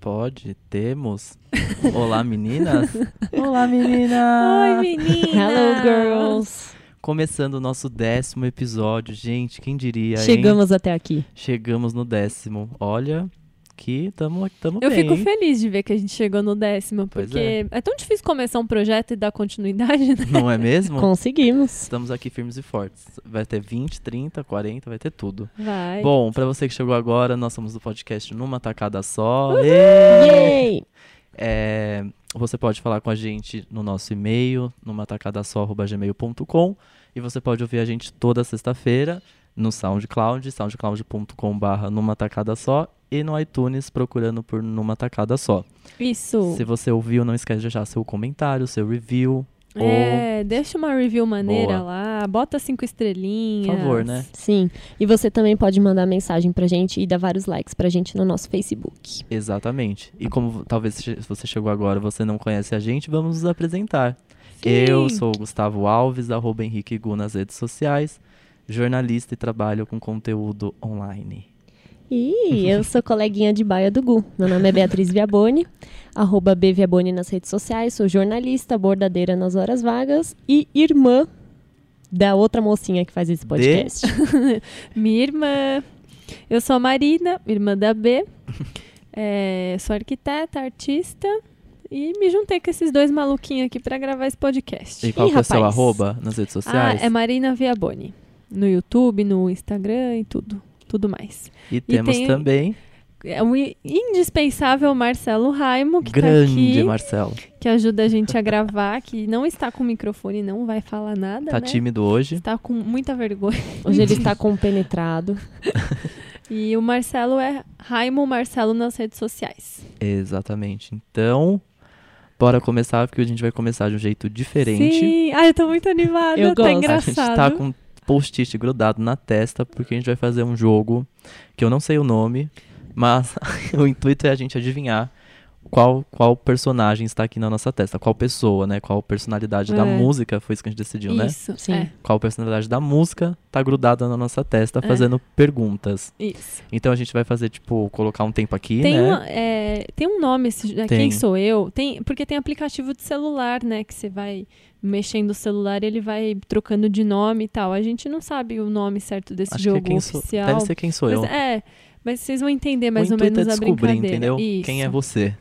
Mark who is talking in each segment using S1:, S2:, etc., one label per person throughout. S1: Pode, temos. Olá, meninas. Olá, meninas.
S2: Oi, menina!
S3: Hello, girls!
S1: Começando o nosso décimo episódio. Gente, quem diria, hein?
S3: Chegamos até aqui.
S1: Chegamos no décimo. Olha que tamo, tamo
S2: Eu
S1: bem.
S2: fico
S1: hein?
S2: feliz de ver que a gente chegou no décimo,
S1: Pois
S2: porque é. tão difícil começar um projeto e dar continuidade, né?
S1: Não é mesmo?
S3: Conseguimos.
S1: Estamos aqui firmes e fortes. Vai ter 20, 30, 40, vai ter tudo.
S2: Vai.
S1: Bom, pra você que chegou agora, nós somos do podcast Numa Tacada Só.
S3: Yay!
S1: É, você pode falar com a gente no nosso e-mail, numa tacadasó.gmail.com e você pode ouvir a gente toda sexta-feira no SoundCloud, soundcloud.com barra numa tacada só e no iTunes procurando por numa tacada só.
S2: Isso.
S1: Se você ouviu, não esquece de deixar seu comentário, seu review.
S2: É, deixa uma review maneira
S1: Boa.
S2: lá, bota cinco estrelinhas.
S1: Por favor, né?
S3: Sim. E você também pode mandar mensagem pra gente e dar vários likes pra gente no nosso Facebook.
S1: Exatamente. E como vo- talvez che- se você chegou agora, você não conhece a gente, vamos nos apresentar.
S2: Sim.
S1: Eu sou o Gustavo Alves, arroba Henrique Gu nas redes sociais, jornalista e trabalho com conteúdo online.
S3: E eu sou coleguinha de baia do Gu. Meu nome é Beatriz Viaboni, arroba B Viaboni nas redes sociais, sou jornalista, bordadeira nas horas vagas e irmã da outra mocinha que faz esse podcast.
S2: Minha irmã. Eu sou a Marina, irmã da B. É, sou arquiteta, artista. E me juntei com esses dois maluquinhos aqui pra gravar esse podcast.
S1: E qual
S3: Ih,
S1: que é o seu
S3: rapaz.
S1: arroba nas redes
S2: Ah,
S1: sociais?
S2: é Marina Viaboni. No YouTube, no Instagram e tudo. Tudo mais.
S1: E temos
S2: tem- um
S1: também
S2: É o i- indispensável Marcelo Raimo, que
S1: grande
S2: tá
S1: Marcelo.
S2: aqui, que ajuda a gente a gravar, que não está com o microfone, não vai falar nada,
S1: Tá
S2: né?
S1: tímido hoje.
S2: Está com muita vergonha.
S3: Hoje ele está compenetrado.
S2: E o Marcelo é Raimo Marcelo nas redes sociais.
S1: Exatamente. Então, bora começar, porque a gente vai começar de um jeito diferente.
S2: Sim, ah, eu tô muito animada,
S3: Eu
S2: tá
S3: gosto.
S1: A gente
S2: engraçado.
S1: tá com post-it grudado na testa, porque a gente vai fazer um jogo que eu não sei o nome, mas o intuito é a gente adivinhar qual, qual personagem está aqui na nossa testa, qual pessoa, né? Qual personalidade da
S2: É.
S1: música, foi isso que a gente decidiu, né?
S2: Isso,
S3: Sim.
S2: é,
S1: Qual personalidade da música tá grudada na nossa testa,
S2: É.
S1: fazendo perguntas.
S2: isso.
S1: Então a gente vai fazer, tipo, colocar um tempo aqui,
S2: Tem,
S1: né?
S2: uma- é, tem um nome, esse, é,
S1: Tem.
S2: quem sou eu? Tem, porque tem aplicativo de celular, né? Que você vai mexendo o celular e ele vai trocando de nome e tal. A gente não sabe o nome certo desse
S1: Acho
S2: jogo
S1: que é quem sou.
S2: oficial.
S1: Deve ser quem sou
S2: mas,
S1: eu.
S2: É, mas vocês vão entender mais
S1: o
S2: ou
S1: intuito
S2: menos
S1: é
S2: a
S1: descobrir,
S2: brincadeira.
S1: entendeu?
S2: Isso.
S1: Quem é você.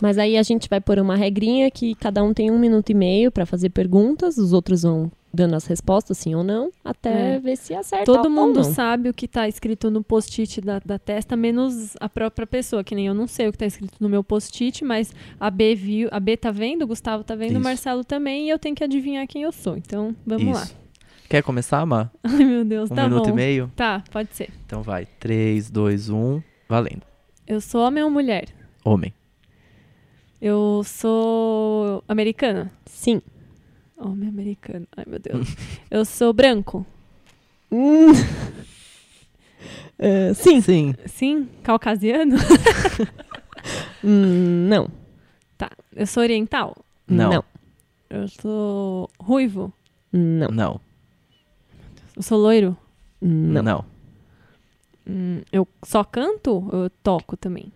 S3: Mas aí a gente vai pôr uma regrinha que cada um tem um minuto e meio pra fazer perguntas, os outros vão dando as respostas, sim ou não, até
S2: É.
S3: ver se acerta
S2: Todo
S3: ou
S2: mundo
S3: não.
S2: sabe o que tá escrito no post-it da, da testa, menos a própria pessoa, que nem eu não sei o que tá escrito no meu post-it, mas a B viu, a B tá vendo, o Gustavo tá vendo,
S1: Isso.
S2: o Marcelo também, e eu tenho que adivinhar quem eu sou. Então, vamos lá.
S1: Isso. Quer começar, Má?
S2: Ai, meu Deus,
S1: Um
S2: tá
S1: minuto
S2: bom.
S1: e meio?
S2: Tá, pode ser.
S1: Então vai, 3, 2, 1, valendo.
S2: Eu sou homem ou mulher?
S1: Homem,
S2: Eu sou americana?
S3: Sim.
S2: Homem americano. Ai, meu Deus. eu sou branco?
S3: Hum. É, sim.
S1: sim.
S2: Sim? Caucasiano?
S3: Hum, não.
S2: tá. Eu sou oriental?
S1: Não.
S3: Não.
S2: Eu sou ruivo?
S3: Não.
S1: Não,
S2: Eu sou loiro?
S3: Não.
S1: não,
S2: Hum, eu só canto ou eu toco também?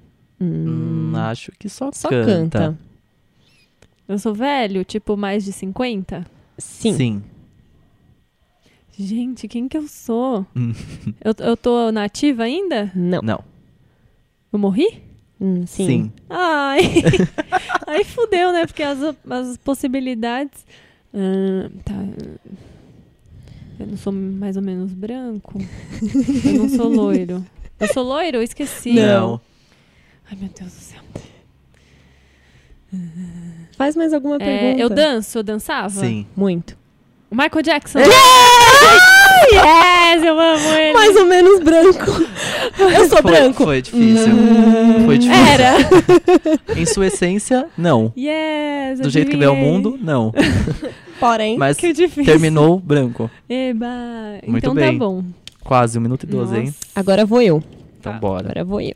S1: Hum,
S3: Hum,
S1: acho que só,
S3: Só canta.
S2: Eu sou velho, tipo mais de 50?
S3: Sim.
S1: Sim.
S2: Gente, quem que eu sou?
S1: Hum.
S2: eu, eu tô nativa ainda?
S3: Não.
S1: Não,
S2: Eu morri?
S3: Hum, sim.
S1: sim.
S2: Ai! Aí fudeu, né? Porque as, as possibilidades. Ah, tá. Eu não sou mais ou menos branco. Eu não sou loiro. Eu sou loiro? Eu esqueci.
S1: Não,
S2: Ai, meu Deus do céu.
S3: Faz mais alguma
S2: É,
S3: pergunta.
S2: eu danço, eu dançava?
S1: sim. É.
S3: Muito.
S2: O Michael Jackson.
S3: Yes!
S2: Yes, eu amo ele.
S3: Mais ou menos branco. Eu sou
S1: Foi-
S3: branco. Hum.
S1: Foi difícil. Foi difícil.
S2: Era.
S1: Em sua essência, não.
S2: Yes,
S1: Do jeito que veio ao
S2: adivinhei.
S1: mundo, não.
S3: É, Porém.
S1: Mas
S2: Que difícil.
S1: terminou branco.
S2: Eba.
S1: Muito
S2: então
S1: bem.
S2: tá bom.
S1: Quase um minuto e 12, hein?
S2: Nossa.
S3: Agora vou eu.
S1: Então
S2: Tá.
S1: bora.
S3: Agora vou eu.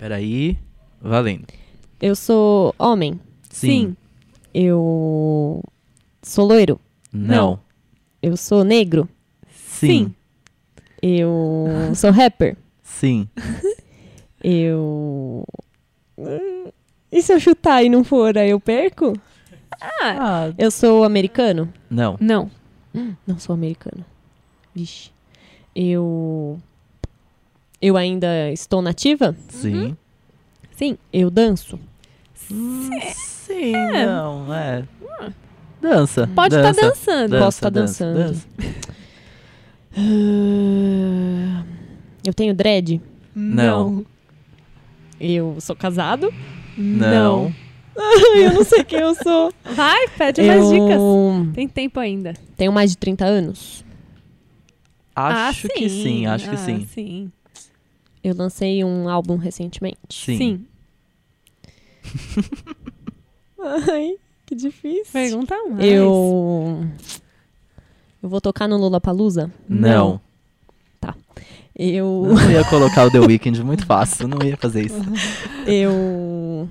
S1: Peraí, valendo.
S3: Eu sou homem.
S1: Sim.
S2: Sim.
S3: Eu sou loiro.
S1: Não.
S3: Eu sou negro.
S1: Sim.
S3: Eu sou rapper.
S1: Sim.
S3: Eu hum, E se eu chutar e não for, aí eu perco?
S2: Ah,
S1: Ah,
S3: Eu sou americano?
S1: não.
S2: não.
S3: Não sou americano. Vixe. Eu. Eu ainda estou nativa?
S1: Sim.
S2: Sim.
S3: Eu danço?
S1: Sim, não, é. Dança.
S2: Pode estar
S1: dança.
S2: dançando.
S1: Dança,
S3: Posso tá
S1: dança,
S3: dançando.
S1: dança.
S3: Ah, Eu tenho dread?
S1: Não.
S3: Eu sou casado?
S1: Não.
S3: eu não sei quem eu sou.
S2: Vai, pede mais dicas.
S3: eu
S2: Tem tempo ainda.
S3: tenho mais de 30 anos.
S1: Acho
S2: ah, sim.
S1: que sim, acho
S2: Ah,
S1: que sim.
S2: sim.
S3: Eu lancei um álbum recentemente.
S1: Sim.
S2: Sim.
S3: Ai, que difícil.
S2: Pergunta um, mais.
S3: Eu. Eu vou tocar no Lula Palusa?
S1: Não.
S3: Eu.
S1: Eu Não ia colocar o The Weeknd muito fácil, não ia fazer isso.
S3: Eu.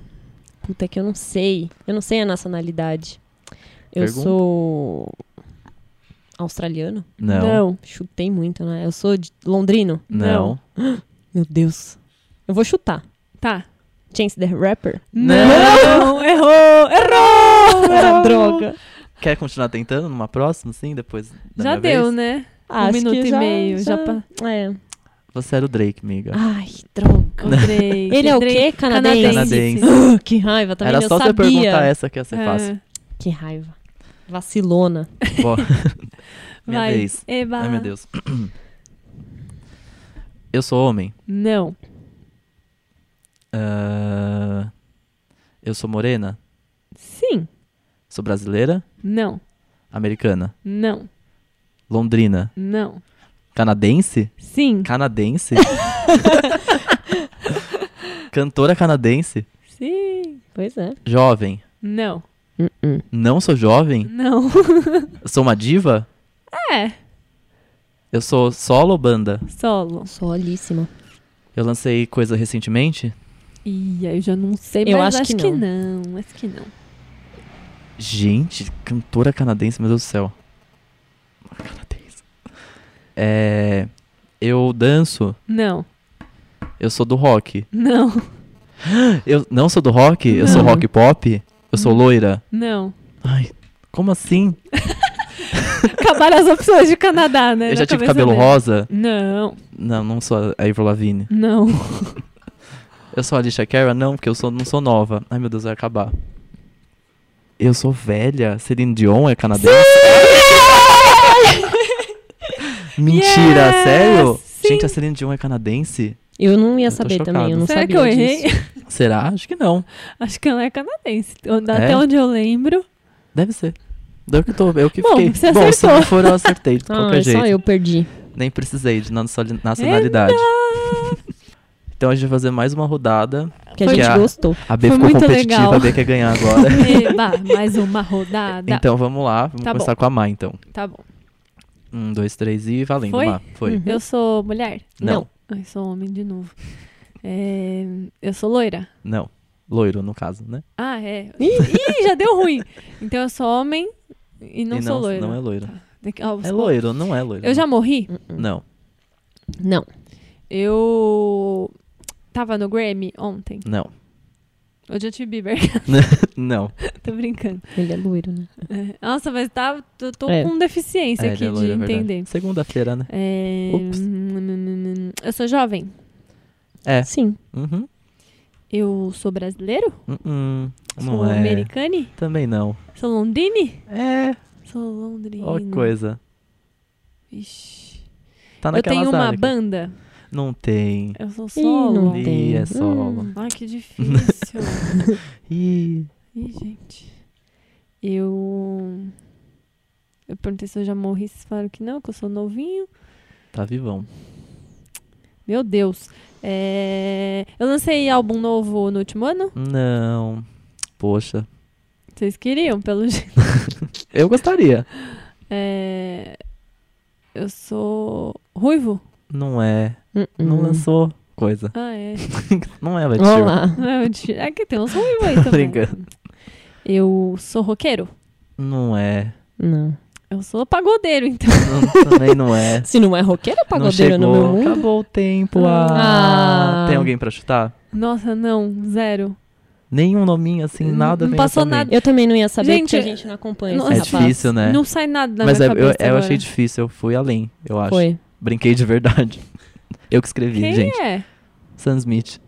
S3: Puta é que eu não sei. Eu não sei a nacionalidade. Eu
S1: Pergunta.
S3: sou. Australiano?
S1: Não.
S3: Chutei muito, né? Eu sou de Londrino?
S1: Não.
S3: Meu Deus. Eu vou chutar.
S2: Tá.
S3: Chance the Rapper?
S1: Não.
S3: Errou! Errou!
S2: Ah,
S3: Essa droga.
S1: Quer continuar tentando numa próxima, sim, depois da
S2: Já
S1: minha
S2: deu,
S1: vez?
S2: né? um minuto e meio. Já, pa-
S3: É.
S1: Você era o Drake, amiga.
S3: Ai, droga.
S2: O Drake,
S3: Ele é o
S2: Drake-
S3: quê? Canadense?
S1: Canadense.
S3: Ah, que raiva, também
S1: era
S3: eu
S1: só
S3: sabia.
S1: você perguntar essa que ia ser
S2: É.
S1: fácil.
S3: Que raiva. Vacilona.
S1: Bom, minha
S2: Ah, Vai. Ah.
S1: vez.
S2: Eba.
S1: Ai, meu Deus. Eu sou homem.
S2: Não.
S1: Ah, eu sou morena.
S2: Sim.
S1: Sou brasileira.
S2: Não.
S1: Americana.
S2: Não.
S1: Londrina.
S2: Não.
S1: Canadense?
S2: Sim.
S1: Canadense? Cantora canadense?
S2: Sim.
S3: Pois é.
S1: Jovem.
S2: Não.
S1: Não sou jovem?
S2: Não.
S1: Sou uma diva?
S2: É.
S1: Eu sou solo ou banda?
S2: Solo.
S3: Solíssima.
S1: Eu lancei coisa recentemente?
S2: Ih, aí eu já não sei,
S3: Eu
S2: mas
S3: acho que
S2: que não. Acho que não.
S1: Gente, cantora canadense, meu Deus do céu. Canadense. É, eu danço,
S2: Não.
S1: eu sou do rock.
S2: Não.
S1: Eu não sou do rock, eu sou
S3: Não.
S1: rock pop, eu
S2: Hum.
S1: sou loira.
S2: Não.
S1: Ai, como assim?
S2: Acabaram as opções de Canadá, né?
S1: eu já
S2: Na
S1: tive
S2: cabeça
S1: cabelo
S2: dela.
S1: rosa?
S2: Não.
S1: Não, não sou a Avril Lavigne.
S2: Não.
S1: Eu sou a Alicia Cara? Não, porque eu sou, não sou nova. Ai, meu Deus, vai acabar. Eu sou velha? Celine Dion é canadense? Mentira,
S2: Yes,
S1: sério?
S2: sim.
S1: Gente, a Celine Dion é canadense?
S3: Eu não ia
S1: Eu tô
S3: saber
S1: chocado.
S3: também, eu não
S2: Será
S3: sabia
S2: que eu errei?
S3: disso.
S1: Será? Acho que não.
S2: Acho que ela é canadense. Onde-
S1: É?
S2: Até onde eu lembro.
S1: Deve ser. Eu que, tô, eu que
S2: Bom,
S1: fiquei.
S2: você
S1: Bom, se
S2: acertou.
S1: não for, eu acertei de qualquer
S3: Ah,
S1: jeito.
S3: só eu perdi.
S1: Nem precisei de nacio-
S2: É,
S1: nacionalidade. Então a gente vai fazer mais uma rodada.
S3: Porque a
S1: Foi
S3: gente
S1: a-
S3: gostou.
S1: A B
S2: Foi
S1: ficou
S2: muito
S1: competitiva,
S2: legal.
S1: a B quer ganhar agora.
S2: Eba, mais uma rodada.
S1: então vamos lá, vamos
S2: Tá bom.
S1: começar com a Má, então.
S2: Tá bom.
S1: Um, dois, três e valendo,
S2: Foi?
S1: Má. Foi.
S3: Uhum.
S2: Eu sou mulher?
S1: Não.
S2: Ai, sou homem de novo. É, eu sou loira?
S1: Não. Loiro, no caso, né?
S2: Ah, é. Ih, ih, já deu ruim. Então eu sou homem e não,
S1: E
S2: sou loira.
S1: Não é loiro.
S2: Daqui- ó,
S1: É loiro, não é loiro.
S2: Eu já morri?
S1: Não.
S3: Não.
S2: Eu tava no Grammy ontem.
S1: Não.
S2: O Justin Bieber.
S1: não.
S2: Tô brincando.
S3: Ele é loiro, né?
S2: É. Nossa, mas tá, tô, tô
S3: É.
S2: com deficiência
S1: É,
S2: aqui
S1: ele é loiro, é
S2: de
S1: verdade.
S2: entender.
S1: Segunda-feira, né?
S2: É,
S1: Ups.
S2: hum, Eu sou jovem.
S1: É.
S3: Sim.
S1: Uhum.
S2: Eu sou brasileiro?
S1: Uh Não
S2: sou
S1: é.
S2: americane?
S1: Também não.
S2: Sou londrine?
S1: É.
S2: Sou londrina.
S1: Ó, coisa.
S2: Ixi.
S1: Tá
S2: Eu
S1: naquela
S2: tenho uma
S1: área que-
S2: banda.
S1: Não tem.
S2: Eu sou
S3: Ih, não
S2: solo. Hum.
S1: Ih,
S3: tem.
S1: é solo.
S2: Ai, que difícil.
S1: Ih.
S2: Ih, gente. Eu. Eu perguntei se eu já morri, vocês falaram que não, que eu sou novinho.
S1: Tá vivão.
S2: Meu Deus. É, Eu lancei álbum novo no último ano.
S1: Não. Poxa.
S2: Vocês queriam, pelo jeito.
S1: Eu gostaria.
S2: É, Eu sou. Ruivo?
S1: Não é.
S3: Hum,
S1: Não
S3: hum.
S1: lançou coisa.
S2: Ah, é.
S1: Não é, Betil.
S3: Olha lá.
S2: Não é, o Ti- é que tem uns ruivos aí
S1: Tô
S2: também.
S1: brincando.
S2: Eu sou roqueiro?
S1: Não é.
S3: Não.
S2: Eu sou pagodeiro, então.
S1: Não- também não é.
S3: Se não é roqueira,
S2: tá
S1: não
S3: pagodeira
S1: chegou.
S3: no meu mundo.
S1: Acabou o tempo.
S2: Ah.
S1: Ah.
S3: Ah.
S1: Tem alguém pra chutar?
S2: Nossa, não, zero.
S1: Nenhum nominho assim, nada
S2: não
S1: vem
S2: passou
S1: nessa mente.
S3: Eu também não ia saber
S2: Gente,
S3: porque a gente não acompanha
S2: não-
S3: esse
S1: É
S2: Nossa,
S3: rapaz.
S1: difícil, né?
S2: Não sai nada da
S1: Mas é,
S2: minha
S1: eu,
S2: cabeça
S1: eu
S2: agora.
S1: achei difícil, eu fui além, eu acho.
S3: Foi.
S1: Brinquei de verdade. Eu que escrevi,
S2: Quem
S1: gente.
S2: é?
S1: Sam Smith.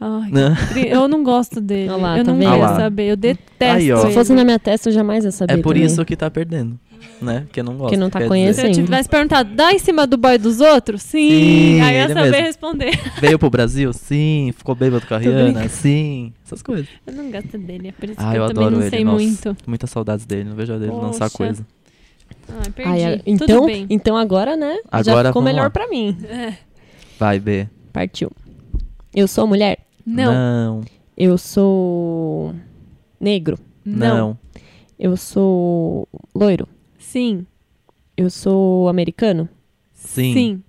S2: Ai,
S1: Né?
S2: Tri- Eu não gosto dele.
S3: Olha lá,
S2: eu
S3: tá
S2: não
S3: vendo?
S1: Olha
S2: ia
S1: lá.
S2: saber. Eu detesto.
S1: Aí, ó.
S2: ele.
S3: Se fosse na minha testa, eu jamais ia saber.
S1: É por
S3: também.
S1: isso que tá perdendo, né? Porque não gosta.
S3: Porque não tá
S1: quer
S3: conhecendo.
S2: Se eu
S3: Sim.
S2: tivesse perguntado, dá em cima do boy dos outros? Sim.
S1: assim. Sim,
S2: Aí eu ia
S1: ele
S2: saber
S1: mesmo.
S2: responder.
S1: dizer, veio pro Brasil? Sim. Ficou bêbado com a
S2: Tô
S1: Rihanna?
S2: brincando.
S1: Sim. Essas coisas.
S2: Eu não gosto dele, é por isso
S1: Ah,
S2: que
S1: eu
S2: eu, também
S1: adoro
S2: não
S1: ele.
S2: sei
S1: Nossa,
S2: muito.
S1: muitas saudades dele. Não vejo a dele lançar
S2: Poxa.
S1: coisa.
S2: Ah, perdi.
S3: Ai, a-
S2: Tudo
S3: então,
S2: bem.
S3: então agora, né?
S1: Agora,
S3: já ficou
S1: vamos
S3: melhor
S1: lá.
S3: pra mim.
S2: É.
S1: Vai, B.
S3: Partiu. Eu sou mulher?
S2: Não,
S1: Não.
S3: Eu sou negro?
S2: não,
S1: não.
S3: Eu sou loiro?
S2: Sim.
S3: Eu sou americano?
S1: Sim.
S2: Sim.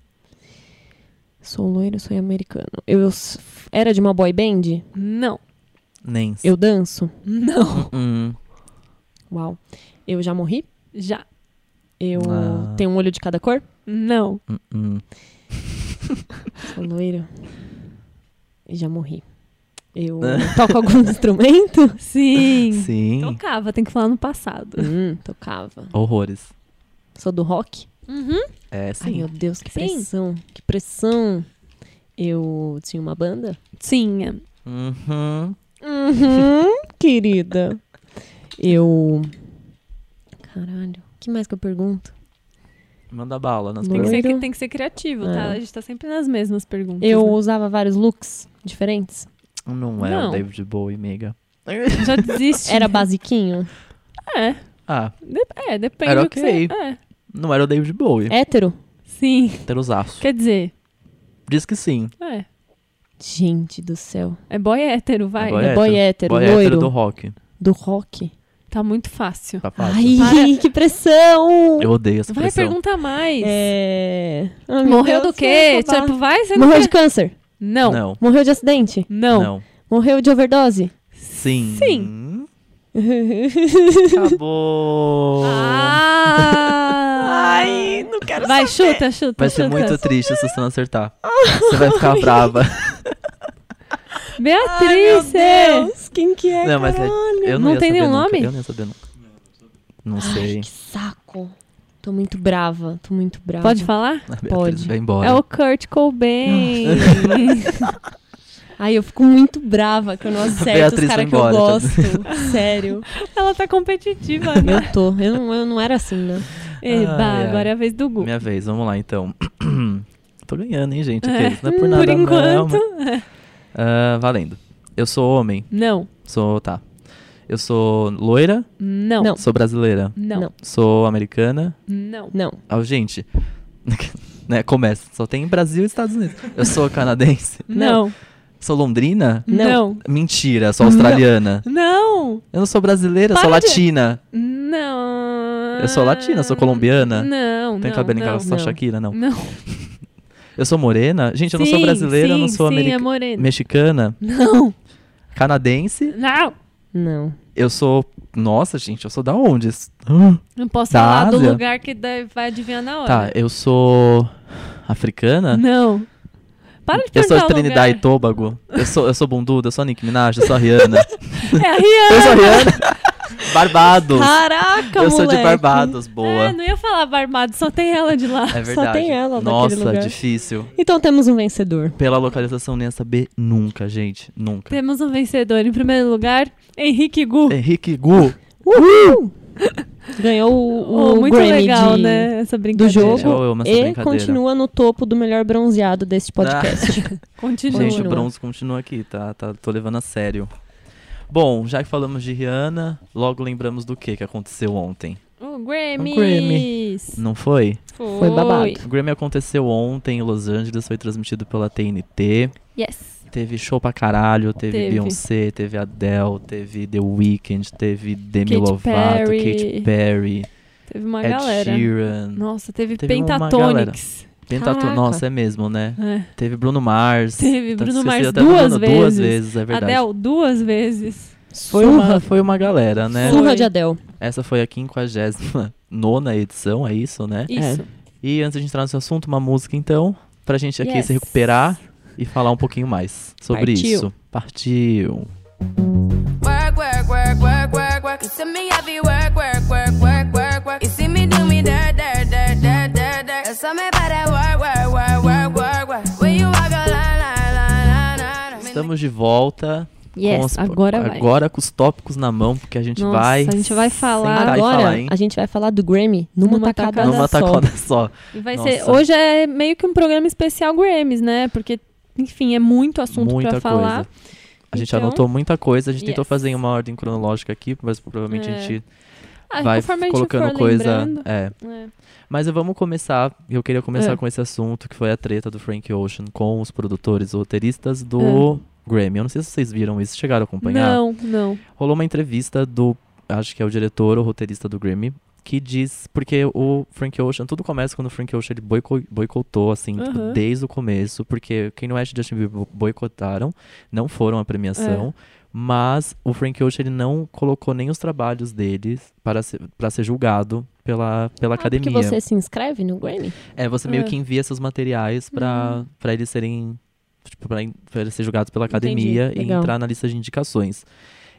S3: Sou loiro, sou americano. Eu s- era de uma boy band?
S2: Não.
S1: Nem.
S3: Eu danço?
S2: Não.
S1: Hum.
S3: Uau. Eu já morri?
S2: Já.
S3: Eu
S1: Ah.
S3: tenho um olho de cada cor?
S2: Não.
S1: hum, hum.
S3: Sou loiro. E já morri. Eu toco algum instrumento?
S2: Sim.
S1: Sim.
S2: Tocava, tem que falar no passado.
S3: Hum, tocava.
S1: Horrores.
S3: Sou do rock?
S2: Uhum.
S1: É,
S3: Ai,
S1: sim.
S3: meu Deus, que
S2: Sim.
S3: pressão. Que pressão. Eu tinha uma banda?
S2: Sim. é.
S1: Uhum.
S3: Uhum, querida. Eu. Caralho, o que mais que eu pergunto?
S1: Manda bala nas
S2: Tem que,
S1: perguntas.
S2: ser,
S3: Loiro.
S2: tem que ser criativo,
S3: É.
S2: tá? A gente tá sempre nas mesmas perguntas.
S3: Eu
S2: né?
S3: usava vários looks diferentes.
S1: Não é
S2: Não.
S1: o David Bowie, mega.
S2: Já desiste.
S3: Era
S2: né?
S3: basiquinho?
S2: É,
S1: Ah,
S2: de- é, depende
S1: Era
S2: do que
S1: ok.
S2: você... É.
S1: não era o David Bowie.
S3: Hétero?
S2: Sim.
S1: Ter os aços.
S2: Quer dizer,
S1: Diz que sim.
S2: é.
S3: Gente do céu.
S2: É boy hétero, vai.
S1: É boy
S3: é boy hétero,
S1: Boy
S3: loiro.
S1: hétero do
S3: do...
S1: rock.
S3: rock.
S2: Tá muito fácil.
S1: Tá fácil.
S3: Ai,
S2: Para.
S3: que pressão!
S1: Eu odeio essa
S2: Vai,
S1: pressão.
S2: pergunta mais.
S3: É... Ai, meu
S2: Morreu
S3: Deus,
S2: do quê?
S3: vai acabar.
S2: Tipo, vai, você não
S3: tá? Morreu de
S2: quer...
S3: câncer?
S2: Não. Não.
S1: Não.
S3: Morreu de acidente?
S1: Não.
S3: Morreu de overdose?
S1: Sim.
S2: Sim.
S1: Acabou.
S2: Ah!
S3: Ai, não quero
S2: Vai, chuta, chuta.
S1: Vai ser
S2: chuta.
S1: muito triste se você não acertar.
S2: Ah.
S1: Você vai ficar brava.
S2: Beatriz!
S3: Quem que é,
S1: Não, mas é- Eu não,
S2: Não
S1: ia
S2: tem
S1: saber
S2: nenhum
S1: nunca.
S2: nome?
S1: Eu não ia saber nunca. Não
S3: Ai,
S1: sei.
S3: que saco. Tô muito brava, tô muito brava.
S2: Pode falar?
S1: A Beatriz
S3: pode.
S1: Vai embora.
S2: É o Kurt Cobain.
S3: Ai, eu fico muito brava que eu não acerto
S1: Beatriz
S3: os
S1: vai
S3: caras que eu
S1: embora, tá
S3: gosto. Sério.
S2: Ela tá competitiva, né?
S3: Eu tô. Eu não, eu não era assim, né?
S2: Eba,
S1: Ai, ai.
S2: agora é a vez do Gu.
S1: Minha vez, vamos lá então. Tô ganhando, hein, gente?
S2: É.
S1: aqueles. Não é por
S2: Por
S1: nada não.
S2: enquanto.
S1: Ah, valendo. Eu sou homem.
S2: Não,
S1: Sou. Tá. Eu sou loira.
S2: não,
S3: Não.
S1: Sou brasileira.
S2: não,
S3: Não.
S1: Sou americana.
S2: não,
S3: Não.
S1: Ah, gente. né, começa. Só tem Brasil e Estados Unidos. Eu sou canadense.
S2: não,
S1: Sou londrina?
S2: não,
S1: Mentira, sou australiana.
S2: não,
S1: Eu não sou brasileira,
S2: Para
S1: sou
S2: de-
S1: latina.
S2: não.
S1: Eu sou latina, sou colombiana.
S2: Não,
S1: Tem
S2: não,
S1: cabelo em
S2: não,
S1: casa da
S3: não.
S1: Shakira, não.
S2: não.
S1: Eu sou morena? Gente, eu não sou
S2: Sim,
S1: brasileira, eu não
S2: sim,
S1: sou
S2: sim,
S1: americana.
S2: é morena.
S1: Mexicana?
S2: Não,
S1: Canadense?
S2: não.
S3: Não.
S1: Eu sou. Nossa, gente, eu sou da onde?
S2: Não posso
S1: Da
S2: falar do
S1: Ásia?
S2: lugar que daí vai adivinhar na
S1: Tá,
S2: hora.
S1: eu sou. africana?
S2: Não. Para de
S1: Eu
S2: perguntar
S1: sou de Trinidad e
S2: o lugar.
S1: Tobago. Eu sou, eu sou bunduda, eu sou Nick Minaj, eu sou a Rihanna.
S2: É a
S1: eu sou a
S2: Rihanna.
S1: Rihanna. Barbados.
S3: Caraca,
S1: eu sou de
S3: moleque.
S1: Barbados, boa.
S2: É, não ia falar Barbados, só tem ela de lá.
S1: É verdade.
S3: tem ela naquele
S1: Nossa,
S3: lugar.
S1: difícil.
S3: Então temos um vencedor.
S1: Pela localização nem ia saber nunca, gente. Nunca.
S2: Temos um vencedor. Em primeiro lugar, Henrique Gu.
S1: Henrique Gu. Tá.
S3: Uhul! Ganhou o, o
S2: Oh, muito
S3: Grammy
S2: legal,
S3: de-
S2: né? Essa
S3: do
S2: brincadeira.
S3: jogo
S1: Eu amo essa
S3: e
S1: brincadeira. Ah.
S3: continua no topo do melhor bronzeado deste podcast.
S2: Continua.
S1: Gente, o
S3: Continua.
S1: bronze continua aqui, tá? tá? Tô levando a sério. Bom, já que falamos de Rihanna, logo lembramos do que que aconteceu ontem.
S2: O Grammys.
S1: Não foi?
S2: Foi.
S3: Foi babado.
S1: O Grammy aconteceu ontem em Los Angeles, foi transmitido pela TNT.
S2: Yes.
S1: Teve show pra caralho, teve,
S2: Teve.
S1: Beyoncé, teve Adele, teve The Weeknd, teve Demi
S2: Katy
S1: Lovato,
S2: Perry.
S1: Katy Perry,
S2: Teve uma
S1: Ed
S2: galera.
S1: Sheeran.
S2: Nossa, teve,
S1: É Teve uma
S2: Pentatonix.
S1: Pentato-
S3: Caraca.
S1: Nossa, é mesmo, né?
S2: É.
S1: Teve Bruno Mars.
S2: Teve
S1: Tá
S2: Bruno
S1: esquecido
S2: Mars
S1: até
S2: duas
S1: Bruno,
S2: vezes.
S1: Duas vezes, é verdade.
S2: Adele duas vezes.
S1: Foi uma, foi uma galera, né?
S3: Surra
S2: Foi.
S3: de Adel.
S1: Essa foi a 59 edição, é isso, né?
S2: Isso.
S1: E antes de entrar nesse assunto, uma música então, pra gente aqui
S2: Yes.
S1: se recuperar e falar um pouquinho mais sobre
S3: Partiu.
S1: isso. Partiu.
S4: to me, I be work, work, work, work, work, work. You see me do me dirt, dirt, dirt, dirt, dirt, dirt. There's something about that work, work, work, work, work, work. When you walk a line, line, line, line, line, line.
S1: Estamos de volta. com
S3: Yes.
S1: os-
S2: agora vai.
S1: Agora com os tópicos na mão, porque a gente
S2: Nossa,
S1: vai.
S2: a gente vai falar
S1: sentar e
S3: Agora
S1: falar, hein?
S3: a gente vai falar do Grammy numa,
S2: Numa
S3: tacada,
S2: tacada
S1: Numa
S3: só.
S1: tacada só.
S2: E vai
S1: Nossa.
S2: ser, hoje é meio que um programa especial Grammys, né? Porque, enfim, é muito assunto
S1: muita
S2: pra
S1: coisa.
S2: falar.
S1: A gente
S2: Então-
S1: anotou muita coisa, a gente tentou
S2: Yes.
S1: fazer em uma ordem cronológica aqui, mas provavelmente
S2: É.
S1: a gente
S2: Ah,
S1: vai
S2: conforme a gente
S1: colocando
S2: for
S1: coisa.
S2: lembrando.
S1: É.
S2: É.
S1: Mas eu- vamos começar. Eu queria começar
S2: É.
S1: com esse assunto, que foi a treta do Frank Ocean com os produtores roteiristas do Grammy. Eu não sei se vocês viram isso, chegaram a acompanhar.
S2: Não, não.
S1: Rolou uma entrevista do, acho que é o diretor ou roteirista do Grammy, que diz, porque o Frank Ocean, tudo começa quando o Frank Ocean ele boico- boicotou, assim, tipo,
S2: Aham.
S1: desde o começo, porque Kanye West e Justin Bieber bo- boicotaram, não foram à premiação, mas o Frank Ocean ele não colocou nem os trabalhos deles para ser, para ser julgado pela, pela
S3: Ah, porque
S1: academia.
S3: você se inscreve no Grammy?
S1: É, você meio
S2: É. Uhum.
S1: que envia seus materiais pra pra eles serem. Tipo, pra, en- pra eles serem julgados pela academia e
S3: legal.
S1: entrar na lista de indicações.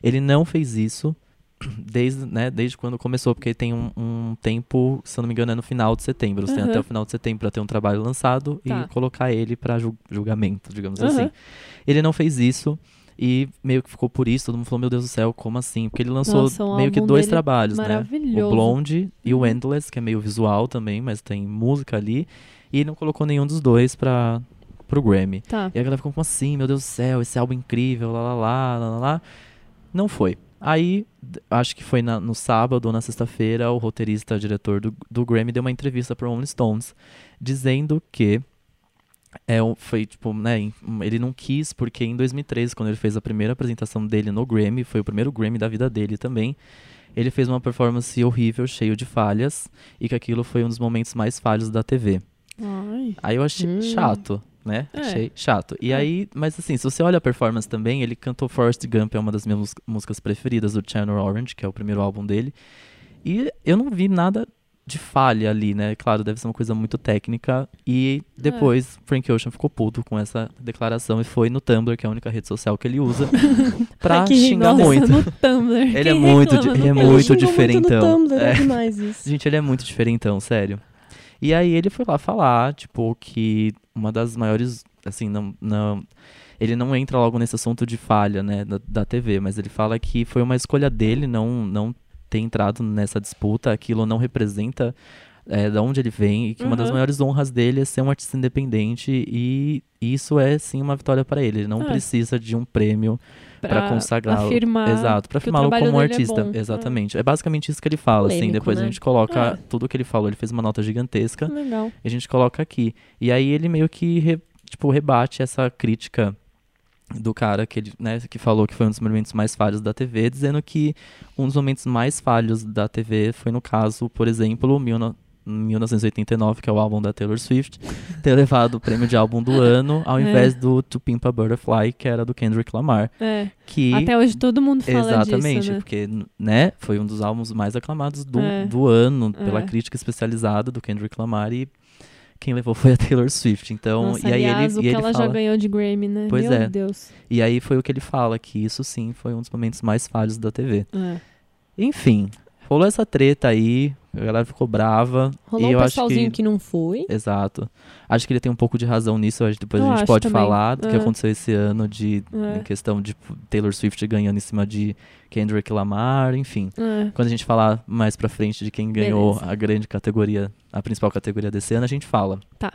S1: Ele não fez isso desde, né, desde quando começou, porque tem um, um tempo, se eu não me engano, é no final de setembro. Você tem
S2: Aham.
S1: até o final de setembro pra ter um trabalho lançado
S2: Uhum. Tá. Uhum.
S1: e colocar ele pra ju- julgamento, digamos
S2: Aham.
S1: assim. Ele não fez isso. E meio que ficou por isso, todo mundo falou, meu Deus do céu, como assim? Porque ele lançou
S2: Nossa, um
S1: meio que
S2: álbum
S1: dois
S2: dele
S1: trabalhos, né? O
S2: Maravilhoso.
S1: Blonde e o
S2: Uhum.
S1: Endless, que é meio visual também, mas tem música ali. E ele não colocou nenhum dos dois pra, pro Grammy.
S2: Tá.
S1: E a galera ficou como assim, meu Deus do céu, esse álbum incrível, lá, lá, lá, lá, lá, lá. Não foi. Aí, d- acho que foi na- no sábado ou na sexta-feira, o roteirista, diretor do, do Grammy, deu uma entrevista pro Rolling Stones, dizendo que é, um- foi, tipo, né, em- um, ele não quis, porque em 2013, quando ele fez a primeira apresentação dele no Grammy, foi o primeiro Grammy da vida dele também, ele fez uma performance horrível, cheio de falhas, e que aquilo foi um dos momentos mais falhos da TV.
S2: Ai.
S1: Aí eu achei
S3: Hum.
S1: chato, né?
S2: É.
S1: Achei chato. E
S2: É.
S1: aí, mas assim, se você olha a performance também, ele cantou Forrest Gump, é uma das minhas mus- músicas preferidas do Channel Orange, que é o primeiro álbum dele. E eu não vi nada de falha ali, né? Claro, deve ser uma coisa muito técnica. E
S2: É.
S1: depois Frank Ocean ficou puto com essa declaração e foi no Tumblr, que é a única rede social que ele usa, pra
S3: Que
S1: xingar
S2: Nossa,
S1: muito.
S2: no Tumblr.
S1: Ele
S2: Quem
S1: é muito
S2: reclama
S1: de-
S2: no
S1: ele é
S2: Tumblr?
S1: muito
S3: Ele xingou
S1: diferentão.
S3: Muito no Tumblr, é.
S1: É.
S3: demais isso.
S1: Gente, ele é muito diferentão, sério. E aí ele foi lá falar, tipo, que uma das maiores, assim, não, não ele não entra logo nesse assunto de falha, né, da, da TV, mas ele fala que foi uma escolha dele não não ter entrado nessa disputa, aquilo não representa é, da onde ele vem e que uma das
S2: Uhum.
S1: maiores honras dele é ser um artista independente e isso é sim uma vitória pra ele. Ele não
S2: É.
S1: precisa de um prêmio pra consagrá-lo.
S2: Afirmar.
S1: Exato, pra
S2: Ah, que o
S1: afirmá-lo
S2: trabalho
S1: como
S2: dele é
S1: artista.
S2: bom.
S1: Exatamente. É basicamente isso que ele fala, assim.
S3: Polêmico,
S1: Depois a
S3: né?
S1: gente coloca
S2: É. Uhum.
S1: tudo que ele falou. Ele fez uma nota gigantesca
S2: Legal.
S1: e a gente coloca aqui. E aí ele meio que, re- tipo, rebate essa crítica do cara que ele, né, que falou que foi um dos momentos mais falhos da TV, dizendo que um dos momentos mais falhos da TV foi no caso, por exemplo, 19- 1989, que é o álbum da Taylor Swift, ter levado o prêmio de álbum do ano, ao
S2: É.
S1: invés do To Pimp a Butterfly, que era do Kendrick Lamar,
S2: É.
S1: que
S2: Até hoje todo mundo fala
S1: Exatamente,
S2: disso, né?
S1: porque, n- né, foi um dos álbuns mais aclamados do,
S2: É.
S1: do ano pela
S2: É.
S1: crítica especializada do Kendrick Lamar e quem levou foi a Taylor Swift. Então,
S2: Nossa,
S1: e aí
S2: aliás,
S1: ele,
S2: o
S1: e
S2: que
S1: ele
S2: ela
S1: fala,
S2: já ganhou de Grammy, né?
S1: Pois
S2: Meu
S1: é.
S2: Deus.
S1: e aí foi o que ele fala que isso sim foi um dos momentos mais falhos da TV.
S2: É.
S1: Enfim, rolou essa treta aí, a galera ficou brava
S3: Rolou
S1: e eu
S3: um
S1: acho
S3: pessoalzinho
S1: que
S3: que... não foi.
S1: Exato. Acho que ele tem um pouco de razão nisso, acho que depois
S2: Eu
S1: a gente
S2: acho
S1: pode
S2: também,
S1: falar do que
S2: é.
S1: aconteceu esse ano de
S2: É.
S1: em questão de tipo, Taylor Swift ganhando em cima de Kendrick Lamar, enfim.
S2: É.
S1: Quando a gente falar mais pra frente de quem ganhou
S3: Beleza.
S1: a grande categoria, a principal categoria desse ano, a gente fala.
S2: Tá.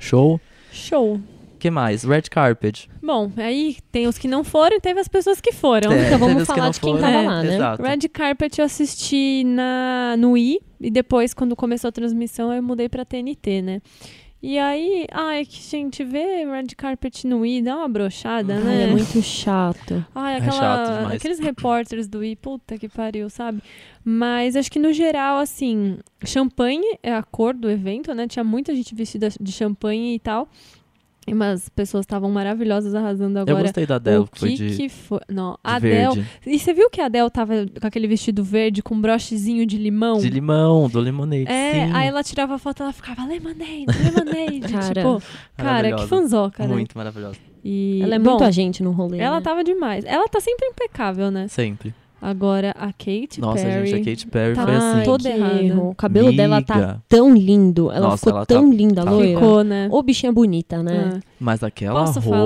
S1: Show?
S2: Show.
S1: que mais? Red Carpet.
S2: Bom, aí tem os que não foram e teve as pessoas que foram.
S1: É,
S3: vamos
S1: teve os que
S3: falar
S1: não
S3: de quem
S1: foram. É,
S2: tava
S3: lá, né?
S1: Exato.
S2: Red Carpet eu assisti na, no I e depois, quando começou a transmissão, eu mudei pra TNT, né? E aí, ai, que gente, ver Red Carpet no I dá uma brochada,
S1: Uhum.
S3: Ai,
S2: né?
S3: é muito chato.
S2: Ai,
S1: É
S2: aquela,
S1: chato demais.
S2: aqueles repórteres do I, puta que pariu, sabe? Mas acho que no geral, assim, champanhe é a cor do evento, né? Tinha muita gente vestida de champanhe e tal. E umas pessoas estavam maravilhosas arrasando
S1: Eu
S2: agora.
S1: gostei da Adele,
S2: o
S1: que foi
S2: que
S1: de, de
S2: que foi? Não, a Adele
S1: verde.
S2: e você viu que a Adele tava com aquele vestido verde com um brochezinho de limão?
S1: De limão, do limonade.
S2: É,
S1: sim.
S2: aí ela tirava a foto e ela ficava lemonade, lemonade.
S3: Cara,
S2: tipo, cara, que
S1: maravilhosa.
S2: fanzoca, né?
S1: Muito maravilhosa.
S2: E,
S3: Ela é
S2: bom,
S3: muito a gente no rolê.
S2: Ela
S3: né?
S2: tava demais. Ela tá sempre impecável, né?
S1: Sempre.
S2: Agora, a Kate
S1: Nossa,
S2: Perry.
S1: gente, a Katy Perry
S2: Tá
S1: foi assim.
S3: Ai,
S2: toda
S3: que
S2: errada.
S3: erro. O cabelo dela tá
S1: Miga.
S3: tão lindo. Ela
S1: Nossa,
S3: ficou
S1: ela tá-
S3: tão linda,
S1: tá
S3: loira.
S2: Ficou, né?
S3: Ô, bichinha bonita, né?
S2: É.
S1: Mas aquela
S2: Posso
S1: roupa.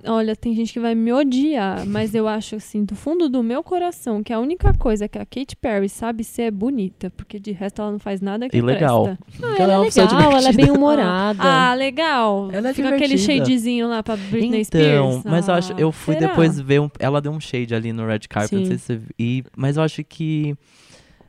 S2: falar? Olha, tem gente que vai me odiar, mas eu acho assim, do fundo do meu coração, que a única coisa que a Katy Perry sabe ser é bonita, porque de resto ela não faz nada que
S1: E legal.
S2: presta.
S3: Ah, ela é
S1: pessoa
S3: legal, ela é
S1: divertida.
S3: bem humorada.
S2: Ah, legal.
S1: Ela é
S2: Fica aquele
S1: divertida.
S2: shadezinho lá pra Britney
S1: então,
S2: Spears.
S1: mas eu acho, eu
S2: Ah,
S1: fui
S2: será?
S1: depois ver um, ela deu um shade ali no red carpet, não
S3: Sim.
S1: sei se você, e mas eu acho que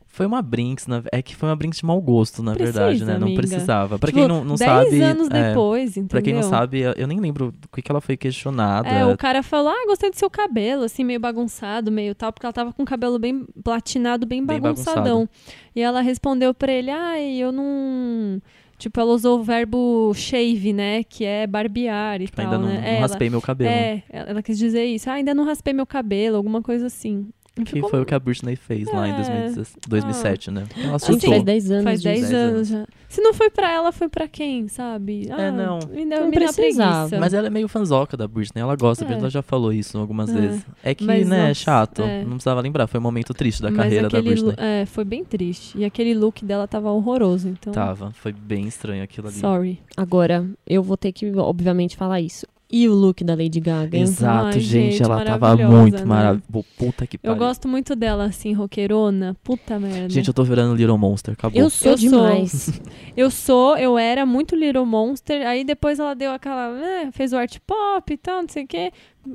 S1: foi uma brinks, na, é que foi uma brinks de mau gosto, na
S2: Precisa,
S1: verdade, né? Não
S2: amiga.
S1: precisava. Pra
S2: Tipo,
S1: quem não, não
S2: 10
S1: sabe,
S2: anos
S1: é,
S2: depois, entendeu?
S1: pra quem não sabe, eu- eu nem lembro do que que ela foi questionada.
S2: É, o cara falou, ah, gostei do seu cabelo, assim, meio bagunçado, meio tal, porque ela tava com o cabelo bem platinado, bem
S1: Bem
S2: bagunçadão. E ela respondeu pra ele, ah, eu não... Tipo, ela usou o verbo shave, né, que é barbear e
S1: Tipo,
S2: tal,
S1: ainda não,
S2: né?
S1: não
S2: É, ela-
S1: raspei meu cabelo. né?
S2: É, ela ela quis dizer isso. Ah, ainda não raspei meu cabelo, alguma coisa assim. E
S1: Que
S2: ficou-
S1: foi o que a Britney fez lá em
S2: É. Assim,
S1: 2016 2007, né? Ela
S3: Gente,
S1: surtou.
S3: faz 10 anos.
S2: Faz
S3: disso.
S2: 10
S1: 10
S2: anos já. Se não foi pra ela, foi pra quem, sabe? Ah,
S1: É, não.
S2: Me dá,
S3: Não
S2: me dá
S3: precisava.
S2: preguiça.
S1: Mas ela é meio fanzoca da Britney, ela gosta,
S2: É.
S1: a Britney já falou isso algumas
S2: É.
S1: vezes. É que,
S2: Mas,
S1: né,
S2: nossa,
S1: é chato,
S2: é.
S1: não precisava lembrar, foi um momento triste da
S2: Mas
S1: carreira da
S2: aquele
S1: Britney.
S2: lu- É, foi bem triste. E aquele look dela tava horroroso, então.
S1: Tava, foi bem estranho aquilo ali.
S2: Sorry.
S3: Agora, eu vou ter que, obviamente, falar isso. E o look da Lady Gaga, hein?
S1: Exato,
S2: né? Ai,
S1: gente,
S2: gente,
S1: ela tava
S2: maravilhosa, né?
S1: muito maravilhosa. Puta que
S2: Eu
S1: pariu.
S2: gosto muito dela, assim, roqueirona. Puta merda.
S1: Tá Gente, eu tô virando Little Monster, acabou.
S3: Eu sou
S2: Eu sou.
S3: demais.
S2: Eu sou, eu era muito Little Monster. Aí depois ela deu aquela. né, fez o art pop e tal, não sei o quê.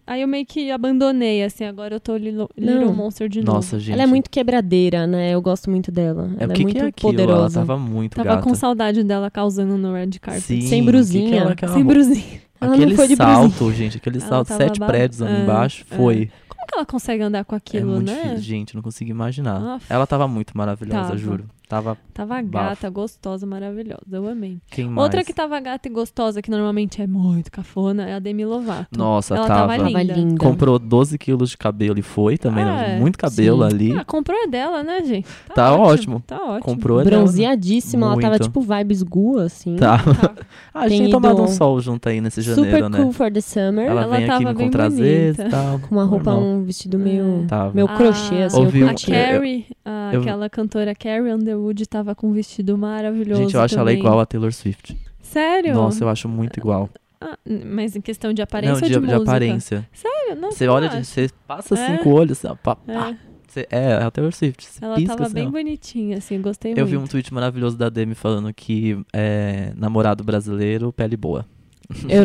S2: Aí eu meio que abandonei, assim. Agora eu tô Lilo- Little,
S3: Não.
S2: Monster de novo.
S1: Nossa, gente.
S3: Ela é muito quebradeira, né? Eu gosto muito dela.
S1: É, o
S3: ela
S1: que
S3: é muito
S1: que é aquilo? Ela
S3: poderosa.
S1: tava muito
S2: Tava
S1: gata.
S2: com saudade dela causando no Red Carpet.
S1: Sim,
S3: Sem
S1: o que
S3: brusinha.
S1: que ela- aquela
S2: Sem
S1: roupa-
S2: brusinha.
S3: Ela não
S1: Aquele
S3: foi de brusinha.
S1: salto, gente, aquele
S2: Ela
S1: salto,
S2: tava
S1: sete
S2: babado.
S1: prédios ali
S2: É,
S1: embaixo,
S2: é.
S1: foi.
S2: Como que ela consegue andar com
S1: é
S2: aquilo,
S1: muito
S2: né?
S1: difícil, gente, não consigo imaginar.
S2: Aff.
S1: Ela tava muito maravilhosa,
S2: Tava.
S1: juro. Tava
S2: Tava
S1: Bafo.
S2: gata, gostosa, maravilhosa. Eu amei.
S1: quem mais?
S2: Outra que tá tava gata e gostosa, que normalmente é muito cafona, é a Demi Lovato.
S1: Nossa,
S2: Ela
S1: tava.
S2: tava
S3: Tava
S2: linda.
S3: linda.
S1: Comprou 12 quilos de cabelo e foi também, né?
S2: É,
S1: muito cabelo
S3: sim.
S1: ali.
S2: Ah, comprou é dela, né, gente?
S1: Tá ótimo.
S2: Tá ótimo.
S1: comprou é dela.
S3: Bronzeadíssima, ela tava
S1: Muito.
S3: tipo vibes gu, assim.
S1: Tá.
S2: Tá.
S1: Ah, a gente
S3: Tem
S1: tem tomado um
S3: ido
S1: sol junto aí nesse janeiro,
S3: Super
S1: né?
S3: cool for the summer.
S1: Ela,
S2: Ela
S1: vem aqui
S2: tava
S1: me
S2: bem
S1: encontrar às vezes e
S2: bonita.
S1: tal.
S3: Com uma roupa,
S1: Normal. Hum. Tá.
S3: um vestido meio.
S1: Tava.
S3: Meu
S2: Ah,
S3: crochê, assim,
S1: ouvi
S3: eu
S1: um-
S2: A
S3: curti.
S1: eu-
S2: Carrie, a-
S1: eu-
S2: aquela cantora Carrie Underwood, tava com um vestido maravilhoso.
S1: Gente, eu acho ela
S2: também.
S1: igual a Taylor Swift.
S2: Sério?
S1: Nossa, eu acho muito igual.
S2: Ah, mas em questão de
S1: Não,
S2: aparência
S1: de,
S2: ou de,
S1: de
S2: música?
S1: aparência.
S2: Sério? Nossa,
S1: Você
S2: eu
S1: olha, assim,
S2: acho.
S1: de- você passa
S2: É.
S1: cinco olhos, assim, ó, pá,
S2: É,
S1: pá. Você- é. é a Taylor Swift. Você
S2: ela
S1: pisca,
S2: tava
S1: assim,
S2: bem
S1: ó.
S2: bonitinha, assim, gostei
S1: Eu
S2: muito.
S1: vi um tweet maravilhoso da Demi falando que é namorado brasileiro, pele boa.
S3: Eu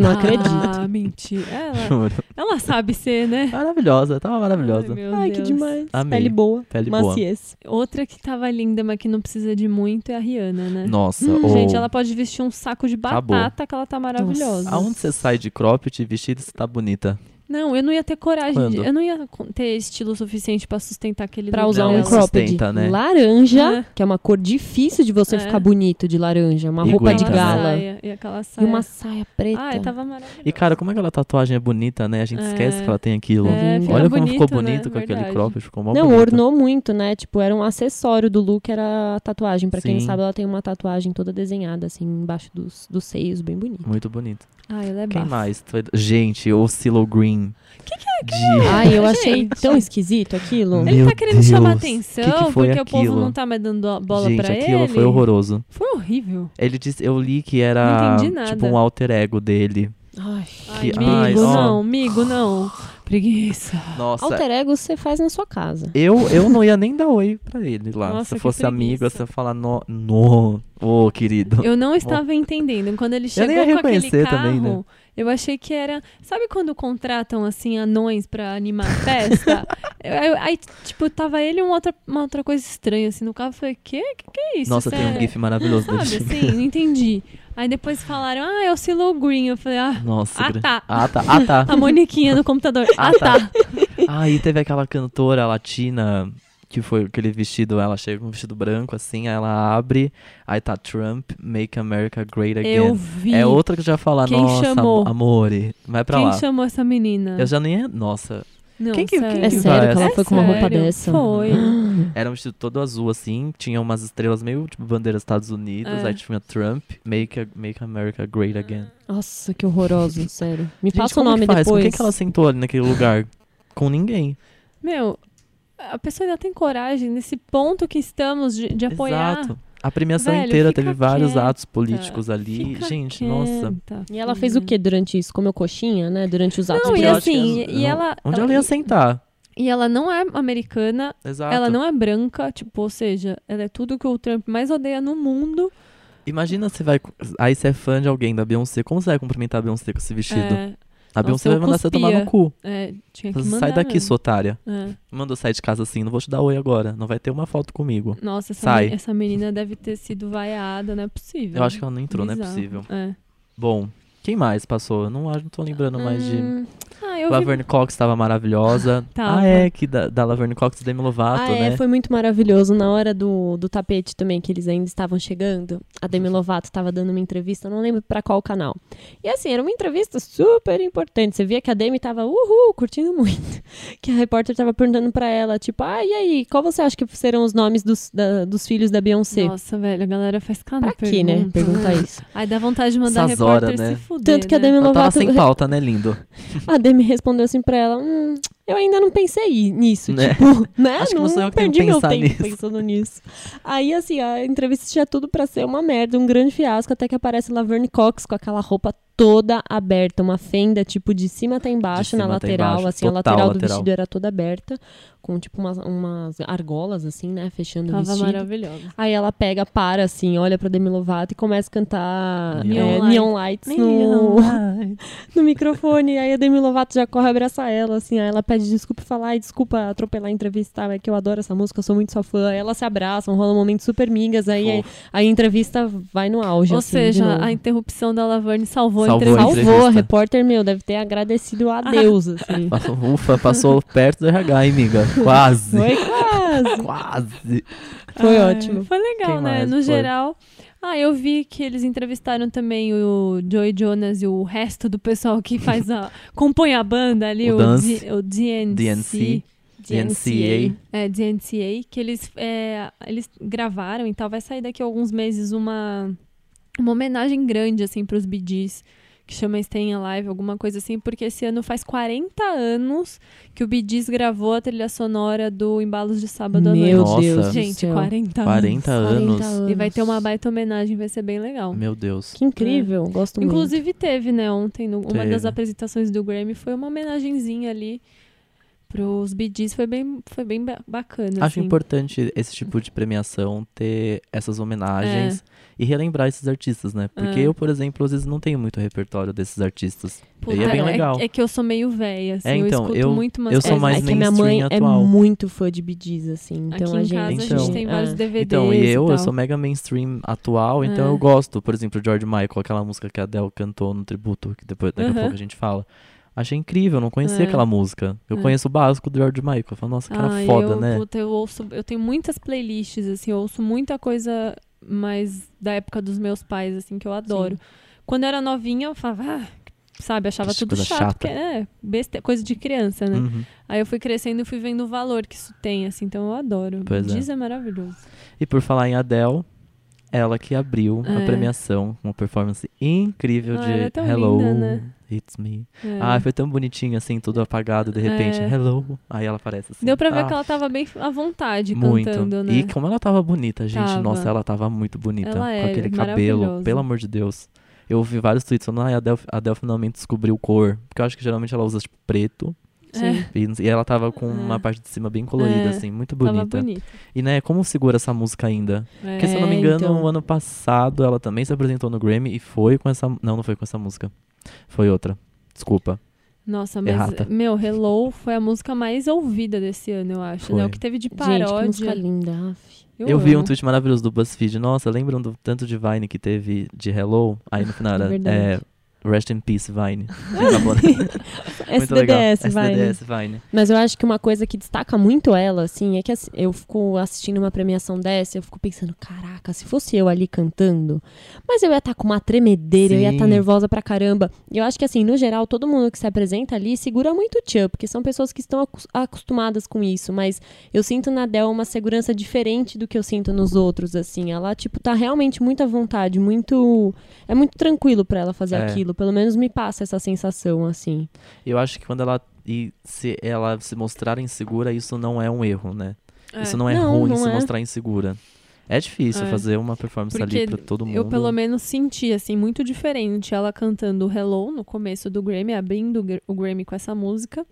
S3: não
S2: ah,
S3: acredito.
S2: mentira. Ela,
S1: Juro.
S2: ela sabe ser, né?
S1: Maravilhosa, tava
S2: Ai,
S1: maravilhosa.
S2: meu
S3: Ai, que
S2: Deus.
S3: demais.
S1: Amei.
S3: Pele boa.
S1: Pele boa.
S3: Maciez.
S2: Outra que tava linda, mas que não precisa de muito é a Rihanna, né?
S1: Nossa, ou-
S2: Gente, ela pode vestir um saco de
S1: Acabou.
S2: batata que ela tá maravilhosa.
S1: Aonde você sai de cropped e vestido, você tá bonita.
S2: Não, eu não ia ter coragem. de-
S1: Quando?
S2: eu não ia co- ter estilo suficiente pra sustentar aquele
S3: Pra
S2: look
S3: usar
S1: Não,
S2: dela.
S3: um
S1: ela
S3: cropped
S1: sustenta, né?
S3: laranja,
S2: É.
S3: que é uma cor difícil de você
S2: É.
S3: ficar bonito de laranja. Uma
S1: E
S3: roupa de
S1: aguenta, né?
S3: gala.
S2: Saia, e aquela
S3: E
S2: saia.
S3: uma saia então. preta.
S2: Ai, tá tava maravilhosa.
S1: E cara, como aquela tatuagem é bonita, né? A gente esquece
S2: É.
S1: que ela tem aquilo.
S2: É,
S3: fica
S1: Olha como ficou
S2: bonito, né?
S1: bonito com aquele
S2: Verdade.
S1: cropped, ficou mó
S3: Não,
S1: bonito.
S3: ornou muito, né? Tipo, era um acessório do look, era a tatuagem. Pra quem não
S1: Sim.
S3: sabe, ela tem uma tatuagem toda desenhada, assim, embaixo dos, dos seios, bem bonita.
S1: Muito bonito.
S2: Ah, ela é
S1: Quem
S2: bafo.
S1: mais? Foi- Gente, o Silo Green. Que que é
S3: Ai, eu
S2: Gente.
S3: achei tão esquisito aquilo.
S1: Meu
S2: Ele tá querendo
S1: Deus,
S2: chamar
S1: que que
S2: atenção
S1: foi
S2: porque o povo
S1: aquilo?
S2: não tá mais dando bola
S1: Gente,
S2: pra
S1: aquilo
S2: ele.
S1: foi horroroso.
S2: Foi horrível.
S1: Ele disse, eu li que era
S2: Não entendi nada.
S1: tipo um alter ego dele.
S3: Ai,
S2: Ai,
S1: Que-
S2: amigo,
S1: ai, ó.
S2: não, amigo, não. Preguiça.
S1: Nossa,
S3: Alter ego você faz na sua casa.
S1: eu, eu não ia nem dar oi pra ele lá.
S2: Nossa,
S1: Se eu
S2: que
S1: fosse amigo,
S2: preguiça.
S1: você ia falar, no, no, ô querido.
S2: Eu não estava entendendo. Quando ele
S1: Eu
S2: chegou
S1: nem ia
S2: com aquele
S1: reconhecer
S2: carro,
S1: também, né?
S2: eu achei que era... Sabe quando contratam, assim, anões pra animar a festa? Eu- eu- aí, tipo, tava ele e uma outra, uma outra coisa estranha, assim, no carro. Eu falei, quê? Que que é isso?
S1: Nossa, tem um
S2: Sério?
S1: gif maravilhoso dele.
S2: Sabe, assim, não entendi. Aí depois falaram, ah, é o Silo Green. Eu falei, ah,
S1: Nossa,
S2: Ah,
S1: gra-
S2: tá.
S1: Ah, tá. Ah, tá.
S2: a Moniquinha no computador. Ah,
S1: Ah,
S2: tá.
S1: tá. Aí teve aquela cantora latina que foi aquele vestido, ela chega com um vestido branco assim, aí ela abre, aí tá Trump, Make America Great Again.
S2: Eu vi.
S1: É outra que já fala,
S2: Quem
S1: nossa,
S2: chamou?
S1: amore, vai pra
S2: Quem
S1: lá.
S2: chamou essa menina?
S1: Eu já nem, nossa,
S2: Não,
S1: Quem que-
S2: sério.
S1: quem
S3: É
S1: que
S3: sério
S1: vai?
S3: que ela
S1: É
S3: foi com uma roupa
S2: sério?
S3: dessa?
S2: Foi.
S1: era um vestido todo azul assim, tinha umas estrelas meio tipo bandeira dos Estados Unidos,
S2: É. Ah.
S1: aí tinha Trump, Make, A- Make America Great Again.
S3: Nossa, que horroroso, sério. Me
S1: Gente,
S3: passa o
S1: como
S3: nome
S1: que faz? Com
S3: depois.
S1: quem que ela sentou ali naquele lugar? Com ninguém.
S2: Meu, a pessoa ainda tem coragem nesse ponto que estamos de, de apoiar.
S1: Exato. A premiação
S2: Velho,
S1: inteira
S2: fica
S1: teve vários
S2: quieta,
S1: atos políticos ali.
S2: Fica
S1: Gente,
S2: quieta,
S1: nossa.
S3: E ela fez o
S2: filha.
S3: que durante isso? Comeu coxinha, né? Durante os atos
S2: Não,
S1: Porque
S2: e
S1: eu
S3: dela?
S1: acho que
S2: assim,
S1: as-
S2: e ela-
S1: Onde ela
S2: ela-
S1: ia sentar?
S2: E ela não é americana,
S1: Exato.
S2: ela não é branca, tipo, ou seja, ela é tudo que o Trump mais odeia no mundo.
S1: Imagina você vai. Aí você é fã de alguém da Beyoncé. Como você vai cumprimentar a Beyoncé com esse vestido?
S2: É,
S1: a Beyoncé
S2: eu
S1: vai mandar você tomar no
S2: cuspia.
S1: cu.
S2: é, tinha que mandar
S1: Sai daqui,
S2: mesmo.
S1: sua otária.
S2: É.
S1: Manda eu sair de casa assim, não vou te dar oi agora. Não vai ter uma foto comigo.
S2: Nossa, essa,
S1: Sai.
S2: meni- essa menina deve ter sido vaiada, não é possível.
S1: Eu acho que ela não entrou, não é
S2: Bizarro.
S1: possível.
S2: É.
S1: Bom, quem mais passou? Eu não, acho- não tô lembrando mais de.
S3: Hum,
S2: Ah, eu vi...
S1: Laverne Cox tava maravilhosa.
S2: Tava.
S1: Ah, é, que da, da Laverne Cox e Demi Lovato,
S3: ah,
S1: né?
S3: é, foi muito maravilhoso. Na hora do, do tapete também, que eles ainda estavam chegando, a
S1: Uhum.
S3: Demi Lovato estava dando uma entrevista, não lembro pra qual canal. E assim, era uma entrevista super importante. Você via que a Demi tava, uhul, curtindo muito. Que a repórter tava perguntando pra ela, tipo, ah, e aí, qual você acha que serão os nomes dos, da- dos filhos da Beyoncé?
S2: Nossa, velho, a galera faz cada
S3: pra quê, né? Perguntar isso.
S2: Aí dá vontade de mandar
S1: Essas
S2: a repórter
S1: horas, né?
S2: se fuder,
S3: Tanto que a
S2: né?
S3: Demi
S1: Ela tava
S3: Lovato
S1: sem pauta, né, lindo?
S3: A Demi respondeu assim pra ela: Hum, eu ainda não pensei nisso.
S1: Né?
S3: Tipo, né?
S1: Acho que
S3: não
S1: não sou eu que tenho que
S3: perdi meu
S1: pensar
S3: tempo
S1: nisso.
S3: pensando nisso. Aí, assim, a entrevista tinha tudo pra ser uma merda, um grande fiasco, até que aparece Laverne Cox com aquela roupa toda aberta, uma fenda, tipo, de cima até embaixo,
S1: cima
S3: na
S1: até
S3: lateral.
S1: embaixo,
S3: assim, a
S1: total
S3: lateral, do
S1: lateral.
S3: vestido era toda aberta, com tipo umas, umas argolas, assim, né? Fechando o
S2: Tava
S3: vestido.
S2: maravilhosa.
S3: Aí ela pega, para assim, olha pra Demi Lovato e começa a cantar
S1: Neon
S3: é,
S2: Lights.
S3: Neon Lights no, no microfone. Aí a Demi Lovato já corre abraçar ela, assim. Aí ela pede desculpa e fala, ai, desculpa atropelar a entrevista, é que eu adoro essa música, eu sou muito sua fã. Aí elas se abraçam, rola um momento super mingas, aí
S1: Fofo.
S3: a, a entrevista vai no auge.
S2: Ou
S3: assim, de
S2: seja,
S3: novo.
S2: a interrupção da Laverne salvou,
S1: Salvou
S2: a entrevista.
S1: entre-
S3: Salvou, a
S1: entrevista.
S3: repórter, meu, deve ter agradecido
S2: Ah.
S3: a Deus, assim.
S1: Passou- Ufa, passou perto do RH, hein, amiga? Quase.
S3: Foi quase.
S1: Quase.
S3: Foi
S2: Ah,
S3: ótimo.
S2: Foi
S1: Quem
S2: legal, né?
S1: mais
S2: No
S1: foi?
S2: geral. Ah, eu vi que eles entrevistaram também o Joey Jonas e o resto do pessoal que faz a. compõe a banda ali,
S1: O
S2: o,
S1: Dance,
S2: D- o DNC.
S1: DNC, DNCA.
S2: É, DNCA, que eles, é, eles gravaram e tal. Vai sair daqui a alguns meses uma, uma homenagem grande, assim, pros BDs. Que chama Stay in Alive, alguma coisa assim, porque esse ano faz 40 anos que o BDs gravou a trilha sonora do Embalos de Sábado à Noite.
S3: Meu
S1: Nossa.
S3: Deus do
S2: Gente,
S3: céu.
S2: 40 anos.
S1: 40 anos.
S3: 40 anos.
S2: E vai ter uma baita homenagem, vai ser bem legal.
S1: Meu Deus.
S3: Que incrível, gosto muito.
S2: Inclusive teve, né, ontem, no- uma
S1: Teve.
S2: das apresentações do Grammy foi uma homenagenzinha ali pros BDs, foi bem, foi bem ba- bacana.
S1: Acho
S2: assim.
S1: importante esse tipo de premiação ter essas homenagens e relembrar esses artistas, né? Porque
S2: É.
S1: eu, por exemplo, às vezes não tenho muito repertório desses artistas.
S2: Puta,
S1: E é bem legal.
S2: É, que eu sou meio velha, assim,
S1: É, então,
S2: eu escuto
S1: eu-
S2: muito umas
S1: eu sou
S2: coisas.
S1: mais
S3: é que a minha mãe
S1: mainstream atual.
S3: é muito fã de BDs, assim. Então
S2: Aqui
S3: a
S2: em
S3: gente.
S2: casa a
S1: Então,
S2: gente tem vários
S3: é.
S2: DVDs
S1: Então, e
S2: e
S1: eu,
S2: tal.
S1: eu sou mega mainstream atual, então
S2: É.
S1: eu gosto, por exemplo, de George Michael, aquela música que a Adele cantou no tributo, que depois daqui
S2: Aham.
S1: a pouco a gente fala. Achei incrível, eu não conhecia
S2: É.
S1: aquela música. Eu
S2: É.
S1: conheço o básico do George Michael. Eu falo, nossa, que cara
S2: Ai,
S1: foda,
S2: Ah, eu,
S1: né?
S2: puta, eu ouço, eu tenho muitas playlists, assim, eu ouço muita coisa mais da época dos meus pais, assim, que eu adoro. Quando eu era novinha, eu falava, ah, sabe, achava
S1: Que
S2: tudo
S1: coisa
S2: chato,
S1: chata.
S2: porque é beste- coisa de criança, né?
S1: Uhum.
S2: Aí eu fui crescendo e fui vendo o valor que isso tem, assim, então eu adoro.
S1: Pois é.
S2: Diz é. maravilhoso.
S1: E por falar em Adele, ela que abriu a
S2: É.
S1: premiação, uma performance incrível
S2: Ah,
S1: de
S2: ela é tão
S1: Hello,
S2: linda, né?
S1: It's Me.
S2: É.
S1: Ah, foi tão bonitinho assim, tudo apagado, de repente,
S2: É.
S1: Hello. Aí ela aparece assim.
S2: Deu pra ver
S1: ah,
S2: que ela tava bem à vontade
S1: muito.
S2: cantando, né?
S1: E como ela tava bonita, gente.
S2: Tava.
S1: Nossa, ela tava muito bonita.
S2: Ela
S1: com
S2: é
S1: aquele cabelo,
S2: maravilhosa.
S1: pelo amor de Deus. Eu ouvi vários tweets falando, ah, a Adele, a Adele finalmente descobriu cor. Porque eu acho que geralmente ela usa, tipo, preto.
S2: Sim.
S1: E, e ela tava com
S2: É.
S1: uma parte de cima bem colorida,
S2: É.
S1: assim, muito
S2: Tava
S1: bonita.
S2: bonita.
S1: E, né, como segura essa música ainda?
S2: É.
S1: Porque, se eu não me
S3: É,
S1: engano,
S3: então.
S1: o ano passado ela também se apresentou no Grammy e foi com essa. Não, não foi com essa música. Foi outra. Desculpa.
S2: Nossa, mas,
S1: Errata.
S2: meu, Hello foi a música mais ouvida desse ano, eu acho, né?
S1: Foi.
S2: O que teve de
S3: Gente, que música
S2: paródia.
S3: linda. af.
S1: Eu, vi um
S2: amo.
S1: tweet maravilhoso do BuzzFeed. Nossa, lembram do tanto de Vine que teve de Hello? Aí no final
S3: É
S1: era.
S3: verdade.
S1: é, Rest in Peace, Vine. Acabou, né? Muito legal.
S3: SBDS, vai. né?
S1: SDDS, Vine.
S3: Mas eu acho que uma coisa que destaca muito ela, assim, é que assim, eu fico assistindo uma premiação dessa, eu fico pensando, caraca, se fosse eu ali cantando, mas eu ia estar com uma tremedeira, eu ia estar
S1: Sim.
S3: nervosa pra caramba. E eu acho que, assim, no geral, todo mundo que se apresenta ali segura muito o tchan, porque são pessoas que estão acus- acostumadas com isso, mas eu sinto na Del uma segurança diferente do que eu sinto nos outros, assim. Ela, tipo, tá realmente muito à vontade, muito... É muito tranquilo pra ela fazer
S1: É.
S3: aquilo, pelo menos me passa essa sensação, assim.
S1: Eu acho que quando ela E se ela se mostrar insegura, isso não é um erro, né?
S2: É.
S1: Isso não é
S3: Não,
S1: ruim
S3: não
S1: se
S3: é.
S1: mostrar insegura. É difícil
S2: É.
S1: fazer uma performance
S2: Porque
S1: ali pra todo mundo.
S2: Eu pelo menos senti, assim, muito diferente ela cantando Hello no começo do Grammy, abrindo o Gr- o Grammy com essa música.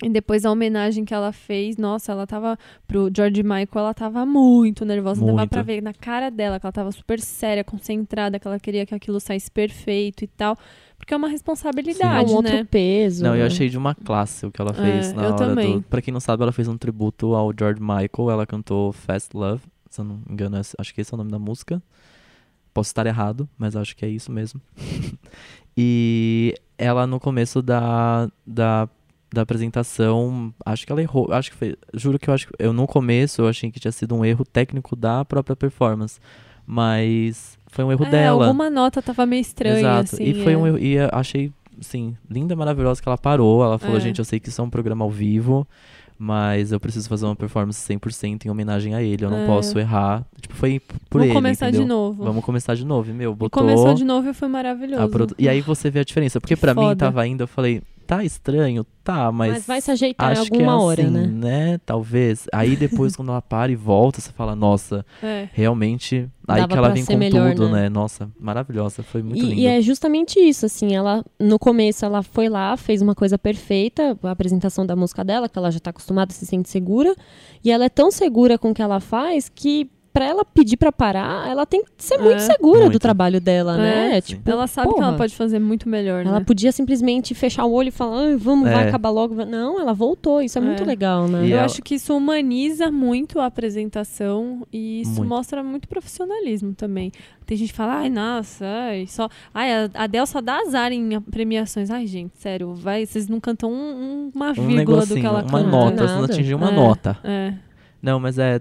S2: E depois a homenagem que ela fez, nossa, ela tava. Pro George Michael, ela tava muito nervosa. Dava
S1: Muito.
S2: pra ver na cara dela que ela tava super séria, concentrada, que ela queria que aquilo saísse perfeito e tal. Porque é uma
S3: É
S2: responsabilidade,
S3: um outro
S2: né?
S3: peso.
S1: Não,
S3: né?
S1: eu achei de uma classe o que ela fez
S2: É,
S1: na
S2: eu
S1: hora
S2: também.
S1: do. Pra quem não sabe, ela fez um tributo ao George Michael. Ela cantou Fast Love. Se eu não me engano, esse- acho que esse é o nome da música. Posso estar errado, mas acho que é isso mesmo. e ela no começo da, da, da apresentação, acho que ela errou. Acho que foi, juro que eu acho que eu no começo eu achei que tinha sido um erro técnico da própria performance, mas foi um erro
S2: É,
S1: dela.
S2: Alguma nota tava meio estranha,
S1: Exato.
S2: assim.
S1: e foi
S2: é.
S1: um erro- e eu achei assim, linda, maravilhosa que ela parou. Ela falou,
S2: É.
S1: gente, eu sei que isso é um programa ao vivo, mas eu preciso fazer uma performance 100% em homenagem a ele, eu não
S2: É.
S1: posso errar. Tipo, foi por
S2: Vamos
S1: ele,
S2: começar
S1: entendeu?
S2: de novo.
S1: Vamos começar de novo, e, meu,
S2: E
S1: botou
S2: começou de novo e foi
S1: a
S2: maravilhoso.
S1: produ- E aí você vê a diferença, porque
S2: Que
S1: pra mim
S2: foda.
S1: tava ainda, eu falei, tá estranho, tá, mas
S3: Mas, vai se ajeitar em
S1: acho que é
S3: alguma hora,
S1: assim,
S3: né?
S1: Talvez. Aí depois quando ela para e volta, você fala, nossa,
S2: É.
S1: realmente, aí
S3: Dava
S1: que ela
S3: pra
S1: vem
S3: ser
S1: com
S3: melhor,
S1: tudo,
S3: né?
S1: né? Nossa, maravilhosa, foi muito
S3: E,
S1: linda.
S3: e é justamente isso, assim, ela no começo ela foi lá, fez uma coisa perfeita, a apresentação da música dela, que ela já tá acostumada, se sente segura, e ela é tão segura com o que ela faz que pra ela pedir pra parar, ela tem que ser muito
S2: É.
S3: segura do
S1: Muito.
S3: trabalho dela, né?
S2: É,
S1: sim.
S3: Tipo,
S2: Ela sabe que
S3: porra.
S2: ela pode fazer muito melhor,
S3: Ela
S2: né?
S3: podia simplesmente fechar o olho e falar, "Ai, vamos, vai
S1: É.
S3: acabar logo. vai." Não, ela voltou. Isso é,
S2: É.
S3: muito legal, né?
S1: E
S2: Eu
S1: ela-
S2: acho que isso humaniza muito a apresentação e isso
S1: Muito.
S2: mostra muito profissionalismo também. Tem gente que fala, ai, nossa, ai, só. Ai, a a Adele só dá azar em premiações. Ai, gente, sério, vai, vocês não cantam um- uma
S1: um
S2: vírgula do
S1: negocinho,
S2: que ela
S1: uma
S2: canta.
S1: nota,
S3: Nada.
S1: você não atingiu uma
S2: É.
S1: nota.
S2: É.
S1: Não, mas é.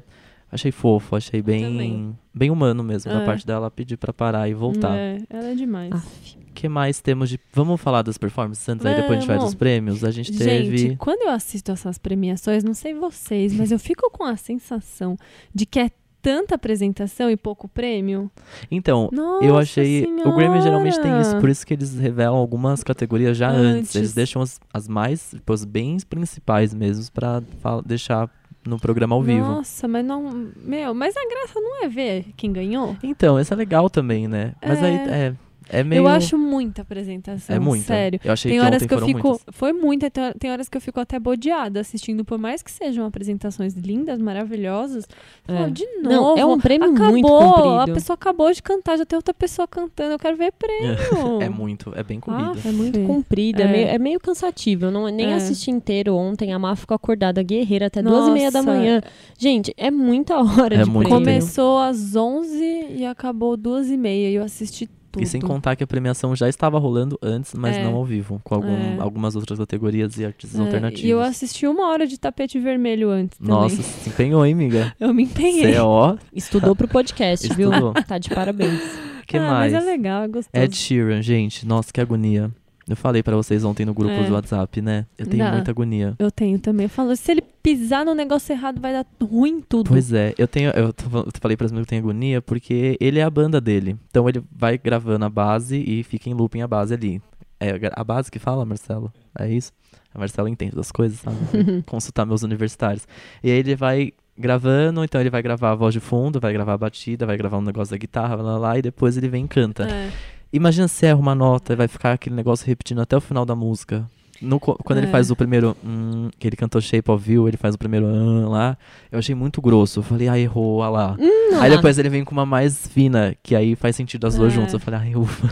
S1: Achei fofo, achei bem,
S2: também.
S1: bem humano mesmo, da
S2: É.
S1: parte dela pedir pra parar e voltar. Ah,
S2: É, ela é demais.
S3: Aff.
S1: O que mais temos de. Vamos falar das performances antes, aí depois a gente vai
S2: Vamos.
S1: dos prêmios. A gente teve.
S2: Gente, quando eu assisto essas premiações, não sei vocês, mas eu fico com a sensação de que é tanta apresentação e pouco prêmio.
S1: Então,
S2: Nossa
S1: eu achei. O Grammy geralmente tem isso,
S2: Senhora!
S1: por isso que eles revelam algumas categorias já antes.
S2: Antes.
S1: Eles deixam as, as mais, tipo, as bem principais mesmo, pra fa- deixar no programa ao vivo.
S2: Nossa, mas não. Meu, mas a graça não é ver quem ganhou.
S1: Então, isso é legal também, né? Mas aí
S2: É.
S1: é. É meio.
S2: Eu acho muita apresentação.
S1: é muito.
S2: Sério.
S1: Eu achei
S2: Tem
S1: que
S2: horas
S1: ontem
S2: que eu
S1: foram
S2: fico.
S1: muitas.
S2: Foi muita, tem- tem horas que eu fico até bodeada assistindo, por mais que sejam apresentações lindas, maravilhosas.
S3: É.
S2: fala, de novo.
S3: Não, é um prêmio
S2: acabou,
S3: muito
S2: a
S3: comprido.
S2: pessoa acabou de cantar, já tem outra pessoa cantando. Eu quero ver prêmio.
S1: É muito, é bem
S2: um. Ah,
S1: corrida.
S3: É muito
S2: Sim.
S3: comprida, é
S2: É.
S3: meio, é meio cansativo. Eu não, nem
S2: É.
S3: assisti inteiro ontem. A Má ficou acordada guerreira até duas e meia da
S2: Nossa.
S3: manhã. Gente, é muita hora
S1: É
S3: de
S1: muito tempo.
S3: prêmio.
S2: Começou às 11 e acabou duas e meia. E eu assisti tudo.
S1: E sem contar que a premiação já estava rolando antes, mas
S2: É.
S1: não ao vivo, com algum-
S2: É.
S1: algumas outras categorias e artistas
S2: É,
S1: alternativos.
S2: E eu assisti uma hora de tapete vermelho antes também.
S1: Nossa, se empenhou, hein, miga?
S2: Eu me empenhei.
S1: C.O.
S3: Estudou pro podcast,
S1: Estudou.
S3: viu? Tá de parabéns.
S1: que
S2: ah,
S1: mais?
S2: Mas é legal, é gostoso.
S1: Ed Sheeran, gente, nossa, que agonia. Eu falei pra vocês ontem no grupo
S2: É.
S1: do WhatsApp, né? Eu tenho
S2: Dá.
S1: muita agonia.
S2: Eu tenho também. Eu falo, se ele pisar no negócio errado, vai dar ruim tudo.
S1: Pois é, eu tenho, eu, tô fal- eu falei para mim que eu tenho agonia porque ele é a banda dele. Então ele vai gravando a base e fica em looping a base ali. É a gra- a base que fala, Marcelo? É isso? A Marcela entende das coisas, sabe? Vai Consultar meus universitários. E aí ele vai gravando, então ele vai gravar a voz de fundo, vai gravar a batida, vai gravar um negócio da guitarra, lá, lá, lá e depois ele vem e canta.
S2: É.
S1: Imagina se erra uma nota e vai ficar aquele negócio repetindo até o final da música. No co- quando ele
S2: É.
S1: faz o primeiro. hum, que ele cantou Shape of You, ele faz o primeiro hum, lá. Eu achei muito grosso. Eu falei, ah, errou, ah lá.
S2: Hum,
S3: Não,
S1: aí
S3: lá.
S1: depois ele vem com uma mais fina, que aí faz sentido as duas
S2: É.
S1: juntas. Eu falei, ah, ufa.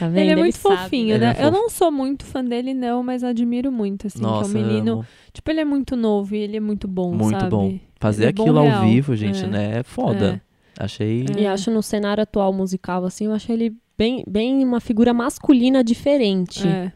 S3: Tá vendo?
S2: Ele é muito
S3: sabe.
S2: fofinho,
S1: Ele
S2: né?
S1: é fofo.
S2: Eu não sou muito fã dele, não, mas admiro muito, assim,
S1: Nossa,
S2: que é um menino.
S1: amo.
S2: Tipo, ele é muito novo e ele é muito bom,
S1: Muito
S2: sabe?
S1: bom. Fazer
S2: Ele é bom
S1: aquilo ao
S2: real.
S1: vivo, gente,
S2: É.
S1: né? É foda. Achei.
S2: É.
S3: E acho no cenário atual musical, assim, eu acho ele bem, bem uma figura masculina diferente.
S2: É.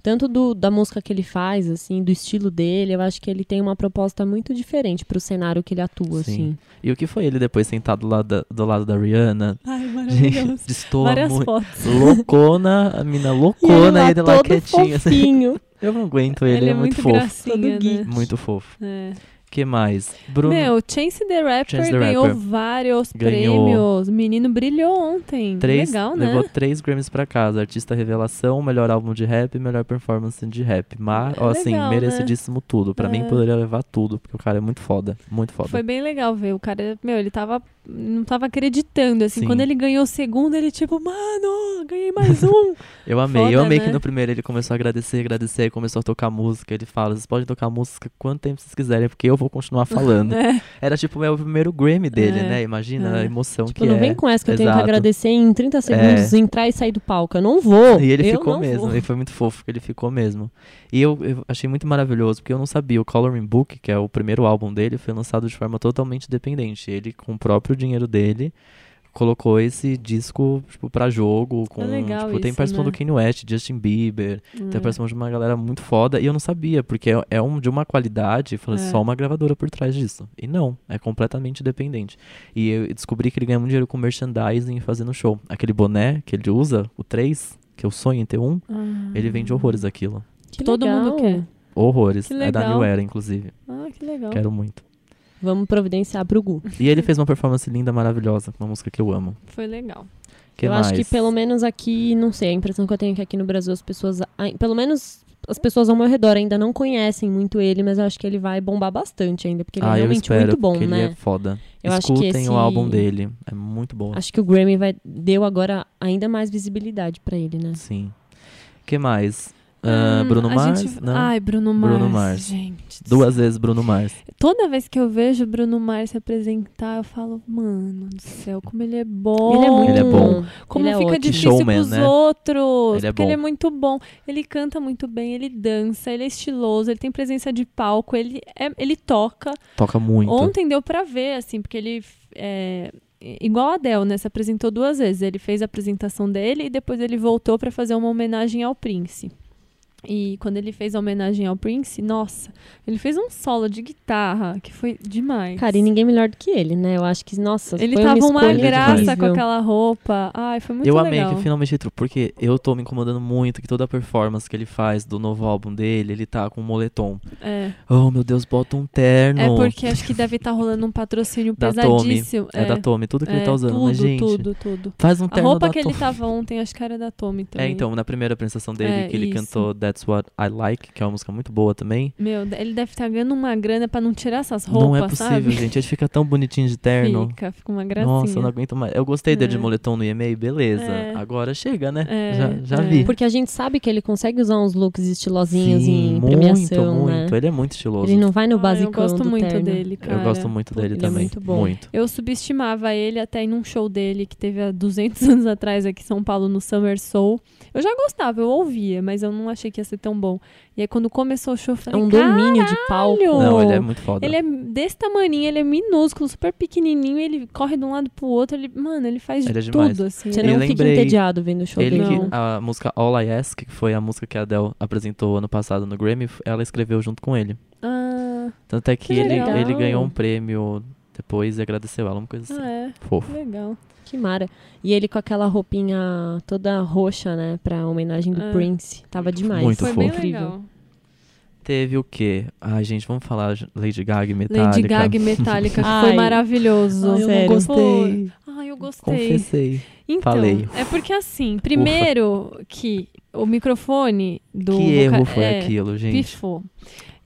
S3: Tanto do, da música que ele faz, assim, do estilo dele, eu acho que ele tem uma proposta muito diferente pro cenário que ele atua,
S1: Sim.
S3: assim.
S1: E o que foi ele depois sentado lá da- do lado da Rihanna?
S2: Ai,
S1: Gente,
S2: maravilhoso.
S1: destoa
S2: Várias
S1: muito.
S2: fotos.
S1: Loucona, a mina loucona e ele lá, quietinho. assim.
S3: tá fofinho.
S1: Eu não aguento ele, é muito, fofo.
S2: gracinha,
S3: Todo geek.
S2: né?
S1: Muito fofo.
S2: É.
S1: O que mais? Bruno.
S2: Meu, Chance the Rapper
S1: Chance the
S2: ganhou
S1: Rapper.
S2: vários
S1: Ganhou.
S2: prêmios. Menino brilhou ontem.
S1: Três,
S2: Legal, né?
S1: levou três Grammys pra casa. Artista revelação, melhor álbum de rap e melhor performance de rap. Mas,
S2: É
S1: ó, assim,
S2: legal, né?
S1: merecidíssimo tudo. Pra mim,
S2: É.
S1: poderia levar tudo, porque o cara é muito foda. Muito foda.
S2: Foi bem legal ver. O cara, meu, ele tava. Não tava acreditando, assim.
S1: Sim.
S2: Quando ele ganhou o segundo, ele tipo, mano, ganhei mais um.
S1: Eu amei, eu
S2: Foda,
S1: amei
S2: né?
S1: que no primeiro ele começou a agradecer, agradecer, aí começou a tocar música. Ele fala, vocês podem tocar música quanto tempo vocês quiserem, porque eu vou continuar falando.
S2: né?
S1: Era tipo o meu primeiro Grammy dele,
S2: É,
S1: né? Imagina
S2: é.
S1: a emoção
S3: Tipo,
S1: que
S3: não
S1: é.
S3: vem com essa que eu tenho que
S1: exato. É.
S3: agradecer em 30 segundos, entrar e sair do palco. Eu não vou.
S1: E ele
S3: Eu
S1: ficou
S3: não
S1: mesmo,
S3: vou.
S1: e foi muito fofo que ele ficou mesmo. E eu, eu achei muito maravilhoso, porque eu não sabia, o Coloring Book, que é o primeiro álbum dele, foi lançado de forma totalmente independente. Ele, com o próprio dinheiro dele, colocou esse disco, tipo, pra jogo, com,
S2: legal
S1: tipo, tem
S2: isso,
S1: participação
S2: né?
S1: do Kanye West, Justin Bieber,
S2: Hum.
S1: tem
S3: Uhum.
S1: participação de Então, uma galera muito foda, e eu não sabia, porque é, é um, de uma qualidade, falei,
S2: É.
S1: só uma gravadora por trás disso. E não, é completamente independente. E eu descobri que ele ganha muito dinheiro com merchandising e fazendo show. Aquele boné que ele usa, o 3, que eu sonho em ter um,
S2: Ah,
S1: ele vende
S3: Hum.
S1: horrores aquilo.
S3: Que
S2: Todo
S3: legal.
S2: mundo quer.
S1: Horrores.
S2: Que
S1: É da
S2: legal.
S1: New Era, inclusive.
S2: Ah, que
S3: Então.
S2: legal.
S1: Quero muito.
S3: Vamos providenciar pro Gu.
S1: E ele fez uma performance linda, maravilhosa, com uma música que eu amo.
S2: Foi legal.
S1: Que
S3: eu
S1: mais?
S3: acho que pelo menos aqui, não sei, a impressão que eu tenho é que aqui no Brasil as pessoas, ai- pelo menos as pessoas ao meu redor ainda não conhecem muito ele, mas eu acho que ele vai bombar bastante ainda, porque ele
S1: ah,
S3: é
S1: eu
S3: realmente
S1: espero,
S3: muito bom,
S1: porque
S3: né?
S1: ele é foda.
S3: Eu acho que
S1: Escutem
S3: esse-
S1: o álbum dele, é muito bom.
S3: Acho que o Grammy vai deu agora ainda mais visibilidade pra ele, né?
S1: Sim. que mais? Ah,
S2: Hum,
S1: Bruno
S2: a
S1: Mars?
S2: gente-
S1: Não?
S2: Ai, Bruno Mars.
S1: Bruno Mars.
S2: Gente. do
S1: Duas vezes Bruno Mars.
S2: Toda vez que eu vejo o Bruno Mars se apresentar, eu falo, mano do céu, como ele é bom.
S3: Ele é muito
S1: Ele é bom.
S2: Como
S3: ele é
S2: fica
S3: ótimo.
S2: difícil
S1: Showman,
S2: pros
S1: né?
S2: outros.
S1: Ele é
S2: porque
S1: bom.
S2: ele é muito bom. Ele canta muito bem, ele dança, ele é estiloso, ele tem presença de palco, ele, é- ele toca.
S1: Toca muito.
S2: Ontem deu pra ver, assim, porque ele. É, igual a Adele, né? Se apresentou duas vezes. Ele fez a apresentação dele e depois ele voltou pra fazer uma homenagem ao Prince. E quando ele fez a homenagem ao Prince, nossa, ele fez um solo de guitarra que foi demais.
S3: Cara, e ninguém melhor do que ele, né? Eu acho que, nossa,
S2: ele
S3: foi
S2: tava
S3: uma,
S2: uma,
S3: escolha
S2: graça com
S3: incrível.
S2: aquela roupa. Ai, foi muito
S1: eu amei
S2: legal.
S1: que finalmente ele trocou, porque eu tô me incomodando muito que toda a performance que ele faz do novo álbum dele, ele tá com um moletom.
S2: É.
S1: Oh, meu Deus, bota um terno.
S2: É porque acho que deve estar rolando um patrocínio
S1: Da Tommy.
S2: pesadíssimo.
S1: É da Tommy, tudo que ele
S2: é,
S1: tá usando,
S2: tudo,
S1: né, gente?
S2: Tudo, tudo,
S1: Faz um
S2: A
S1: terno
S2: roupa
S1: da
S2: que
S1: Tommy.
S2: ele tava ontem, acho que era da Tommy também.
S1: É, então, na primeira apresentação dele,
S2: É,
S1: que ele
S2: isso.
S1: cantou That's What I Like, que é uma música muito boa também.
S2: Meu, ele deve estar ganhando uma grana pra não tirar essas roupas,
S1: não é possível,
S2: sabe?
S1: gente. Ele fica tão bonitinho de terno.
S2: Fica, fica uma
S1: Nossa, eu
S2: gracinha.
S1: não aguento mais. Eu gostei dele de
S2: É.
S1: moletom no e-mail, beleza.
S2: É.
S1: Agora chega, né?
S2: É,
S1: já já
S2: é.
S1: vi.
S3: Porque a gente sabe que ele consegue usar uns looks estilosinhos em
S1: muito,
S3: premiação,
S1: muito.
S3: né?
S1: Ele é muito estiloso.
S3: Ele não vai no
S2: Ah,
S3: basicão
S2: eu gosto
S3: do
S2: muito
S3: terno.
S2: dele, cara.
S1: eu gosto muito
S2: Pô,
S1: dele
S3: ele é
S1: também.
S3: muito bom.
S2: Eu subestimava ele até em um show dele que teve há 200 anos atrás aqui em São Paulo, no Summer Soul. Eu já gostava, eu ouvia, mas eu não achei que ia ser tão bom. E aí quando começou o show, eu
S3: É
S2: falei,
S3: um
S2: "Caralho,
S3: domínio de palco.
S1: Não, ele é muito foda.
S2: Ele é desse tamaninho, ele é minúsculo, super pequenininho, ele corre de um lado pro outro, ele, mano, ele faz de
S1: Ele é
S2: tudo,
S1: demais.
S2: assim.
S3: Você
S1: E
S3: não fica
S1: lembrei-
S3: entediado vendo o show
S1: Ele
S3: dele.
S1: que,
S2: Não.
S1: a música All I Ask, que foi a música que a Adele apresentou ano passado no Grammy, f- ela escreveu junto com ele.
S2: Ah,
S1: Tanto é que,
S2: Que
S1: ele,
S2: legal.
S1: ele ganhou um prêmio depois e agradeceu ela, uma coisa assim.
S2: ah, é,
S1: Fofo.
S2: legal.
S3: Que mara. E ele com aquela roupinha toda roxa, né? Pra homenagem do
S2: É.
S3: Prince. Tava demais.
S1: Muito
S2: Foi
S1: fofo.
S2: bem
S3: Incrível.
S2: legal.
S1: Teve o quê? Ai, gente, vamos falar de Lady Gaga e Metallica.
S2: Lady Gaga e Metallica, que
S3: Ai.
S2: foi maravilhoso.
S3: Ai, eu não
S2: Sério.
S1: gostei.
S2: Pô, Ai, eu gostei.
S1: Confessei.
S2: Então,
S1: Falei.
S2: é porque assim, primeiro que o microfone do...
S1: que
S2: voca-
S1: erro foi
S2: é,
S1: aquilo, gente?
S2: Pifou.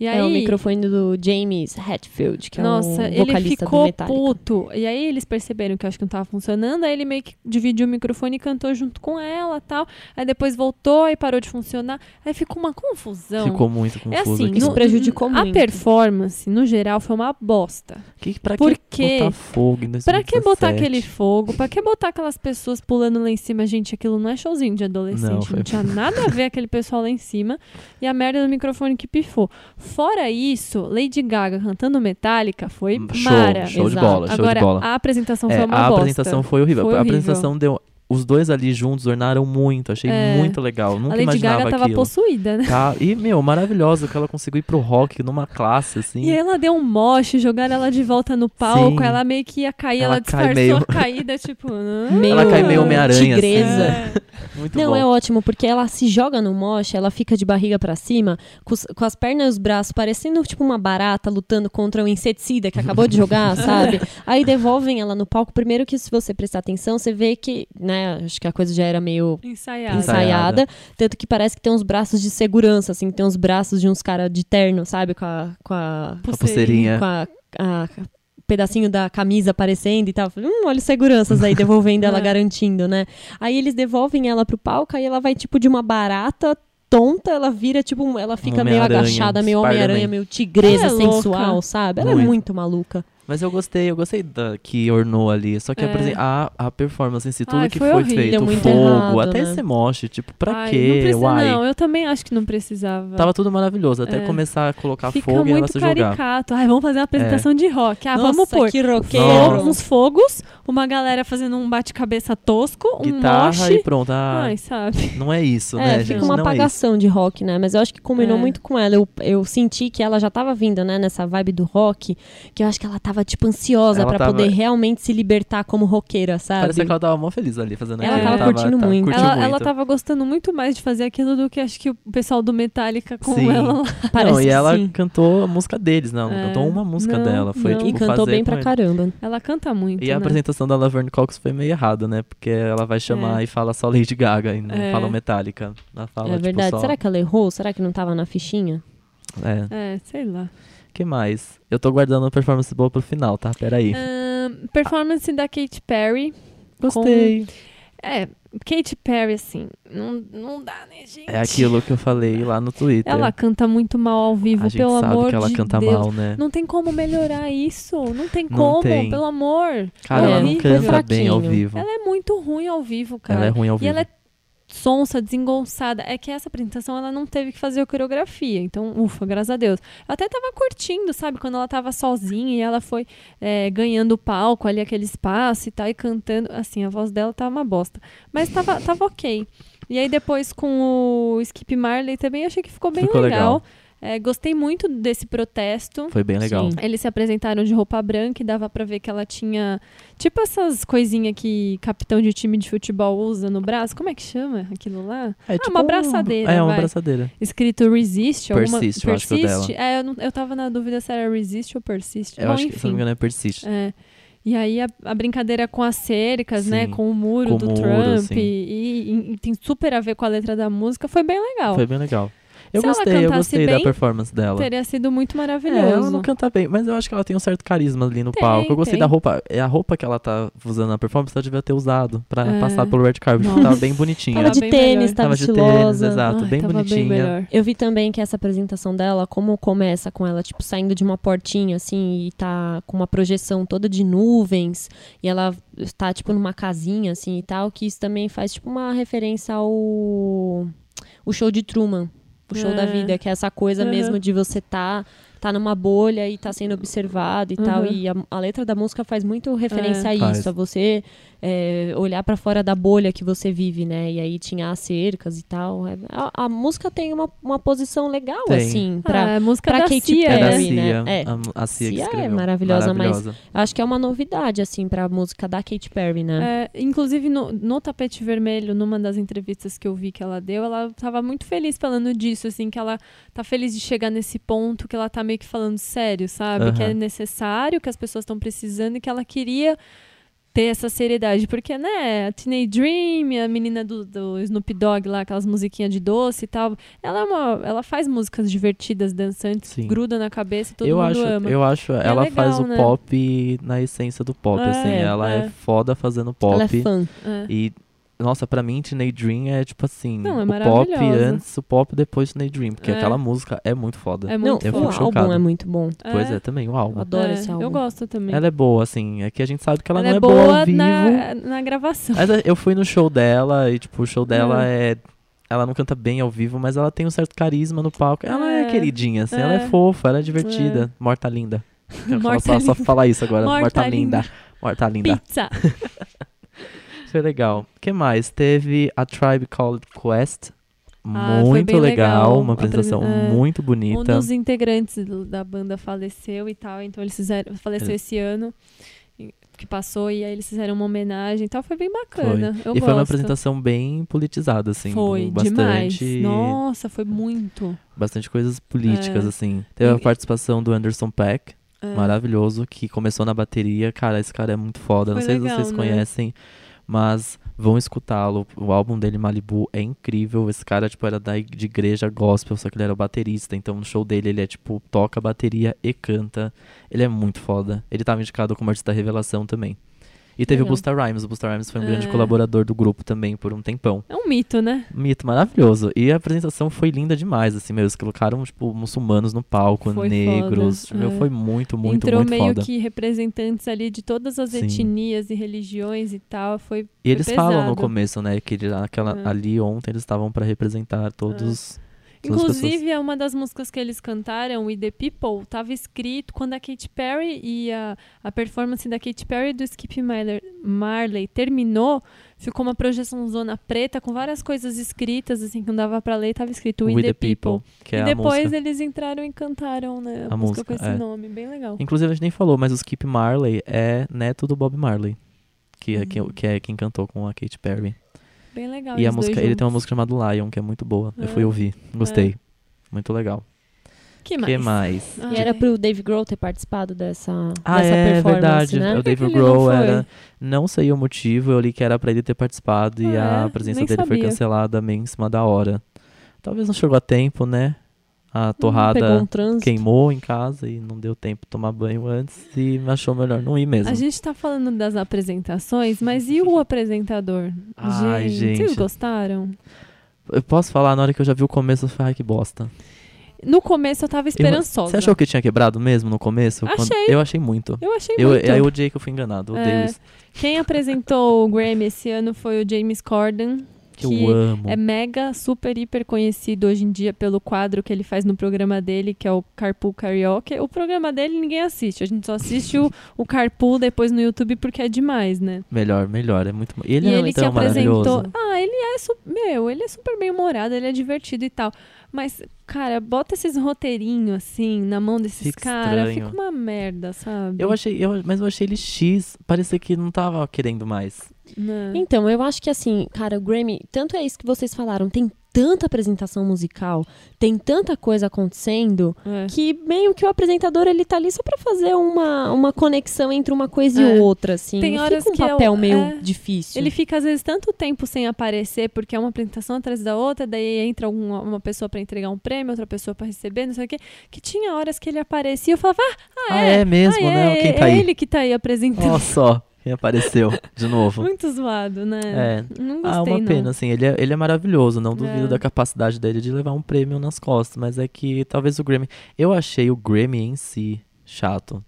S2: E
S3: É
S2: aí...
S3: o microfone do James Hetfield, que
S2: Nossa,
S3: é o vocalista
S2: ele
S3: do
S2: ficou
S3: Metallica.
S2: puto. E aí eles perceberam que eu acho que não tava funcionando, aí ele meio que dividiu o microfone e cantou junto com ela tal. Aí depois voltou e parou de funcionar. Aí ficou uma confusão.
S1: Ficou muito confuso
S2: é assim,
S1: aqui.
S3: Isso
S2: no-
S3: prejudicou
S2: a
S3: muito.
S2: performance, no geral, foi uma bosta.
S1: Que, pra
S2: por
S1: que
S2: quê?
S1: botar fogo em
S2: Pra que
S1: 2017?
S2: botar aquele fogo? Pra que botar aquelas pessoas pulando lá em cima? Gente, aquilo não é showzinho de adolescente.
S1: Não,
S2: Não,
S1: foi-
S2: tinha nada a ver aquele pessoal lá em cima. E a merda do microfone que pifou. Fora isso, Lady Gaga cantando Metallica foi
S1: Show,
S2: mara.
S1: show de
S3: Exato.
S1: bola, show
S2: Agora,
S1: de bola.
S2: a apresentação
S1: É,
S2: foi uma
S1: a
S2: bosta.
S1: apresentação foi horrível.
S2: Foi
S1: A
S2: horrível.
S1: apresentação deu os dois ali juntos ornaram muito. Achei
S2: É.
S1: muito legal.
S2: A
S1: Nunca
S2: Lady
S1: imaginava
S2: Gaga tava
S1: aquilo.
S2: possuída, né?
S1: Tá, E, meu, maravilhosa que ela conseguiu ir pro rock numa classe, assim.
S2: E ela deu um moche, jogaram ela de volta no palco,
S1: Sim.
S2: ela meio que ia cair, ela,
S1: Ela
S2: disfarçou
S1: cai meio-
S2: a caída, tipo... É, "Ah".
S3: Meio
S1: Ela cai meio Homem-Aranha, assim.
S3: tigresa.
S1: Muito
S3: Não,
S1: bom.
S3: é ótimo, porque ela se joga no moche, ela fica de barriga pra cima, com, os- com as pernas e os braços parecendo tipo uma barata lutando contra um inseticida que acabou de jogar, sabe? Aí devolvem ela no palco. Primeiro que se você prestar atenção, você vê que, né, acho que a coisa já era meio
S2: Ensaiada.
S1: Ensaiada.
S3: ensaiada, tanto que parece que tem uns braços de segurança, assim, tem uns braços de uns caras de terno, sabe? Com a... Com a,
S1: A pulseirinha.
S3: com a- a- pedacinho da camisa aparecendo e tal. Falei, Hum, olha os seguranças aí devolvendo ela,
S2: É.
S3: garantindo, né? Aí eles devolvem ela pro palco, aí ela vai tipo de uma barata tonta, ela vira tipo, um- ela fica meio
S1: Homem-Aranha,
S3: agachada, meio
S1: Spider-Man.
S3: Homem-Aranha, meio tigresa,
S2: Ela é louca.
S3: sensual, sabe? Ela é
S1: Muito.
S3: muito maluca.
S1: Mas eu gostei, eu gostei da, que ornou ali. Só que
S2: É.
S1: apresen- a, a performance em si, tudo
S2: Ai,
S1: que
S2: foi
S1: foi,
S2: horrível,
S1: feito,
S3: muito
S1: fogo,
S3: errado,
S1: até
S3: né?
S1: esse moche, tipo, pra
S2: Ai,
S1: quê?
S2: Não, precisa,
S1: Uai.
S2: não, eu também acho que não precisava.
S1: Tava tudo maravilhoso, até
S2: É.
S1: começar a colocar
S2: Fica
S1: fogo e ela
S2: muito
S1: se jogar. É.
S2: caricato. Ai, vamos fazer uma apresentação de rock. Ah,
S3: Nossa,
S2: vamos pôr
S3: que
S1: Nossa.
S3: roqueiro.
S2: uns fogos, uma galera fazendo um bate-cabeça tosco, um
S1: Guitarra
S2: moche.
S1: e pronto. Ah,
S2: Ai, sabe?
S1: não é isso,
S3: É,
S1: né,
S3: fica
S1: gente?
S3: uma
S1: não
S3: apagação de rock, né? Mas eu acho que combinou
S2: É.
S3: muito com ela. Eu, eu senti que ela já tava vindo, né, nessa vibe do rock, que eu acho que ela tava, tipo, ansiosa
S1: Ela
S3: pra
S1: tava-
S3: poder realmente se libertar como roqueira,
S1: é isso.
S3: sabe?
S1: Parecia que ela tava mó feliz ali fazendo
S3: Ela
S1: aquilo.
S2: tava
S3: curtindo muito. Curtiu
S2: Ela, tá, ela
S1: muito.
S2: tava gostando muito mais de fazer aquilo do que acho que o pessoal do Metallica com
S1: Sim.
S2: ela lá.
S3: Parece assim.
S1: não, e
S3: que
S1: ela
S3: sim.
S1: cantou a música deles, não.
S2: É.
S1: Cantou uma música
S2: Não,
S1: dela. Foi,
S2: não.
S1: tipo,
S3: E cantou
S1: fazer
S3: bem
S1: com
S3: pra
S1: ele.
S3: caramba.
S2: Ela canta muito.
S1: E é a
S2: né?
S1: apresentação da Laverne Cox foi meio errada, né? Porque ela vai chamar
S2: É.
S1: e fala só Lady Gaga e não
S2: É.
S1: fala o Metallica. Ela fala,
S3: é verdade.
S1: Tipo, só...
S3: Será que ela errou? Será que não tava na fichinha?
S1: É.
S2: É, sei lá.
S1: que mais? Eu tô guardando uma performance boa pro final, tá? Peraí.
S2: É, Ahn, performance da Katy Perry.
S1: Gostei.
S2: É, Katy Perry, assim, não, não dá, né, gente?
S1: É aquilo que eu falei lá no Twitter.
S2: Ela canta muito mal ao vivo,
S1: a gente
S2: pelo
S1: sabe
S2: amor
S1: que ela
S2: de
S1: canta
S2: Deus.
S1: mal, né?
S2: Não tem como melhorar isso. Não tem
S1: Não
S2: como,
S1: tem.
S2: pelo amor.
S1: Cara,
S2: ao
S1: ela não
S2: vivo.
S1: canta bem ao
S3: Fraquinho.
S1: vivo.
S2: Ela é muito ruim ao vivo, cara.
S1: Ela é ruim ao
S2: e
S1: vivo.
S2: ela é sonsa, desengonçada. É que essa apresentação ela não teve que fazer a coreografia. Então, ufa, graças a Deus. Eu até tava curtindo, sabe? Quando ela tava sozinha e ela foi é, ganhando o palco ali, aquele espaço e tal, e cantando. Assim, a voz dela tava uma bosta. Mas tava, tava ok. E aí depois com o Skip Marley também achei que ficou bem
S1: Ficou legal.
S2: É, gostei muito desse protesto.
S1: Foi bem legal.
S3: Sim.
S2: Eles se apresentaram de roupa branca e dava pra ver que ela tinha tipo essas coisinhas que capitão de time de futebol usa no braço. Como é que chama aquilo lá?
S1: É
S2: uma
S1: um-
S2: abraçadeira,
S1: É, uma
S2: vai.
S1: abraçadeira.
S2: Escrito resist, alguma
S1: Persist, eu acho que é o dela.
S2: É, eu, não- eu tava na dúvida se era resist ou persist.
S1: Eu
S2: Bom,
S1: acho que, se não me
S2: enfim.
S1: engano, é Persist.
S2: É. E aí a, a brincadeira com as cercas, né?
S1: Sim,
S2: Com o muro
S1: com o
S2: do
S1: muro, assim.
S2: Trump.
S1: sim.
S2: E, e- e tem super a ver com a letra da música. Foi bem legal.
S1: Foi bem legal. Eu
S2: Se ela
S1: gostei, eu
S2: cantasse
S1: gostei da
S2: bem,
S1: performance dela.
S2: Teria sido muito maravilhoso.
S1: É, ela não canta bem, mas eu acho que ela tem um certo carisma ali no
S2: Tem,
S1: palco. Eu gostei
S2: tem.
S1: da roupa. É a roupa que ela tá usando na performance, ela devia ter usado pra
S2: É.
S1: passar pelo red carpet.
S2: Nossa.
S1: porque Tava bem bonitinha.
S3: Tava de
S2: bem
S3: tênis,
S2: melhor.
S3: tava,
S1: Tava de tênis,
S3: estilosa.
S1: exato.
S2: Ai,
S1: bem
S2: tava
S1: bonitinha.
S2: Bem melhor.
S3: Eu vi também que essa apresentação dela, como começa com ela, tipo, saindo de uma portinha, assim, e tá com uma projeção toda de nuvens, e ela tá, tipo, numa casinha, assim, e tal, que isso também faz, tipo, uma referência ao o show de Truman, o show
S2: É.
S3: da vida, que é essa coisa
S2: Uhum.
S3: mesmo de você tá, tá numa bolha e tá sendo observado e tal,
S2: Uhum.
S3: e a, a letra da música faz muito referência a isso,
S1: Faz.
S3: a você é, olhar pra fora da bolha que você vive, né? E aí tinha as cercas e tal. É, A, a música tem uma, uma posição legal,
S1: Tem.
S3: assim, pra.
S2: ah, a música
S3: pra
S2: da
S3: Katy
S2: Cia,
S1: É
S3: Perry.
S1: da
S2: né?
S3: Sim.
S1: Cia.
S3: né? É.
S1: A, a Cia, que
S3: Cia é
S1: escreveu.
S3: maravilhosa, mas-
S1: maravilhosa.
S3: Acho que é uma novidade, assim, pra música da Katy Perry, né?
S2: É, inclusive, no, no Tapete Vermelho, numa das entrevistas que eu vi que ela deu, ela tava muito feliz falando disso, assim, que ela tá feliz de chegar nesse ponto, que ela tá meio que falando sério, sabe?
S1: Aham.
S2: Que é necessário, que as pessoas estão precisando e que ela queria ter essa seriedade. Porque, né, a Teenage Dream, a menina do, do Snoop Dogg lá, aquelas musiquinhas de doce e tal, ela, é uma, ela faz músicas divertidas, dançantes,
S1: Sim.
S2: gruda na cabeça e todo
S1: eu
S2: mundo
S1: acho,
S2: ama.
S1: Eu acho, ela
S2: legal,
S1: faz o
S2: né?
S1: pop na essência do pop,
S2: É,
S1: assim. Ela é.
S2: é.
S1: foda fazendo pop.
S3: Ela é fã.
S2: É.
S1: E, nossa, pra mim, Teenage Dream é tipo assim...
S2: Não, é
S1: o pop
S2: maravilhosa.
S1: antes, o pop depois Teenage Dream. Porque
S2: É.
S1: aquela música é muito foda.
S2: É
S3: Não,
S2: muito
S1: eu
S3: o
S1: fico
S2: foda.
S3: álbum
S1: chocado.
S3: é muito bom.
S1: Pois é, também, o álbum.
S3: Eu adoro
S2: É,
S3: esse álbum.
S2: Eu gosto também.
S1: Ela é boa, assim. É que a gente sabe que ela,
S2: Ela
S1: não
S2: é
S1: é, boa, ao vivo.
S2: na, na gravação.
S1: Mas é eu fui no show dela e, tipo, o show dela é. Ela não canta bem ao vivo, mas ela tem um certo carisma no palco. Ela é,
S2: É.
S1: queridinha, assim, ela
S2: É.
S1: é fofa, ela é divertida. Morta linda. Eu
S2: Morta
S1: só, só falar isso agora.
S2: Morta
S1: Morta, linda.
S2: linda.
S1: Morta linda.
S2: Pizza.
S1: Foi legal. O que mais? Teve a Tribe Called Quest.
S2: Ah, foi
S1: muito
S2: bem legal.
S1: uma apresentação
S2: Apres- é.
S1: muito
S2: Um
S1: bonita.
S2: dos integrantes do- da banda faleceu e tal, então eles fizeram.
S1: É.
S2: Faleceu esse ano e- que passou, e aí eles fizeram uma homenagem e tal. Foi bem bacana. Eu
S1: e
S2: gosto.
S1: foi uma apresentação bem politizada, assim.
S2: Foi
S1: com bastante, É.
S2: demais. Nossa, foi muito.
S1: bastante coisas políticas,
S2: É.
S1: assim. Teve a
S2: E-
S1: participação do Anderson Peck,
S2: É.
S1: maravilhoso, que começou na bateria. Cara, esse cara é muito foda. Não
S2: Foi
S1: sei se
S2: legal,
S1: vocês
S2: né?
S1: conhecem, mas vão escutá-lo. O álbum dele, Malibu, é incrível. Esse cara, tipo, era da ig- de igreja gospel, só que ele era o baterista. Então, no show dele, ele é, tipo, toca bateria e canta. Ele é muito foda. Ele tava indicado como artista revelação também. E teve o
S2: Legal.
S1: Busta Rhymes. O Busta Rhymes foi um grande
S2: É.
S1: colaborador do grupo também por um tempão.
S2: É um mito, né?
S1: Mito maravilhoso. E a apresentação foi linda demais, assim, meu. Eles colocaram, tipo, muçulmanos no palco,
S2: Foi
S1: negros.
S2: foda,
S1: Meu,
S2: é.
S1: foi muito, muito,
S2: Entrou
S1: muito
S2: meio
S1: foda.
S2: que representantes ali de todas as
S1: Sim.
S2: etnias e religiões e tal. Foi
S1: E eles falam no
S2: pesado.
S1: começo, né, que ele- aquela,
S2: É.
S1: ali ontem eles estavam pra representar todos. todas as pessoas.
S2: Inclusive, é uma das músicas que eles cantaram, e The People, tava escrito quando a Katy Perry e a, a performance da Katy Perry e do Skip Marley, Marley terminou, ficou uma projeção zona preta com várias coisas escritas, assim, que não dava pra ler, tava escrito We, The, People.
S1: que é
S2: e
S1: a
S2: depois
S1: música.
S2: eles entraram e cantaram, né? A,
S1: A
S2: música, com
S1: música,
S2: esse
S1: é.
S2: nome, bem legal.
S1: Inclusive, a gente nem falou, mas o Skip Marley é neto do Bob Marley. Que
S2: Hum.
S1: é, quem, que é quem cantou com a Katy Perry.
S2: Bem legal.
S1: e a
S2: Ah, os dois
S1: música, ele tem uma
S2: juntos.
S1: música chamada Lion, que é muito boa.
S2: É.
S1: Eu fui ouvir, gostei. Muito legal.
S2: Que
S1: O
S2: mais?
S1: que mais?
S2: Ah,
S3: E era
S2: é.
S3: pro Dave Grohl ter participado dessa,
S1: Ah,
S3: dessa
S1: é
S3: performance,
S1: verdade.
S3: né?
S1: O
S2: que
S1: David
S2: ele não
S1: Grohl
S2: foi?
S1: era. Não sei o motivo, eu li que era pra ele ter participado e
S2: Ah,
S1: a
S2: é?
S1: presença
S2: Nem
S1: dele foi
S2: sabia.
S1: cancelada meio em cima da hora. Talvez não chegou a tempo, né?
S2: Hum,
S1: A
S3: Pegou
S1: torrada
S3: um trânsito.
S1: queimou em casa e não deu tempo de tomar banho antes e achou melhor não ir mesmo.
S2: A gente tá falando das apresentações, mas e o apresentador?
S1: Ai,
S2: Vocês
S1: gente.
S2: gostaram?
S1: Eu posso falar, na hora que eu já vi o começo, eu falei, ai que bosta.
S2: No começo eu tava esperançosa.
S1: Você achou que tinha quebrado mesmo no começo?
S2: Achei.
S1: Eu achei muito.
S2: Eu achei
S1: Eu,
S2: muito.
S1: eu odiei que eu fui enganado, eu odeio
S2: É,
S1: isso.
S2: Quem apresentou o Grammy esse ano foi o James Corden,
S1: Que, eu amo.
S2: é mega, super, hiper conhecido hoje em dia pelo quadro que ele faz no programa dele, que é o Carpool Karaoke. O programa dele ninguém assiste, a gente só assiste o, o Carpool depois no YouTube porque é demais, né?
S1: Melhor, melhor. É muito. Ele
S2: e
S1: é
S2: ele
S1: então
S2: que apresentou.
S1: maravilhoso.
S2: Ah, ele é su- meu, ele é super bem humorado, ele é divertido e tal. Mas, cara, bota esses roteirinhos assim na mão desses
S1: Fica
S2: caras,
S1: estranho.
S2: fica uma merda, sabe?
S1: Eu achei, eu, mas eu achei ele X. Parecia que não tava querendo mais.
S2: Né?
S3: Então, eu acho que assim, cara, o Grammy, tanto é isso que vocês falaram, tem tanta apresentação musical, tem tanta coisa acontecendo,
S2: É.
S3: que meio que o apresentador ele tá ali só pra fazer uma, uma conexão entre uma coisa
S2: É.
S3: e outra, assim.
S2: Tem
S3: Não
S2: horas
S3: fica um
S2: que eu-
S3: papel meio
S2: é.
S3: difícil.
S2: Ele fica, às vezes, tanto tempo sem aparecer, porque é uma apresentação atrás da outra, daí entra algum- uma pessoa pra entregar um prêmio, outra pessoa pra receber, não sei o quê, que tinha horas que ele aparecia e eu falava, ah, ah,
S1: Ah,
S2: é,
S1: é mesmo,
S2: ah,
S1: né?
S2: é,
S1: Quem tá
S2: é
S1: aí?
S2: ele que tá aí apresentando.
S1: Olha só, quem apareceu de novo.
S2: Muito zoado, né?
S1: É.
S2: Não gostei,
S1: Ah, uma
S2: não.
S1: pena, assim, ele é, ele é maravilhoso, não duvido
S2: É.
S1: da capacidade dele de levar um prêmio nas costas, mas é que talvez o Grammy. Eu achei o Grammy em si chato.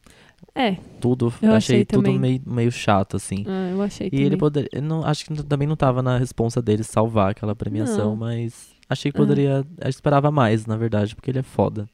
S2: É,
S1: Tudo,
S2: Eu achei
S1: tudo
S2: também.
S1: meio, meio chato, assim.
S2: ah, eu achei
S1: E ele poderia. eu Não, acho que também não tava na responsa dele salvar aquela premiação,
S2: Não.
S1: mas achei que
S2: Ah.
S1: poderia. Eu esperava mais, na verdade, porque ele é foda.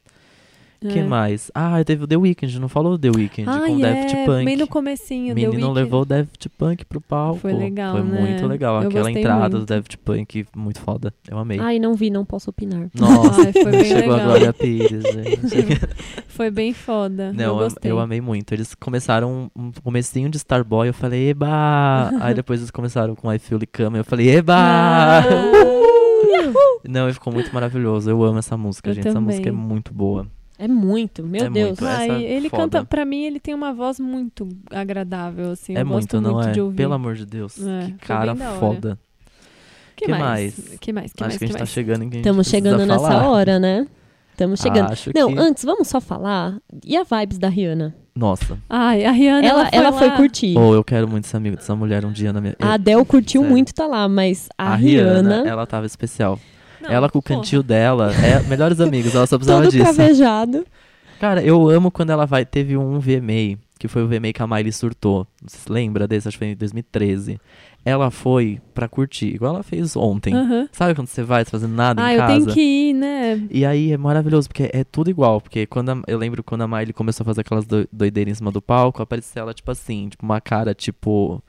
S2: O
S1: que mais? Ah, teve o The Weeknd, não falou o The Weeknd
S2: Ah,
S1: com o
S2: é,
S1: Daft Punk.
S2: bem no comecinho, The
S1: Menino
S2: Weeknd.
S1: levou o Daft Punk pro palco.
S2: Foi legal,
S1: Foi
S2: né?
S1: muito legal.
S2: Eu
S1: Aquela
S2: gostei
S1: entrada
S2: muito.
S1: do Daft Punk, muito foda. Eu amei.
S3: Ai, não vi, não posso opinar.
S1: Nossa,
S2: Ai, foi bem
S1: chegou
S2: legal.
S1: a Glória Pires. gente.
S2: Foi bem foda. eu
S1: Não, eu,
S2: gostei.
S1: eu amei muito. Eles começaram um comecinho de Starboy, eu falei, eba! Aí depois eles começaram com I Feel Like Cama, eu falei, eba!
S2: Ah,
S1: Não, e ficou muito maravilhoso. Eu amo essa música,
S2: Eu
S1: gente. Essa música é
S2: também.
S1: muito boa.
S3: É muito, meu
S1: É
S3: Deus.
S1: muito,
S2: Ai,
S1: essa
S2: ele
S1: foda.
S2: canta, pra mim ele tem uma voz muito agradável, assim.
S1: é
S2: eu
S1: muito,
S2: gosto
S1: não
S2: muito
S1: é?
S2: de ouvir.
S1: Pelo amor de Deus.
S2: É, foi
S1: que
S2: bem
S1: cara
S2: da hora.
S1: foda.
S2: que,
S1: que
S2: mais?
S1: mais?
S2: Que mais? Que
S1: Acho
S2: mais?
S1: que a gente tá
S2: mais?
S1: chegando em que a gente
S3: Estamos chegando
S1: precisa
S3: nessa
S1: falar.
S3: hora, né? Estamos chegando.
S1: Acho
S3: não,
S1: que-
S3: antes, vamos só falar. E a vibes da Rihanna?
S1: Nossa.
S2: Ai, a Rihanna
S3: ela,
S2: foi,
S3: ela foi,
S2: lá-
S3: curtir.
S1: Ou eu quero muito essa amiga dessa mulher um dia na minha.
S3: A Adele curtiu
S1: sério.
S3: muito, tá lá, mas a,
S1: A
S3: Rihanna,
S1: ela tava especial.
S2: Não,
S1: ela com o
S2: porra.
S1: cantil dela, é melhores amigos, ela só precisava
S3: todo
S1: disso.
S3: cravejado.
S1: Cara, eu amo quando ela vai. Teve um VMA, que foi o VMA que a Miley surtou. Você se lembra desse? Acho que foi em 2013. Ela foi pra curtir, igual ela fez ontem.
S2: Aham.
S1: Sabe quando você vai fazendo nada
S2: Ah,
S1: em
S2: eu
S1: casa?
S2: tenho que ir, né?
S1: E aí é maravilhoso, porque é tudo igual. Porque quando a- eu lembro quando a Miley começou a fazer aquelas do, doideiras em cima do palco, apareceu ela, tipo assim, tipo, uma cara, tipo.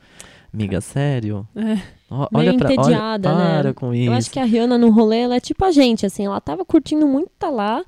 S1: Miga, sério?
S2: É.
S1: Ó,
S3: Meio
S1: olha pra, olha,
S3: entediada, né?
S1: para com isso.
S3: Eu acho que a Rihanna no rolê, ela é tipo a gente, assim, ela tava curtindo muito tá lá,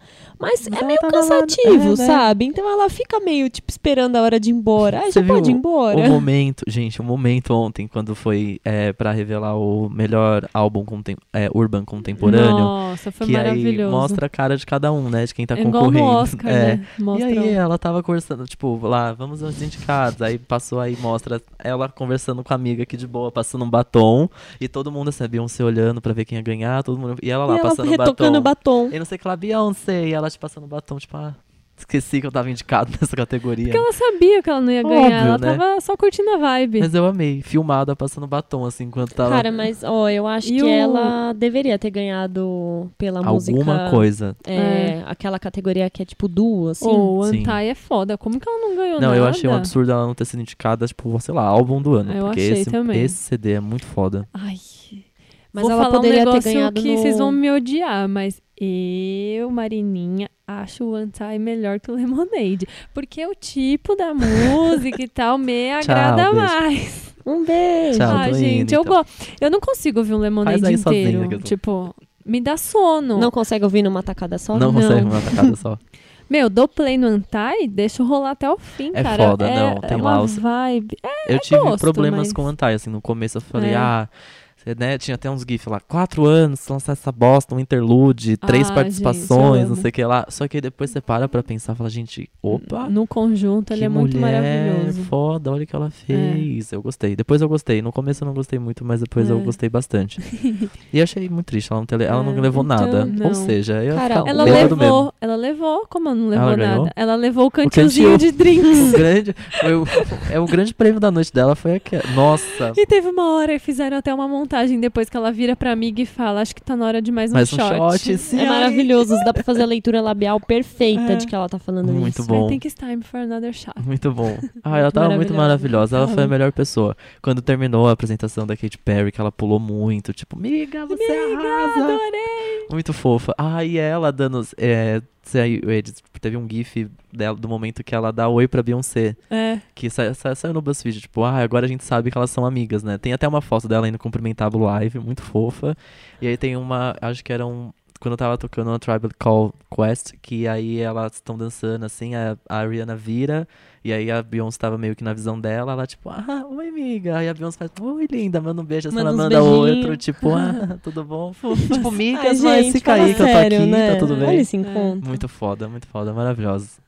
S1: Mas
S3: mas é
S1: ela
S3: meio
S1: tava lá,
S3: cansativo,
S1: é, né?
S3: sabe? Então ela fica meio, tipo, esperando a hora de ir embora. Ai,
S1: Você
S3: já pode ir
S1: viu
S3: embora.
S1: O momento, gente, o momento ontem, quando foi é, para revelar o melhor álbum contem é, urban contemporâneo,
S2: Nossa, foi
S1: que aí
S2: maravilhoso.
S1: mostra a cara de cada um, né? De quem tá
S2: é igual
S1: concorrendo.
S2: no Oscar,
S1: é.
S2: né?
S1: E
S2: Mostra
S1: aí ela tava conversando, tipo, lá, vamos aos indicados. Aí passou aí, mostra ela conversando com a amiga aqui de boa, passando um batom. E todo mundo, assim, a Beyoncé olhando pra ver quem ia ganhar, todo mundo. E ela lá
S3: e ela
S1: passando
S3: retocando
S1: batom.
S3: batom.
S1: E não sei o que lá, Beyoncé, e ela te passando batom, tipo, ah, esqueci que eu tava indicado nessa categoria.
S2: Porque ela sabia que ela não ia ganhar,
S1: Óbvio,
S2: ela
S1: né?
S2: tava só curtindo a vibe.
S1: Mas eu amei, filmada passando batom, assim, enquanto tava.
S3: Cara, mas, ó, eu acho
S2: E
S3: que
S2: o-
S3: ela deveria ter ganhado pela
S1: Alguma
S3: música...
S1: coisa.
S3: É, aquela categoria que é tipo duo, assim.
S2: Ou o
S1: Sim.
S2: Antai é foda. Como que ela não ganhou
S1: Não,
S2: nada?
S1: eu achei um absurdo ela não ter sido indicada, tipo, sei lá, álbum do ano.
S2: Eu
S1: porque
S2: achei
S1: esse,
S2: também.
S1: esse CD é muito foda.
S2: Ai.
S3: Mas
S2: Vou
S3: ela
S2: falar
S3: poderia
S2: um
S3: ter
S2: negócio
S3: ganhado
S2: que
S3: no-
S2: vocês vão me odiar, mas eu, Marininha, acho o Antai melhor que o Lemonade. Porque o tipo da música e tal me
S1: Tchau,
S2: agrada
S1: beijo.
S2: mais.
S3: Um beijo.
S1: Tchau.
S2: ah,
S1: tô
S2: gente,
S1: indo,
S2: eu
S1: então.
S2: gosto. Eu não consigo ouvir um Lemonade
S1: Faz aí sozinha,
S2: inteiro.
S1: que eu tô-
S2: Tipo, me dá sono.
S3: Ah, Não consegue ouvir numa tacada só?
S1: não,
S2: não.
S1: consegue uma tacada só.
S2: Meu, dou play no Antai, deixo rolar até o fim,
S1: É
S2: cara.
S1: foda,
S2: é,
S1: não, tem
S2: é
S1: lá
S2: uma
S1: os-
S2: vibe. É,
S1: eu tive
S2: gosto,
S1: problemas
S2: mas-
S1: com o Antai, assim, no começo eu falei,
S2: É.
S1: ah, você, né, tinha até uns gifs lá, quatro anos, lançar essa bosta, um interlude, três
S2: Ah, gente,
S1: participações,
S2: eu
S1: não
S2: amo.
S1: sei o que lá. Só que aí depois você para pra pensar e fala, gente, opa,
S2: no conjunto, ele
S1: que
S2: Hum, é muito
S1: mulher
S2: maravilhoso. É.
S1: foda, olha o que ela fez. Eu gostei. Depois eu gostei. No começo eu não gostei muito, mas depois eu
S2: É.
S1: gostei bastante. e achei muito triste, ela não, ter le- ela não
S2: É,
S1: levou
S2: então,
S1: nada.
S2: não.
S1: Ou seja, eu ia
S3: Cara, é
S1: ficar um
S2: Ela
S1: bêbado
S2: levou,
S1: mesmo.
S2: ela levou, como ela não levou
S1: Ela
S2: nada?
S1: ganhou?
S2: Ela levou o cantilzinho
S1: cantil.
S2: de drinks.
S1: O grande, foi o, é o grande prêmio da noite dela foi aquele. Nossa,
S2: E teve uma hora, fizeram até uma montagem depois que ela vira pra amiga e fala: Acho que tá na hora de mais um,
S1: mais um shot. sim,
S3: É
S1: ai.
S3: maravilhoso, dá pra fazer a leitura labial perfeita
S2: É.
S3: de que ela tá falando
S1: Muito
S3: isso.
S2: I
S1: bom.
S2: think it's time for another shot.
S1: Muito bom. Ah, ela tava muito maravilhosa. Ela foi a melhor pessoa. Quando terminou a apresentação da Katy Perry, que ela pulou muito, tipo, miga, você
S2: Amiga,
S1: arrasa.
S2: adorei!
S1: Muito fofa. Ah, e ela dando. É, se aí, ele- teve um GIF dela, do momento que ela dá oi pra Beyoncé.
S2: É,
S1: Que sa, sa- saiu no BuzzFeed, tipo, ah, agora a gente sabe que elas são amigas, né? Tem até uma foto dela indo cumprimentar a Blue Live, muito fofa. E aí tem uma. Acho que era um. Quando eu tava tocando uma Tribal Call Quest, que aí elas estão dançando assim, a, a Ariana vira, e aí a Beyoncé tava meio que na visão dela, ela tipo, ah, oi amiga. Aí a Beyoncé faz, oi linda, manda um beijo, assim,
S3: Manda
S1: ela
S3: uns
S1: manda
S3: beijinhos.
S1: outro, tipo, ah, tudo bom? Tipo,
S3: Ai,
S1: migas, mas fica
S3: fala
S1: aí que eu tô
S3: sério,
S1: aqui,
S3: né?
S1: tá tudo
S3: Olha
S1: bem.
S3: esse encontro.
S1: Muito foda, muito foda, maravilhosa.
S3: É.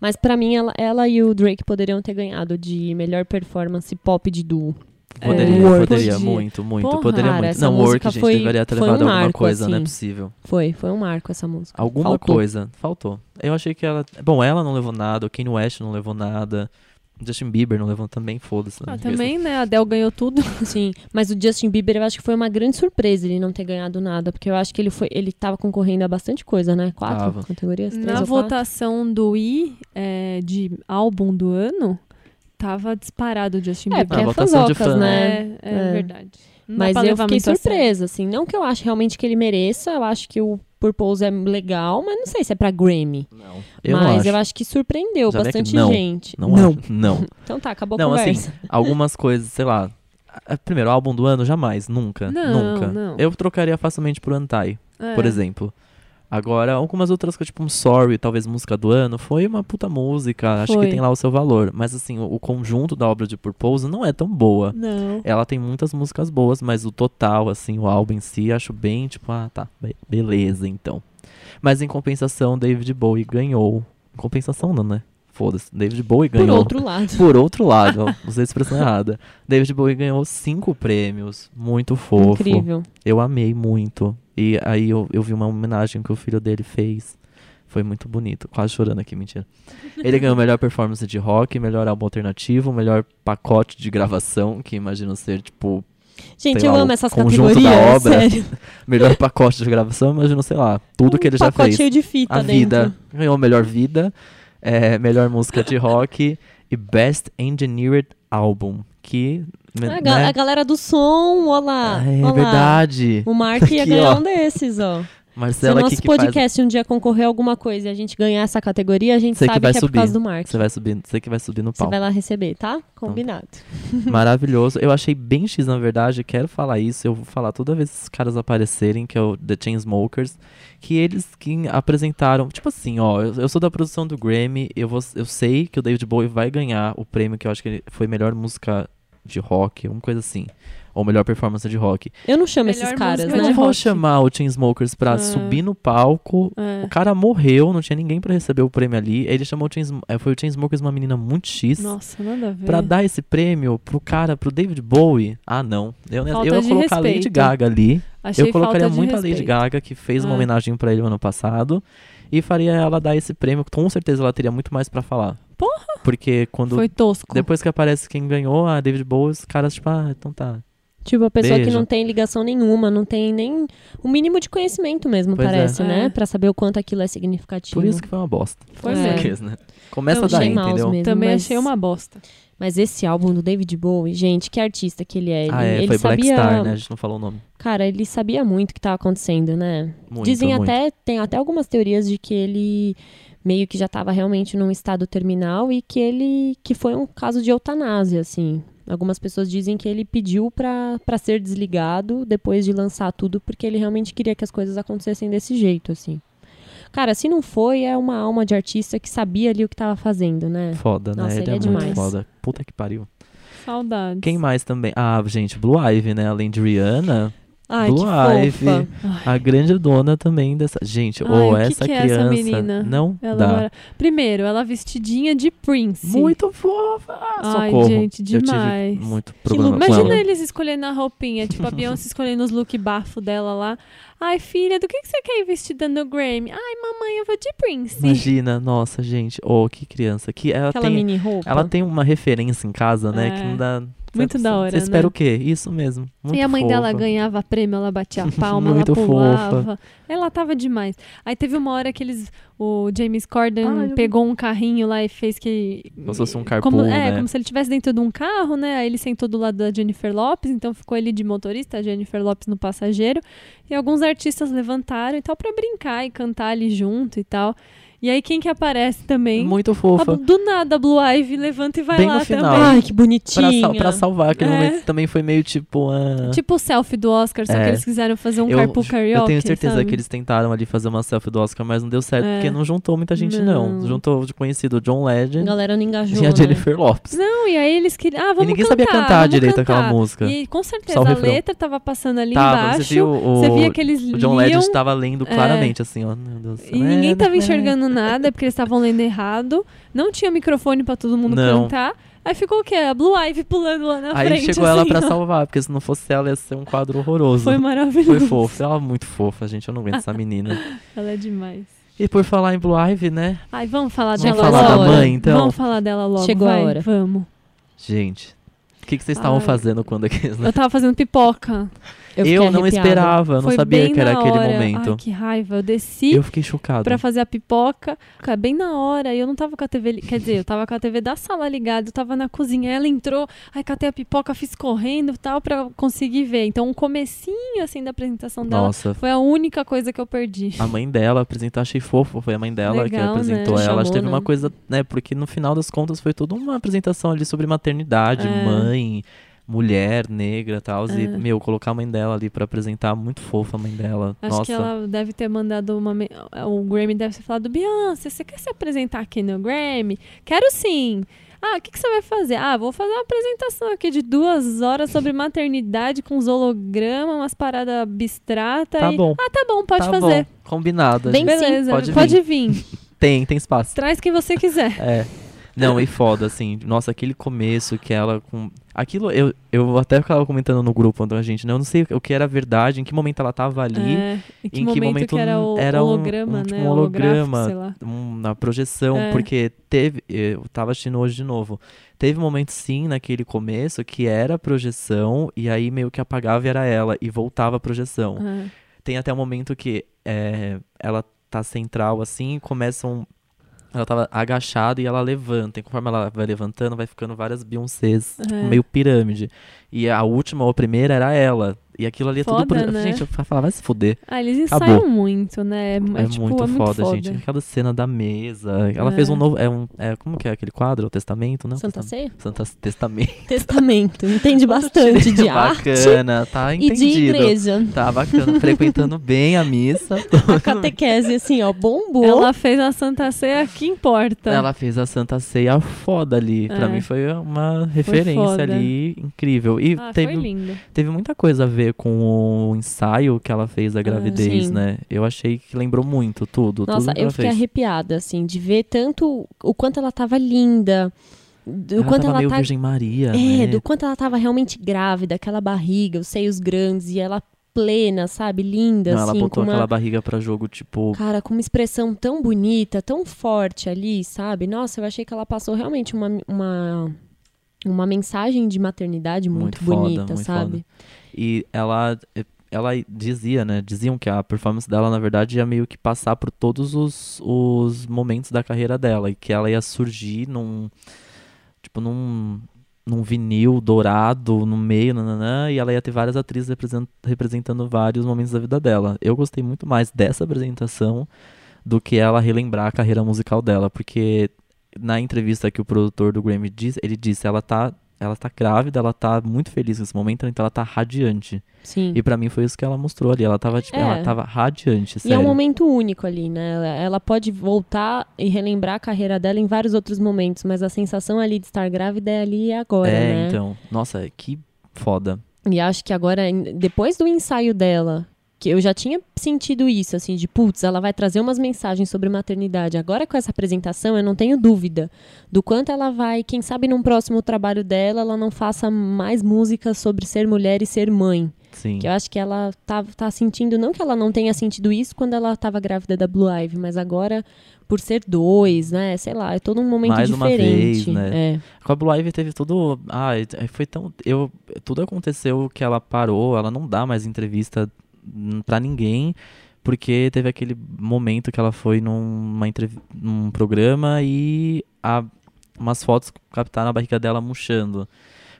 S3: Mas pra mim, ela, ela e o Drake poderiam ter ganhado de melhor performance pop de duo.
S2: É,
S1: Poderia,
S2: Work.
S1: poderia,
S2: Podia.
S1: muito, muito,
S3: Porra,
S1: poderia
S3: cara,
S1: muito.
S3: essa
S1: Não, work,
S3: música
S1: gente,
S3: foi-
S1: deveria ter
S3: foi um
S1: levado alguma
S3: marco,
S1: coisa, não é
S3: assim.
S1: possível.
S3: Foi, foi um marco essa música.
S1: Alguma
S3: Faltou.
S1: coisa, faltou. Eu achei que ela. Bom, ela não levou nada, o Kanye West não levou nada, Justin Bieber não levou também, foda-se.
S2: Ah,
S1: né?
S2: também, né? A Adele ganhou tudo.
S3: Sim, mas o Justin Bieber eu acho que foi uma grande surpresa ele não ter ganhado nada, porque eu acho que ele foi, ele tava concorrendo a bastante coisa, né? Quatro
S1: Tava.
S3: categorias, três
S2: Na
S3: ou quatro.
S2: votação do I, é, de álbum do ano, tava disparado o Justin
S3: É,
S2: Bieber.
S3: porque
S1: Ah,
S3: é
S1: votação de
S3: fanzocas,
S1: fã.
S3: né?
S2: É, é
S3: É.
S2: verdade. Não dá
S3: Mas
S2: pra
S3: eu
S2: levar
S3: fiquei
S2: muito a sério.
S3: surpresa, assim, não que eu acho realmente que ele mereça, eu acho que o Purpose é legal, mas não sei se é pra Grammy.
S1: Não. Eu
S3: mas
S1: acho.
S3: eu acho que surpreendeu
S1: Já vê que
S3: bastante
S1: não,
S3: gente.
S1: Não, acho. Não.
S3: Então tá, acabou a
S1: Não, assim,
S3: conversa.
S1: Algumas coisas, sei lá. a- Primeiro, álbum do ano, jamais, nunca.
S2: Não,
S1: nunca.
S2: não.
S1: Eu trocaria facilmente por Antai.
S2: É.
S1: por exemplo. Agora, algumas outras coisas, tipo um Sorry, talvez música do ano, foi uma puta música, acho
S2: Foi.
S1: que tem lá o seu valor. Mas assim, o, o conjunto da obra de Purpose não é tão boa.
S2: Não.
S1: Ela tem muitas músicas boas, mas o total, assim, o álbum em si, acho bem, tipo, ah, tá, be- beleza, então. Mas em compensação, David Bowie ganhou. Em compensação não, né? Foda-se, David Bowie
S3: Por
S1: ganhou.
S3: outro lado.
S1: Por outro lado, ó, usei a expressão errada. David Bowie ganhou cinco prêmios, muito fofo.
S3: Incrível.
S1: Eu amei muito. E aí eu, eu vi uma homenagem que o filho dele fez. Foi muito bonito. Quase chorando aqui, mentira. Ele ganhou melhor performance de rock, melhor álbum alternativo, melhor pacote de gravação, que imagino ser, tipo,
S3: Gente,
S1: Sei
S3: eu
S1: lá,
S3: amo
S1: o
S3: essas
S1: conjunto da
S3: categorias,
S1: obra,
S3: sério.
S1: melhor pacote de gravação, imagino, sei lá, tudo que ele
S3: um
S1: já
S3: pacote
S1: fez.
S3: cheio de fita
S1: A
S3: dentro.
S1: vida. Ganhou melhor vida, é, melhor música de rock e Best Engineered Album. Que.
S3: A, ga-
S1: né?
S3: a galera do som, olá.
S1: É
S3: olá.
S1: verdade.
S3: O Mark ia
S1: Aqui,
S3: ganhar
S1: ó.
S3: um desses, ó. Se o
S1: Marcela, que,
S3: nosso
S1: que faz...
S3: podcast um dia concorrer a alguma coisa e a gente ganhar essa categoria, a gente
S1: Você que
S3: sabe que,
S1: vai
S3: é por
S1: subir.
S3: causa do Mark.
S1: Você vai subir, você que vai subir no
S3: Você
S1: palco.
S3: vai lá receber, tá? Combinado.
S1: Maravilhoso. Eu achei bem X, na verdade. Quero falar isso. Eu vou falar toda vez que esses caras aparecerem, que é o The Chainsmokers, que eles que apresentaram. Tipo assim, ó, eu, eu sou da produção do Grammy, eu, vou, eu sei que o David Bowie vai ganhar o prêmio que eu acho que ele- foi melhor música de rock, uma coisa assim. Ou melhor performance de rock.
S3: Eu não chamo
S2: Melhor
S3: esses caras,
S2: música
S1: Eu
S3: né?
S2: de
S1: não vou
S2: rock.
S1: chamar o Chainsmokers pra
S2: Ah.
S1: subir no palco.
S2: É.
S1: O cara morreu, não tinha ninguém pra receber o prêmio ali. Aí ele chamou o Chainsm eh, foi o Chainsmokers, uma menina muito X.
S2: Nossa, nada a ver.
S1: Pra dar esse prêmio pro cara, pro David Bowie, ah não. Eu, eu
S2: Falta
S1: ia
S2: de
S1: colocar a Lady
S2: respeito.
S1: Gaga ali.
S2: Achei
S1: eu colocaria
S2: falta de
S1: muito a Lady
S2: respeito.
S1: Gaga, que fez uma
S2: Ah.
S1: homenagem pra ele no ano passado. E faria ela dar esse prêmio. Com certeza ela teria muito mais pra falar.
S2: Porra!
S1: Porque quando.
S2: Foi tosco.
S1: Depois que aparece quem ganhou, a David Bowie, os caras, tipo, ah, então tá.
S3: Tipo, a pessoa que
S1: Beijo.
S3: não tem ligação nenhuma, não tem nem o mínimo de conhecimento mesmo,
S1: Pois é.
S3: parece, né?
S2: É.
S3: Pra saber o quanto aquilo é significativo.
S1: Por isso que foi uma bosta.
S2: Foi
S3: É.
S2: mesmo.
S1: Aqueles, né? Começa
S3: Eu
S1: daí,
S3: achei maus
S1: entendeu?
S3: mesmo,
S2: Também
S3: mas-
S2: achei uma bosta.
S3: Mas esse álbum do David Bowie, gente, que artista que ele é. Ele,
S1: Ah, é,
S3: ele
S1: foi Black
S3: sabia,
S1: Star, né? A gente não falou o nome.
S3: Cara, ele sabia muito o que tava acontecendo, né?
S1: Muito,
S3: Dizem
S1: muito.
S3: até, tem até algumas teorias de que ele meio que já estava realmente num estado terminal e que ele que foi um caso de eutanásia, assim. Algumas pessoas dizem que ele pediu pra pra ser desligado depois de lançar tudo, porque ele realmente queria que as coisas acontecessem desse jeito, assim. Cara, se não foi, é uma alma de artista que sabia ali o que tava fazendo, né?
S1: Foda,
S3: Nossa,
S1: né?
S3: ele
S1: Ele, é,
S3: é
S1: muito
S3: demais.
S1: foda. Puta que pariu.
S2: Saudades.
S1: Quem mais também? Ah, gente, Blue Ivy, né? Além de Rihanna.
S3: Ai,
S1: Blue
S3: que fofa.
S1: Ivy. A grande dona também dessa. Gente,
S2: Ai,
S1: ou
S2: o que
S1: essa
S2: que é essa
S1: criança
S2: menina?
S1: não
S2: Ela
S1: dá.
S2: era- Primeiro, ela vestidinha de Prince.
S1: Muito fofa!
S2: Ai,
S1: Socorro.
S2: gente,
S1: Eu
S2: demais.
S1: tive muito problema Uhum. com
S2: Imagina
S1: ela.
S2: eles escolhendo a roupinha, tipo a Beyoncé escolhendo os look bafo dela lá. Ai, filha, do que, que você quer ir vestida no Grammy? Ai, mamãe, eu vou de Prince.
S1: Imagina, nossa, gente. Oh, que criança. Que ela
S3: Aquela
S1: tem.
S3: mini roupa.
S1: Ela tem uma referência em casa, né? Que
S2: É.
S1: não dá.
S2: Muito
S1: Cê-
S2: da
S1: cê-
S2: hora,
S1: Você espera
S2: né?
S1: o quê? Isso mesmo. Muito
S2: e a mãe
S1: fofa.
S2: dela ganhava prêmio, ela batia a palma,
S1: Muito
S2: ela
S1: fofa.
S2: pulava. Ela tava demais. Aí teve uma hora que eles. O James Corden
S1: Ah, eu vi.
S2: pegou um carrinho lá e fez que.
S1: Como se fosse um
S2: Como,
S1: carpool,
S2: é,
S1: né?
S2: como se ele estivesse dentro de um carro, né? Aí ele sentou do lado da Jennifer Lopes, então ficou ele de motorista, a Jennifer Lopes no passageiro. E alguns artistas levantaram e tal pra brincar e cantar ali junto e tal. E aí quem que aparece também?
S1: Muito
S2: A-
S1: fofa.
S2: do nada a Blue Ivy levanta e vai
S1: Bem
S2: lá
S1: no final.
S2: também.
S3: Ai, que
S1: Pra,
S3: bonitinha.
S1: sal- pra salvar aquele
S2: É.
S1: momento também foi meio tipo. ah,
S2: Tipo o selfie do Oscar, só
S1: É.
S2: que eles quiseram fazer um
S1: eu,
S2: carpool karaoke.
S1: eu tenho certeza
S2: sabe?
S1: que eles tentaram ali fazer uma selfie do Oscar, mas não deu certo,
S2: É.
S1: porque não juntou muita gente, não.
S2: Não.
S1: Juntou de conhecido o John
S3: A
S1: Legend
S3: galera não engajou,
S1: e a
S3: né?
S1: Jennifer Lopes.
S2: Não, e aí eles queriam. Ah, vamos
S1: e ninguém
S2: cantar,
S1: sabia cantar
S2: vamos
S1: direito
S2: cantar.
S1: aquela música.
S2: E com certeza
S1: Só o
S2: a
S1: refrão.
S2: letra tava passando ali
S1: Tava,
S2: embaixo.
S1: você viu o,
S2: Você via que eles
S1: o John
S2: liam
S1: Legend né? estava lendo
S2: é.
S1: claramente, assim, ó. Meu Deus do céu.
S2: e ninguém tava enxergando nada, porque eles estavam lendo errado. Não tinha microfone pra todo mundo
S1: Não.
S2: cantar. Aí ficou o quê? A Blue Ivy pulando lá na
S1: Aí
S2: frente.
S1: chegou ela
S2: assim,
S1: pra
S2: ó.
S1: salvar, porque se não fosse ela ia ser um quadro horroroso.
S2: Foi maravilhoso.
S1: Foi fofo. Ela é muito fofa, gente. Eu não aguento essa menina.
S2: Ela é demais.
S1: E por falar em Blue Ivy, né?
S2: Ai, vamos falar
S3: Vamos
S2: dela
S3: falar da
S2: logo.
S1: mãe, então?
S2: Vamos falar dela logo.
S3: Chegou a
S2: vai,
S3: hora.
S2: Vamos.
S1: Gente, o que, que vocês estavam
S2: Ai.
S1: fazendo quando aqueles, né?
S2: Eu tava fazendo pipoca.
S3: Eu,
S1: Eu,
S3: fiquei
S1: não
S3: arrepiada.
S1: esperava, eu não
S2: Foi
S1: sabia
S2: bem
S1: que era
S2: na
S1: aquele
S2: hora.
S1: momento.
S2: Ai, que raiva. Eu desci.
S1: Eu fiquei chocado.
S2: Pra fazer a pipoca. Cara, bem na hora, e eu não tava com a TV. li- Quer dizer, eu tava com a TV da sala ligada, eu tava na cozinha. Ela entrou, aí catei a pipoca, fiz correndo e tal, pra conseguir ver. Então, um comecinho assim da apresentação dela
S1: Nossa,
S2: foi a única coisa que eu perdi.
S1: a mãe dela apresentou, achei fofo, foi a mãe dela que
S2: Legal,
S1: apresentou
S3: né?
S1: ela. Acho que teve
S3: Chamou,
S1: uma
S3: né?
S1: coisa, né? Porque no final das contas foi toda uma apresentação ali sobre maternidade,
S2: É.
S1: mãe, mulher, negra e tal. E,
S2: É.
S1: meu, colocar a mãe dela ali pra apresentar, muito fofa a mãe dela.
S2: Acho
S1: Nossa.
S2: que ela deve ter mandado uma. me- O Grammy deve ter falado: Beyoncé, você quer se apresentar aqui no Grammy? Quero sim. Ah, o que, que você vai fazer? Ah, vou fazer uma apresentação aqui de duas horas sobre maternidade com os hologramas, umas paradas abstratas.
S1: Tá
S2: e...
S1: bom,
S2: Ah, tá bom, pode
S1: tá
S2: fazer.
S1: bom. Combinado. a
S3: Bem-
S1: gente
S3: Sim,
S2: Beleza,
S1: pode
S2: pode,
S1: vir.
S2: vir.
S1: Tem, tem espaço.
S2: Traz quem você quiser.
S1: É. Não, e foda, assim. Nossa, aquele começo que ela com. Aquilo, eu, eu até ficava comentando no grupo quando a gente, né? Eu não sei o que era verdade, em que momento ela tava ali.
S2: É, em que
S1: em que
S2: momento,
S1: momento
S2: que era o
S1: era um-
S2: holograma,
S1: um tipo
S2: né?
S1: um
S2: Holográfico,
S1: holograma.
S2: sei lá.
S1: um- na projeção,
S2: É.
S1: porque teve. Eu tava assistindo hoje de novo. Teve um momento, sim, naquele começo, que era a projeção, e aí meio que apagava e era ela, e voltava a projeção.
S2: É.
S1: Tem até um momento que é, ela tá central assim, e começam. Ela tava agachada e ela levanta. E conforme ela vai levantando, vai ficando várias Beyoncés, tipo,
S2: É.
S1: meio pirâmide. E a última ou a primeira era ela. E aquilo ali é
S2: Foda,
S1: tudo. Por...
S2: né?
S1: Gente, eu falava, vai se fuder.
S2: Ah, eles
S1: Acabou.
S2: ensaiam muito, né? É,
S1: Tá É,
S2: tipo,
S1: muito,
S2: é muito
S1: foda, gente. Aquela cena da mesa. Ela fez
S2: É.
S1: um novo. É um. É, como que é aquele quadro? O testamento, né? O
S3: Santa
S1: testamento.
S3: Ceia?
S1: Santa Testamento.
S3: Testamento. Entende bastante de arte
S1: tipo. Bacana, tá
S3: e
S1: entendido.
S3: de igreja.
S1: Tá bacana, frequentando bem a missa.
S3: A catequese, assim, ó, bombou.
S2: Ela fez a Santa Ceia, que
S3: Tá.
S2: importa.
S1: Ela fez a Santa Ceia foda ali. Pra
S2: É.
S1: mim foi uma referência
S2: foda.
S1: ali incrível. E
S2: Ah, foi
S1: teve, um
S2: linda.
S1: teve muita coisa a ver com o ensaio que ela fez da gravidez,
S3: Ah, sim.
S1: né? Eu achei que lembrou muito tudo.
S3: Nossa,
S1: tudo que
S3: eu
S1: ela
S3: fiquei
S1: fez.
S3: arrepiada, assim, de ver tanto o quanto ela tava linda, do
S1: Ela
S3: quanto
S1: tava
S3: ela
S1: meio
S3: tá.
S1: Virgem Maria,
S3: É,
S1: né?
S3: do quanto ela tava realmente grávida, aquela barriga, os seios grandes e ela plena, sabe? Linda,
S1: Não, ela
S3: assim, com
S1: botou
S3: uma.
S1: aquela barriga pra jogo, tipo...
S3: Cara, com uma expressão tão bonita, tão forte ali, sabe? Nossa, eu achei que ela passou realmente uma. uma... Uma mensagem de maternidade muito,
S1: Muito foda,
S3: bonita,
S1: muito
S3: sabe?
S1: E ela, ela dizia, né? Diziam que a performance dela, na verdade, ia meio que passar por todos os, os momentos da carreira dela. E que ela ia surgir num. Tipo, num. Num vinil dourado no meio, nananã, e ela ia ter várias atrizes represent- representando vários momentos da vida dela. Eu gostei muito mais dessa apresentação do que ela relembrar a carreira musical dela, porque na entrevista que o produtor do Grammy disse, ele disse, ela tá, ela tá grávida, ela tá muito feliz nesse momento, então ela tá radiante.
S3: Sim.
S1: E pra mim foi isso que ela mostrou ali, ela tava tipo,
S3: É.
S1: ela tava radiante,
S3: E
S1: sério.
S3: é um momento único ali, né? Ela, ela pode voltar e relembrar a carreira dela em vários outros momentos, mas a sensação ali de estar grávida é ali e agora,
S1: é,
S3: né?
S1: então. Nossa, que foda.
S3: E acho que agora, em- depois do ensaio dela, que eu já tinha sentido isso, assim, de putz, ela vai trazer umas mensagens sobre maternidade. Agora com essa apresentação, eu não tenho dúvida do quanto ela vai, quem sabe num próximo trabalho dela, ela não faça mais músicas sobre ser mulher e ser mãe.
S1: Sim.
S3: Que eu acho que ela tá, tá sentindo, não que ela não tenha sentido isso quando ela estava grávida da Blue Ivy, mas agora, por ser dois, né? Sei lá, é todo um momento
S1: Mais uma
S3: diferente.
S1: vez, né?
S3: É.
S1: Com a Blue Ivy teve tudo. Ai, t- foi tão. Eu, tudo aconteceu que ela parou, ela não dá mais entrevista hum, pra ninguém. Porque teve aquele momento que ela foi numa entrev- num programa e a- umas fotos captaram a barriga dela murchando.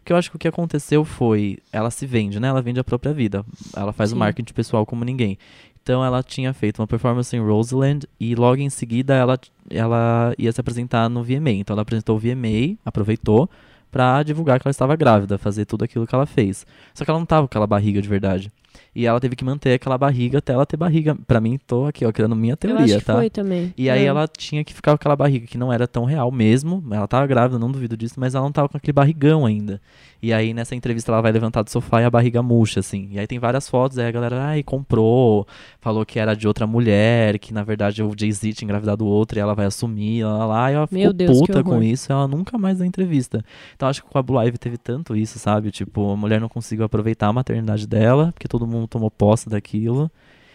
S1: Porque eu acho que o que aconteceu foi. Ela se vende, né? Ela vende a própria vida. Ela faz o
S3: Sim.
S1: marketing pessoal como ninguém. Então ela tinha feito uma performance em Roseland e logo em seguida ela ela ia se apresentar no VMA. Então ela apresentou o VMA, aproveitou pra divulgar que ela estava grávida, fazer tudo aquilo que ela fez. Só que ela não tava com aquela barriga de verdade. E ela teve que manter aquela barriga até ela ter barriga. Pra mim, tô aqui, ó, criando minha
S3: Eu
S1: teoria,
S3: acho que
S1: tá?
S3: foi também.
S1: E aí
S3: É.
S1: ela tinha que ficar com aquela barriga que não era tão real mesmo. Ela tava grávida, não duvido disso, mas ela não tava com aquele barrigão ainda. E aí nessa entrevista ela vai levantar do sofá e a barriga murcha, assim. E aí tem várias fotos, aí a galera, ai, comprou, falou que era de outra mulher, que na verdade o Jay-Z tinha engravidado outra e ela vai assumir, lá, lá, lá. E ela ficou
S3: Meu Deus, que
S1: puta com
S3: horror.
S1: isso, ela nunca mais dá entrevista. Então acho que com a Blue Ivy teve tanto isso, sabe? Tipo, a mulher não conseguiu aproveitar a maternidade dela, porque todo mundo tomou posse daquilo.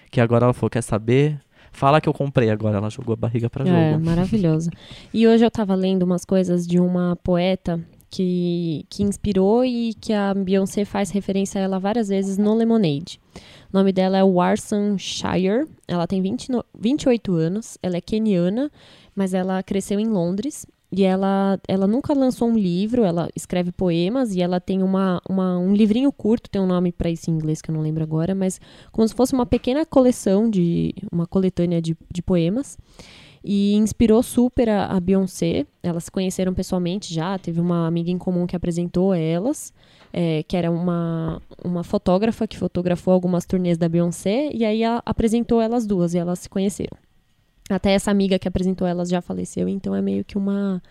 S1: Que agora ela falou, quer saber? Fala que eu comprei agora. Ela jogou a barriga pra
S3: É,
S1: jogo.
S3: maravilhosa. E hoje eu tava lendo umas coisas de uma poeta que, que inspirou e que a Beyoncé faz referência a ela várias vezes no Lemonade. O nome dela é Warson Shire. Ela tem 20, no- 28 anos, ela é keniana, mas ela cresceu em Londres. E ela, ela nunca lançou um livro, ela escreve poemas e ela tem uma, uma, um livrinho curto, tem um nome pra isso em inglês que eu não lembro agora, mas como se fosse uma pequena coleção de. uma coletânea de, de poemas e inspirou super a, a Beyoncé. Elas se conheceram pessoalmente já, teve uma amiga em comum que apresentou elas, é, que era uma, uma fotógrafa que fotografou algumas turnês da Beyoncé, e aí a- apresentou elas duas e elas se conheceram. Até essa amiga que apresentou elas já faleceu, então é meio que uma,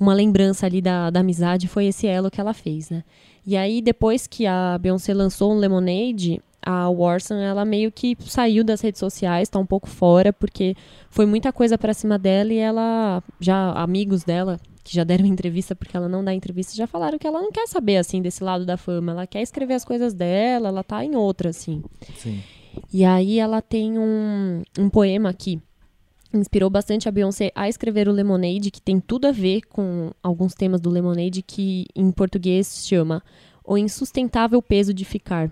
S3: uma lembrança ali da, da amizade, foi esse elo que ela fez, né? E aí, depois que a Beyoncé lançou o Lemonade, a Warson, ela meio que saiu das redes sociais, tá um pouco fora, porque foi muita coisa pra cima dela e ela já amigos dela que já deram entrevista porque ela não dá entrevista já falaram que ela não quer saber assim desse lado da fama, ela quer escrever as coisas dela, ela tá em outra assim.
S1: Sim.
S3: E aí ela tem um, um poema aqui. Inspirou bastante a Beyoncé a escrever o Lemonade, que tem tudo a ver com alguns temas do Lemonade, que em português chama O Insustentável Peso de Ficar.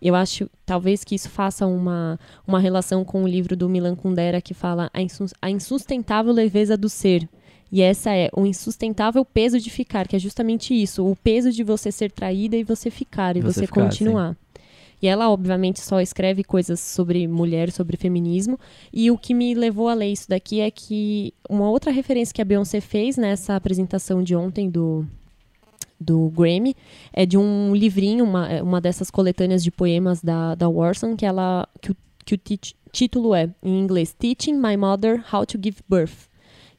S3: Eu acho, talvez, que isso faça uma, uma relação com o livro do Milan Kundera, que fala a, insus- a insustentável leveza do ser. E essa é o insustentável peso de ficar, que é justamente isso, o peso de você ser traída e você ficar, e
S1: Você
S3: você,
S1: ficar, sim.
S3: continuar. E ela, obviamente, só escreve coisas sobre mulher, sobre feminismo. E o que me levou a ler isso daqui é que uma outra referência que a Beyoncé fez nessa apresentação de ontem do, do Grammy é de um livrinho, uma, é uma dessas coletâneas de poemas da, da Warson, que, ela, que, o, que o tit- título é, em inglês, Teaching My Mother How to Give Birth.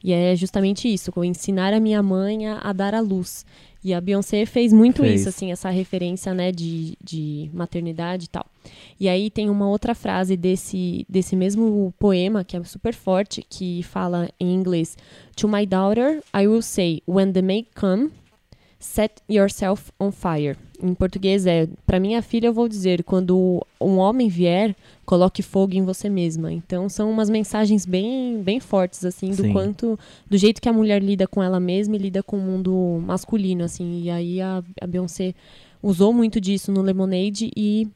S3: E é justamente isso, com ensinar a minha mãe a, a dar à luz. E a Beyoncé fez muito
S1: Fez.
S3: isso, assim, essa referência, né, de, de maternidade e tal. E aí tem uma outra frase desse, desse mesmo poema, que é super forte, que fala em inglês: To my daughter, I will say, when the May come, set yourself on fire. Em português é: Para minha filha, eu vou dizer, quando um homem vier, coloque fogo em você mesma. Então são umas mensagens bem, bem fortes, assim, do
S1: Sim.
S3: quanto. do jeito que a mulher lida com ela mesma e lida com o mundo masculino, assim. E aí a, a Beyoncé usou muito disso no Lemonade e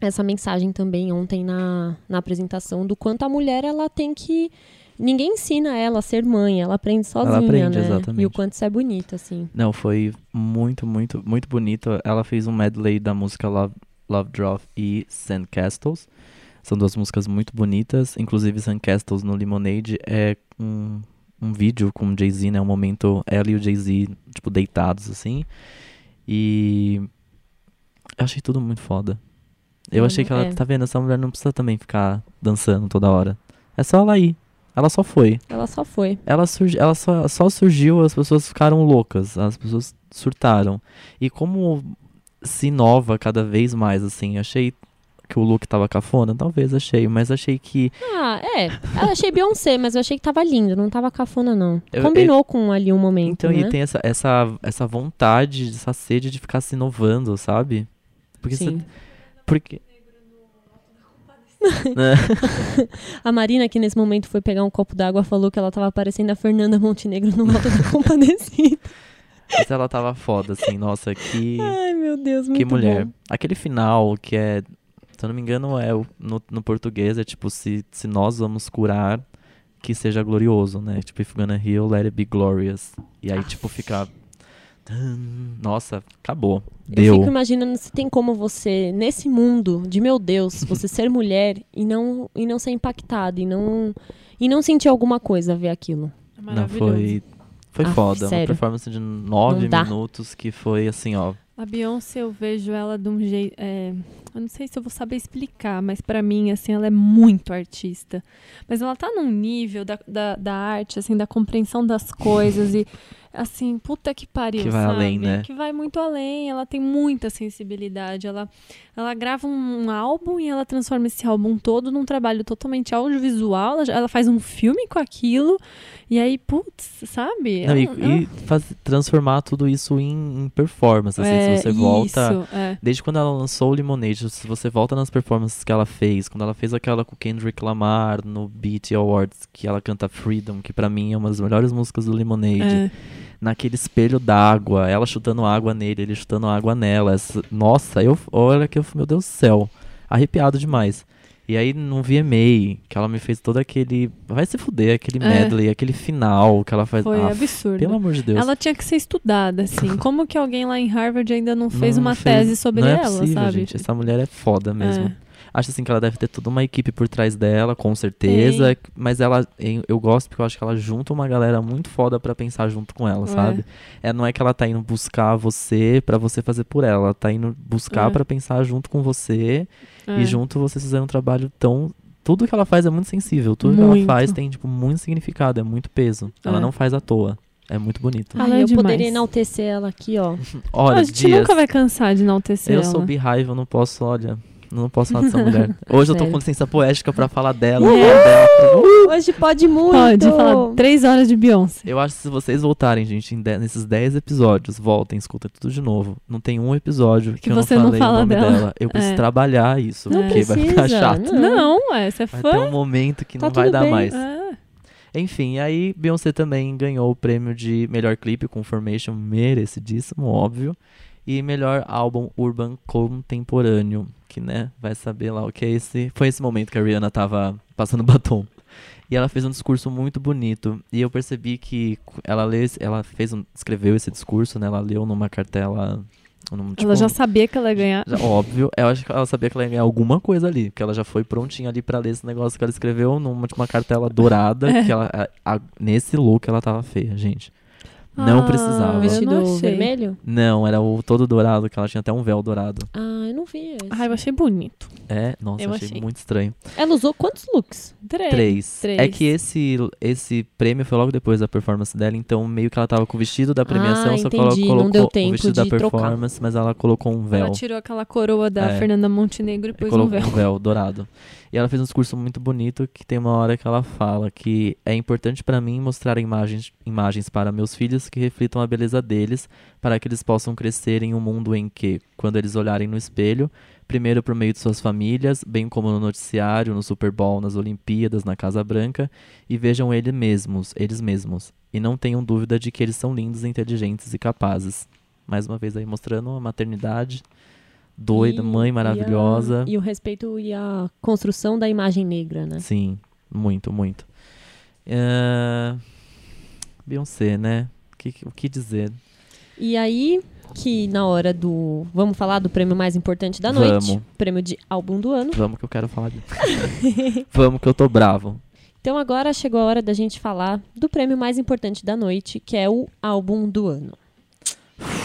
S3: essa mensagem também ontem na, na apresentação do quanto a mulher ela tem que ninguém ensina ela a ser mãe, ela aprende sozinha,
S1: aprende,
S3: né?
S1: exatamente.
S3: E o quanto isso é bonito assim.
S1: Não, foi muito, muito, muito bonito. Ela fez um medley da música Love, Love Drop e Sandcastles. São duas músicas muito bonitas. Inclusive, Sandcastles no Lemonade é um, um vídeo com o Jay-Z, né? Um momento ela e o Jay-Z, tipo, deitados, assim. E... Eu achei tudo muito foda. Eu
S3: Não,
S1: achei que ela,
S3: é.
S1: tá vendo, essa mulher não precisa também ficar dançando toda hora. É só ela ir. Ela só foi
S3: Ela só foi.
S1: ela, surgi, ela só, só surgiu, as pessoas ficaram loucas, as pessoas surtaram. E como se inova cada vez mais, assim, achei que o look tava cafona, talvez achei, mas achei que.
S3: Ah, é. Eu achei Beyoncé, mas eu achei que tava lindo, não tava cafona não.
S1: Eu-
S3: Combinou com ali um momento,
S1: então,
S3: né?
S1: e tem essa, essa, essa vontade, essa sede de ficar se inovando, sabe? Porque
S3: Sim.
S1: você. tá- Porque. Né?
S3: A Marina, que nesse momento foi pegar um copo d'água, falou que ela tava parecendo a Fernanda Montenegro no Alto da Compadecida.
S1: Mas ela tava foda, assim, nossa, que.
S3: Ai, meu Deus, muito
S1: Que mulher.
S3: bom.
S1: Aquele final que é. Se eu não me engano, é o- no, no português é tipo, se, se nós vamos curar, que seja glorioso, né? Tipo, if gonna heal, let it be glorious. E aí, tipo, fica. Tan, Nossa, acabou.
S3: Eu
S1: Deu.
S3: fico imaginando se tem como você, nesse mundo de meu Deus, você ser mulher e não, e não ser impactado, e não, e não sentir alguma coisa a ver aquilo.
S2: É
S1: Não,
S2: maravilhoso.
S1: foi. Foi
S3: Ah,
S1: foda. Uma
S3: sério.
S1: performance de nove
S3: Não dá.
S1: minutos que foi assim, ó.
S2: A Beyoncé, eu vejo ela de um jeito. é, eu não sei se eu vou saber explicar, mas pra mim, assim, ela é muito artista. Mas ela tá num nível da, da, da arte, assim, da compreensão das coisas e, assim, puta que pariu,
S1: Que vai
S2: sabe?
S1: além, né?
S2: Que vai muito além. Ela tem muita sensibilidade. Ela, ela grava um álbum e ela transforma esse álbum todo num trabalho totalmente audiovisual. Ela, já- ela faz um filme com aquilo. E aí, putz, sabe? É um,
S1: Não, e,
S2: Ela- ela-
S1: e assim, faz- transformar tudo isso em, em performance. Assim,
S2: É,
S1: se você volta.
S2: Isso, é.
S1: Desde quando ela lançou o Lemonade, se você volta nas performances que ela fez, quando ela fez aquela com o Kendrick Lamar no BT Awards, que ela canta Freedom, que pra mim é uma das melhores músicas do Lemonade,
S2: é.
S1: naquele espelho d'água, ela chutando água nele, ele chutando água nela. essa- Nossa, eu olha que eu, meu Deus do céu, arrepiado demais. E aí não VMA, que ela me fez todo aquele, vai se fuder, aquele
S2: É.
S1: medley, aquele final que ela faz.
S2: Foi
S1: Ah,
S2: absurdo.
S1: pelo amor de Deus.
S2: Ela tinha que ser estudada, assim. Como que alguém lá em Harvard ainda não fez
S1: Não
S2: uma
S1: fez-
S2: tese sobre
S1: não é
S2: ela,
S1: possível,
S2: sabe?
S1: Gente, essa mulher é foda mesmo.
S2: É.
S1: Acho assim que ela deve ter toda uma equipe por trás dela, com certeza. Mas ela, em- eu gosto porque eu acho que ela junta uma galera muito foda pra pensar junto com ela,
S2: É.
S1: sabe? É, não é que ela tá indo buscar você pra você fazer por ela. Ela tá indo buscar
S2: É.
S1: pra pensar junto com você. E
S2: É.
S1: junto vocês fizeram um trabalho tão. Tudo que ela faz é muito sensível. Tudo que ela
S2: Muito.
S1: faz tem, tipo, muito significado, é muito peso. Ela
S2: É.
S1: não faz à toa. É muito bonito.
S2: Ela
S3: Ai,
S2: é
S3: eu
S2: demais.
S3: poderia enaltecer ela aqui, ó.
S1: Olha,
S2: a gente
S1: Dias,
S2: nunca vai cansar de enaltecer
S1: Eu
S2: ela.
S1: sou birraiva, eu não posso, olha. eu Não posso falar dessa mulher. Hoje eu tô
S3: Sério.
S1: com licença poética pra falar dela.
S3: Uhul!
S1: falar dela.
S3: Hoje pode muito.
S2: Pode falar três horas de Beyoncé.
S1: Eu acho que se vocês voltarem, gente, em de- nesses 10 episódios, voltem, escuta tudo de novo. Não tem um episódio que,
S2: Que
S1: eu não
S2: você não
S1: falei
S2: fala
S1: o nome
S2: dela.
S1: dela. Eu preciso
S2: É.
S1: trabalhar isso,
S2: Não
S1: porque vai ficar
S3: precisa,
S1: chato.
S3: Não.
S2: Não, ué, você é
S1: Vai
S2: fã.
S1: ter um momento que
S3: Tá
S1: não vai
S3: tudo
S1: dar
S3: bem.
S1: mais.
S2: É.
S1: Enfim, aí Beyoncé também ganhou o prêmio de melhor clipe com Formation, merecidíssimo, óbvio. E melhor álbum urban contemporâneo, que né, vai saber lá o que é esse. Foi esse momento que a Rihanna tava passando batom. E ela fez um discurso muito bonito. E eu percebi que cu- ela, lê, esse- ela fez um- escreveu esse discurso, né? Ela leu numa cartela Eu não,
S2: ela
S1: tipo,
S2: já sabia que ela ia ganhar.
S1: já- óbvio, eu acho que ela sabia que ela ia ganhar alguma coisa ali, porque ela já foi prontinha ali pra ler esse negócio que ela escreveu numa tipo, uma cartela dourada,
S3: É.
S1: que ela a- a- nesse look ela tava feia, gente. Não
S2: Ah,
S1: precisava.
S2: eu não
S3: Vestido
S2: achei.
S3: vermelho?
S1: Não, era o todo dourado, que ela tinha até um véu dourado.
S3: Ah, eu não vi esse.
S2: Ai, eu achei bonito.
S1: É, nossa,
S2: Eu
S1: achei
S2: achei.
S1: muito estranho.
S3: Ela usou quantos looks?
S2: Três.
S1: Três.
S2: três.
S1: É que esse, esse prêmio foi logo depois da performance dela, então meio que ela tava com o vestido da premiação,
S3: Ah,
S1: só
S3: entendi,
S1: colo-
S3: não
S1: colocou
S3: deu
S1: o
S3: tempo
S1: vestido
S3: de
S1: da
S3: trocar.
S1: performance, mas ela colocou um véu.
S2: Ela tirou aquela coroa da
S1: É.
S2: Fernanda Montenegro e pôs um
S1: colocou
S2: véu.
S1: um véu dourado. E ela fez um discurso muito bonito que tem uma hora que ela fala que é importante pra mim mostrar imagens, imagens para meus filhos que reflitam a beleza deles, para que eles possam crescer em um mundo em que, quando eles olharem no espelho, primeiro por meio de suas famílias, bem como no noticiário, no Super Bowl, nas Olimpíadas, na Casa Branca, e vejam eles mesmos, eles mesmos. E não tenham dúvida de que eles são lindos, inteligentes e capazes. Mais uma vez aí mostrando a maternidade doida,
S3: E-
S1: mãe
S3: e a-
S1: maravilhosa.
S3: E, o respeito e a construção da imagem negra, né?
S1: Sim, muito, muito. É, Beyoncé, né? O que, o que dizer?
S3: E aí que na hora do... Vamos falar do prêmio mais importante da noite.
S1: Vamos.
S3: Prêmio de álbum do ano.
S1: Vamos que eu quero falar disso. Vamos que eu tô bravo.
S3: Então agora chegou a hora da gente falar do prêmio mais importante da noite, que é o álbum do ano.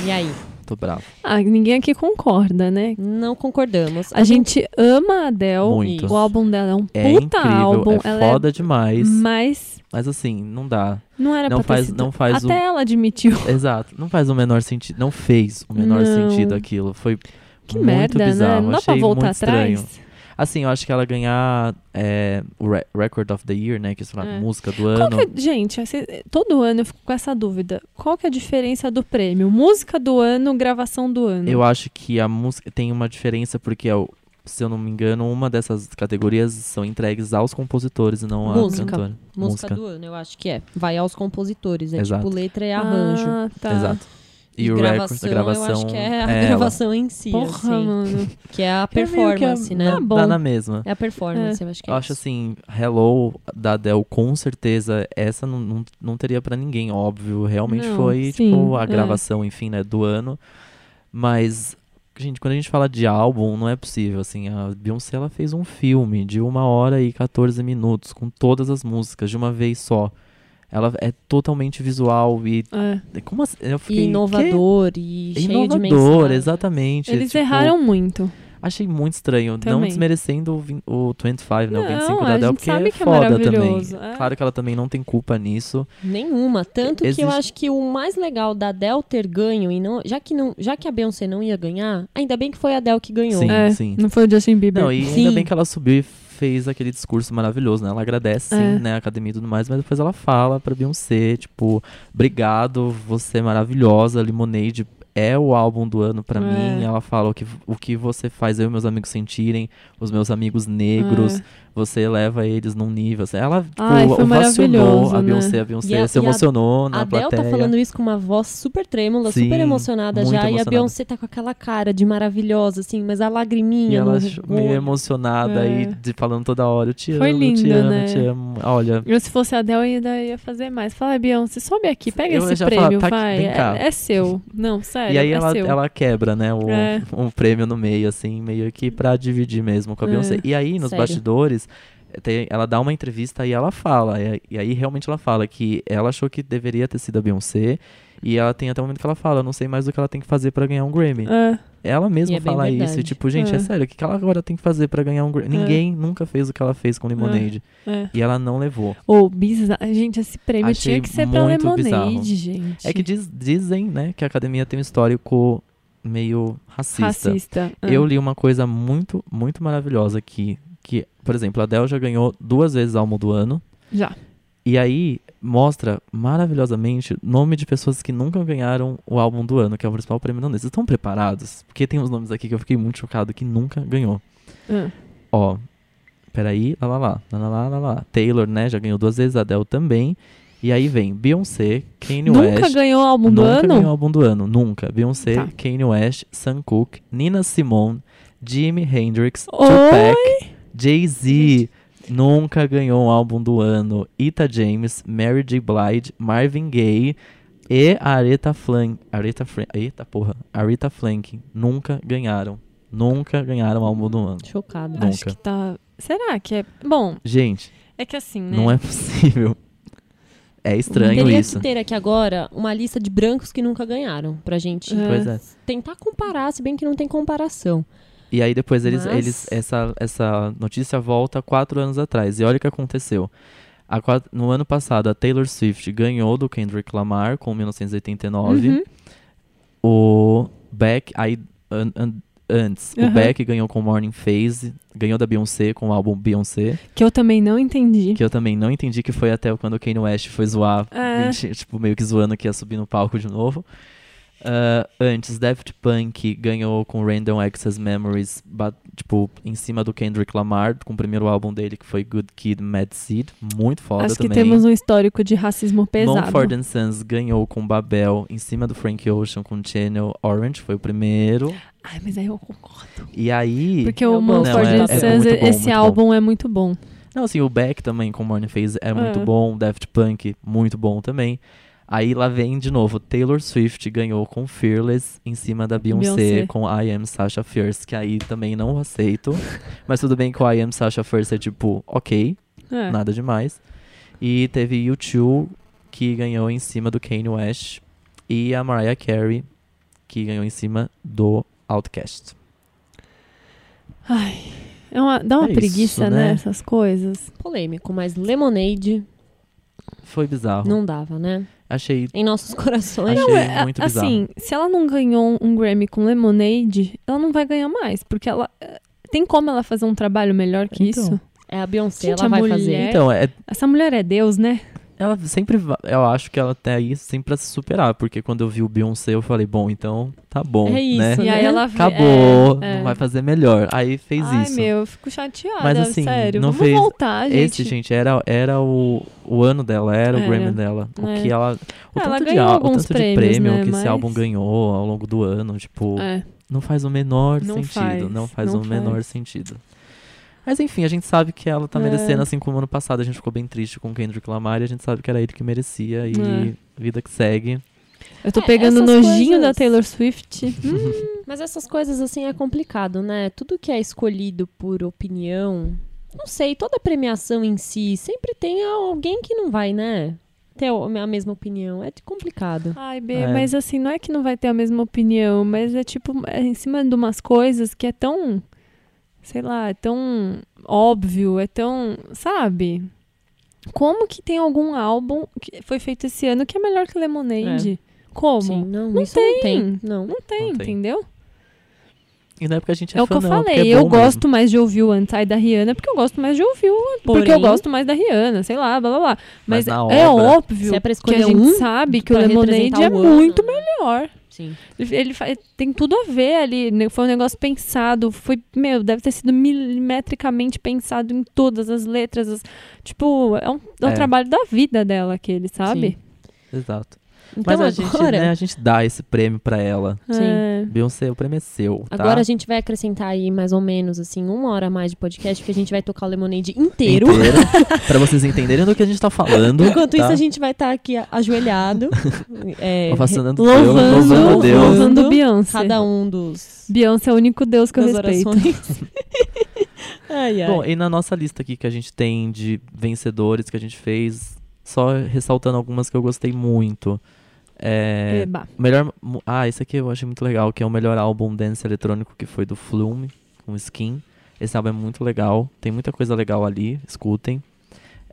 S3: E aí?
S1: Tô bravo.
S2: Ah, ninguém aqui concorda, né?
S3: Não concordamos.
S2: A gente ama a Adele.
S1: Uhum. Muito.
S2: O álbum dela é um
S1: É
S2: puta
S1: incrível,
S2: álbum.
S1: é
S2: ela
S1: foda demais.
S2: Mas
S1: Mas assim, não dá.
S2: não era
S1: Não
S2: pra
S1: faz,
S2: ter sido.
S1: não faz um
S2: Até ela admitiu.
S1: o. Exato. Não faz o menor sentido. Não fez o menor
S2: Não.
S1: sentido aquilo. Foi
S2: Que
S1: muito
S2: merda,
S1: bizarro.
S2: né? Não dá pra
S1: Achei
S2: voltar
S1: muito estranho.
S2: atrás.
S1: Assim, eu acho que ela ganhar é, o Re- Record of the Year, né? Que isso é
S2: É.
S1: música do
S2: Qual
S1: ano.
S2: que é- gente, assim, todo ano eu fico com essa dúvida. Qual que é a diferença do prêmio? Música do ano, gravação do ano.
S3: Uhum.
S1: Eu acho que a música tem uma diferença porque, ó, se eu não me engano, uma dessas categorias são entregues aos compositores e não à
S3: Música.
S1: cantora.
S3: Música, do ano, eu acho que é. Vai aos compositores, é
S1: Exato.
S3: tipo letra e arranjo.
S2: Ah, tá.
S1: Exato. E, o record, a gravação.
S3: Eu acho que é a
S1: ela.
S3: gravação em si,
S2: Porra,
S3: assim,
S2: mano.
S3: que é a
S1: Que é meio que é-
S3: performance, né?
S2: Tá bom.
S1: Dá na mesma.
S3: É a performance, eu acho que é.
S1: Eu acho
S3: isso.
S1: assim, Hello da Adele, com certeza, essa não, não, não teria pra ninguém, óbvio. Realmente
S2: Não,
S1: foi,
S2: sim,
S1: tipo, a
S2: é.
S1: gravação, enfim, né, do ano. Mas, gente, quando a gente fala de álbum, não é possível, assim. A Beyoncé, ela fez um filme de uma hora e 14 minutos, com todas as músicas, de uma vez só. Ela é totalmente visual e...
S2: É.
S1: Como assim? Eu fiquei,
S3: E inovador e
S1: "Quê?"
S3: cheio de
S1: Inovador,
S3: mensagem.
S1: exatamente.
S2: Eles
S1: tipo,
S2: erraram muito.
S1: Achei muito estranho, não
S2: Também.
S1: desmerecendo o, vin- o 25, né? o
S2: Não,
S1: 25
S2: a
S1: da Adele,
S2: gente
S1: porque
S2: sabe
S1: é
S2: que é
S1: foda também.
S2: maravilhoso, é.
S1: Claro que ela também não tem culpa nisso.
S3: Nenhuma. Tanto que eu
S1: Existe-
S3: acho que o mais legal da Adele ter ganho, e não, já, que não, já que a Beyoncé não ia ganhar, ainda bem que foi a Adele que ganhou.
S1: Sim,
S2: É,
S1: sim.
S2: Não foi o Justin Bieber.
S1: Não, e ainda
S3: Sim.
S1: bem que ela subiu e fez aquele discurso maravilhoso, né? Ela agradece, sim,
S2: É.
S1: né, a academia e tudo mais, mas depois ela fala pra Beyoncé, tipo, obrigado, você é maravilhosa, Lemonade é o álbum do ano pra
S2: É.
S1: mim. Ela fala o que, o que você faz eu e meus amigos sentirem, os meus amigos negros,
S2: É.
S1: você eleva eles num nível. assim. Ela, tipo,
S2: Ai, foi
S1: vacionou
S2: maravilhoso,
S1: a
S2: né?
S1: Beyoncé, a Beyoncé
S3: E a-
S1: se
S3: e a-
S1: emocionou na
S3: A Adele
S1: plateia.
S3: tá falando isso com uma voz super trêmula,
S1: Sim,
S3: super emocionada
S1: muito
S3: já. E a
S1: emocionada.
S3: Beyoncé tá com aquela cara de maravilhosa, assim, mas a lagriminha.
S1: E ela
S3: no
S1: ch-
S3: olho.
S1: meio emocionada
S2: É.
S1: e de- falando toda hora, eu te
S2: Foi
S1: amo, eu te
S2: lindo,
S1: amo,
S2: né?
S1: eu te amo. Olha,
S2: Eu, se fosse a Adele, ainda ia fazer mais. Fala, "Ai, Beyoncé, sobe aqui, pega
S1: Eu
S2: esse
S1: já ia falar,
S2: prêmio,
S1: "Tá aqui,
S2: vai.
S1: vem cá."
S2: É, é seu. Não, sério,
S1: e aí
S2: é
S1: ela,
S2: seu.
S1: ela quebra, né, o,
S2: É.
S1: o prêmio no meio, assim, meio que pra dividir mesmo com a
S2: É.
S1: Beyoncé. E aí, nos
S3: Sério.
S1: bastidores, tem- ela dá uma entrevista e ela fala, e, e aí realmente ela fala que ela achou que deveria ter sido a Beyoncé, e ela tem até o momento que ela fala, eu não sei mais o que ela tem que fazer pra ganhar um Grammy.
S2: É.
S1: Ela mesma
S3: E é bem
S1: fala isso,
S3: verdade.
S1: e tipo, gente, é.
S2: É.
S1: sério, o que que ela agora tem que fazer pra ganhar um Grammy? Ninguém nunca fez o que ela fez com Lemonade,
S2: é.
S1: e ela não levou.
S2: Ou bizarro. Gente, esse prêmio
S1: Achei
S2: tinha que ser pra
S1: muito
S2: Lemonade,
S1: bizarro.
S2: gente.
S1: É que diz- dizem, né, que a academia tem um histórico meio racista.
S2: racista. É.
S1: Eu li uma coisa muito, muito maravilhosa aqui. Que, por exemplo, a Adele já ganhou duas vezes Almo do Ano.
S2: Já.
S1: E aí mostra maravilhosamente nome de pessoas que nunca ganharam o álbum do ano, que é o principal prêmio do ano. Vocês estão preparados? Porque tem uns nomes aqui que eu fiquei muito chocado que nunca ganhou.
S2: É.
S1: Ó, peraí, lá lá lá, lá lá lá, lá lá. Taylor, né, já ganhou duas vezes, Adele também. E aí vem Beyoncé, Kanye West.
S2: Nunca ganhou álbum do
S1: Nunca
S2: ano?
S1: ganhou álbum do ano, nunca. Beyoncé,
S2: Tá.
S1: Kanye West, Sam Cooke, Nina Simone, Jimi Hendrix,
S2: Oi!
S1: Tupac, Jay-Z. Nunca ganhou um álbum do ano. Ita James, Mary J. Blige, Marvin Gaye, e a Aretha Frank, Aretha Frank, eita porra, Aretha Franklin nunca ganharam, nunca ganharam um álbum do ano.
S3: Chocada.
S1: Não.
S2: Acho
S1: Nunca.
S2: que tá. Será que é. Bom,
S1: Gente,
S2: é que assim, né?
S1: não é possível. É estranho
S3: Teria
S1: isso.
S3: que ter aqui agora uma lista de brancos que nunca ganharam, pra gente
S2: É.
S1: Pois é.
S3: tentar comparar, se bem que não tem comparação.
S1: E aí depois eles,
S3: Mas-
S1: eles essa, essa notícia volta quatro anos atrás. E olha o que aconteceu. A qua- no ano passado, a Taylor Swift ganhou do Kendrick Lamar com 1989.
S2: Uhum.
S1: O Beck, aí an- an- antes, o
S2: Aham.
S1: Beck ganhou com Morning Phase, ganhou da Beyoncé com o álbum Beyoncé,
S2: Que eu também não entendi.
S1: que eu também não entendi que foi até quando o Kanye West foi zoar,
S2: É.
S1: gente, tipo, meio que zoando que ia subir no palco de novo. Ah, antes, Daft Punk ganhou com Random Access Memories, ba- tipo, em cima do Kendrick Lamar, com o primeiro álbum dele, que foi Good Kid, Mad Seed, muito foda
S2: Acho que
S1: também.
S2: temos um histórico de racismo pesado.
S1: Mumford and Sons ganhou com Babel, em cima do Frank Ocean com Channel Orange, foi o primeiro.
S2: Ai, mas aí eu concordo.
S1: E aí.
S2: Porque
S3: Eu
S2: o
S3: gosto.
S2: Mumford
S3: Não, é-
S2: and
S3: é
S2: Sons,
S1: muito bom,
S2: esse
S1: muito
S2: álbum é muito bom.
S1: Não, assim, o Beck também com Morning Phase é muito
S2: É.
S1: bom, Daft Punk, muito bom também. Aí lá vem de novo, Taylor Swift ganhou com Fearless em cima da Beyoncé,
S2: Beyoncé.
S1: com I Am Sasha Fierce, que aí também não aceito. Mas tudo bem que o I Am Sasha Fierce é tipo, ok,
S2: É.
S1: nada demais. E teve U2, que ganhou em cima do Kanye West, e a Mariah Carey, que ganhou em cima do Outkast.
S2: Ai, é uma- dá uma
S1: É isso,
S2: preguiça,
S1: né?
S2: né? Essas coisas.
S3: Polêmico, mas Lemonade
S1: Foi bizarro.
S3: não dava, né?
S1: Achei
S3: Em nossos corações.
S1: Achei
S2: É,
S1: muito
S2: a-
S1: bizarro.
S2: assim, se ela não ganhou um Grammy com Lemonade, ela não vai ganhar mais. Porque ela. eh, Tem como ela fazer um trabalho melhor que
S1: Então.
S2: isso?
S3: É a Beyoncé,
S2: Gente,
S3: ela
S2: a
S3: vai
S2: mulher-
S3: fazer.
S1: Então, é,
S2: Essa mulher é Deus, né?
S1: Ela sempre va- Eu acho que ela até aí sempre pra se superar, porque quando eu vi o Beyoncé, eu falei, bom, então tá bom.
S3: É isso,
S1: né?
S3: né?
S2: E aí ela vê-
S1: Acabou,
S2: é, é.
S1: não vai fazer melhor. Aí fez
S2: Ai,
S1: isso.
S2: meu, eu fico chateada,
S1: Mas, assim,
S2: sério.
S1: não
S2: Vamos
S1: fez-
S2: voltar, gente.
S1: Esse, gente, era, era o, o ano dela, era, o
S2: Era.
S1: Grammy dela. O
S2: É.
S1: que ela. O
S2: Ela
S1: tanto, de,
S2: ganhou
S1: al- o
S2: alguns
S1: tanto de
S2: prêmios,
S1: prêmio
S2: né,
S1: que
S2: mas-
S1: esse álbum ganhou ao longo do ano, tipo,
S2: É.
S1: não faz o menor
S2: Não
S1: sentido.
S2: faz,
S1: não faz
S2: não
S1: o menor
S2: faz.
S1: sentido. Mas enfim, a gente sabe que ela tá
S2: É.
S1: merecendo, assim como ano passado a gente ficou bem triste com o Kendrick Lamar e a gente sabe que era ele que merecia e
S2: É.
S1: vida que segue.
S2: Eu tô
S3: É,
S2: pegando
S3: essas
S2: nojinho
S3: coisas-
S2: da Taylor Swift.
S3: Mas essas coisas, assim, é complicado, né? Tudo que é escolhido por opinião. Não sei, toda premiação em si sempre tem alguém que não vai, né? Ter o- a mesma opinião. É de- complicado.
S2: Ai, B,
S1: É.
S2: mas assim, não é que não vai ter a mesma opinião, mas é tipo, é em cima de umas coisas que é tão, sei lá, é tão óbvio, é tão, sabe? Como que tem algum álbum que foi feito esse ano que é melhor que Lemonade? Como?
S3: Sim, não,
S2: Não
S3: isso não tem.
S2: tem.
S3: Não.
S2: Não tem,
S1: Não tem.
S2: entendeu?
S1: E não é porque a gente é,
S2: É, o que
S1: fã,
S2: eu
S1: não, é porque
S2: falei,
S1: é
S2: eu
S1: bom
S2: gosto mais de ouvir o Anti da Rihanna, porque eu gosto mais de ouvir o porque eu
S3: Porém,
S2: gosto mais da Rihanna, sei lá, blá blá blá.
S1: Mas
S2: Mas,
S1: na
S2: é
S1: obra,
S2: óbvio
S3: se é pra
S2: que a
S3: escolher
S2: gente
S3: um,
S2: sabe que o
S3: pra
S2: Lemonade
S3: representar
S2: é
S3: o ano,
S2: muito
S3: né?
S2: melhor.
S3: Sim.
S2: Ele, ele fa- tem tudo a ver ali, né? foi um negócio pensado, foi, meu, deve ter sido milimetricamente pensado em todas as letras, as- tipo, é um, é um
S1: É.
S2: trabalho da vida dela aquele, sabe?
S1: mesmo. Exato.
S3: Então
S1: Mas a,
S3: agora.
S1: gente, né, a gente dá esse prêmio pra ela.
S3: Sim.
S2: É.
S1: Beyoncé, o prêmio é seu, tá?
S3: Agora a gente vai acrescentar aí mais ou menos, assim, uma hora a mais de podcast, porque a gente vai tocar o Lemonade inteiro.
S1: pra vocês entenderem do que a gente tá falando.
S3: Enquanto isso,
S1: tá?
S3: a gente vai estar aqui a- ajoelhado. é,
S1: Ovacionando Deus,
S3: louvando,
S1: louvando Deus.
S2: louvando Beyoncé.
S3: cada um dos
S2: Beyoncé é o único Deus que eu
S3: das
S2: respeito.
S3: orações. ai, ai.
S1: Bom, e na nossa lista aqui que a gente tem de vencedores que a gente fez, só ressaltando algumas que eu gostei muito. É,
S2: Eba.
S1: melhor. mu- Ah, esse aqui eu achei muito legal, que é o melhor álbum dance eletrônico que foi do Flume, com Skin. Esse álbum é muito legal, tem muita coisa legal ali, escutem.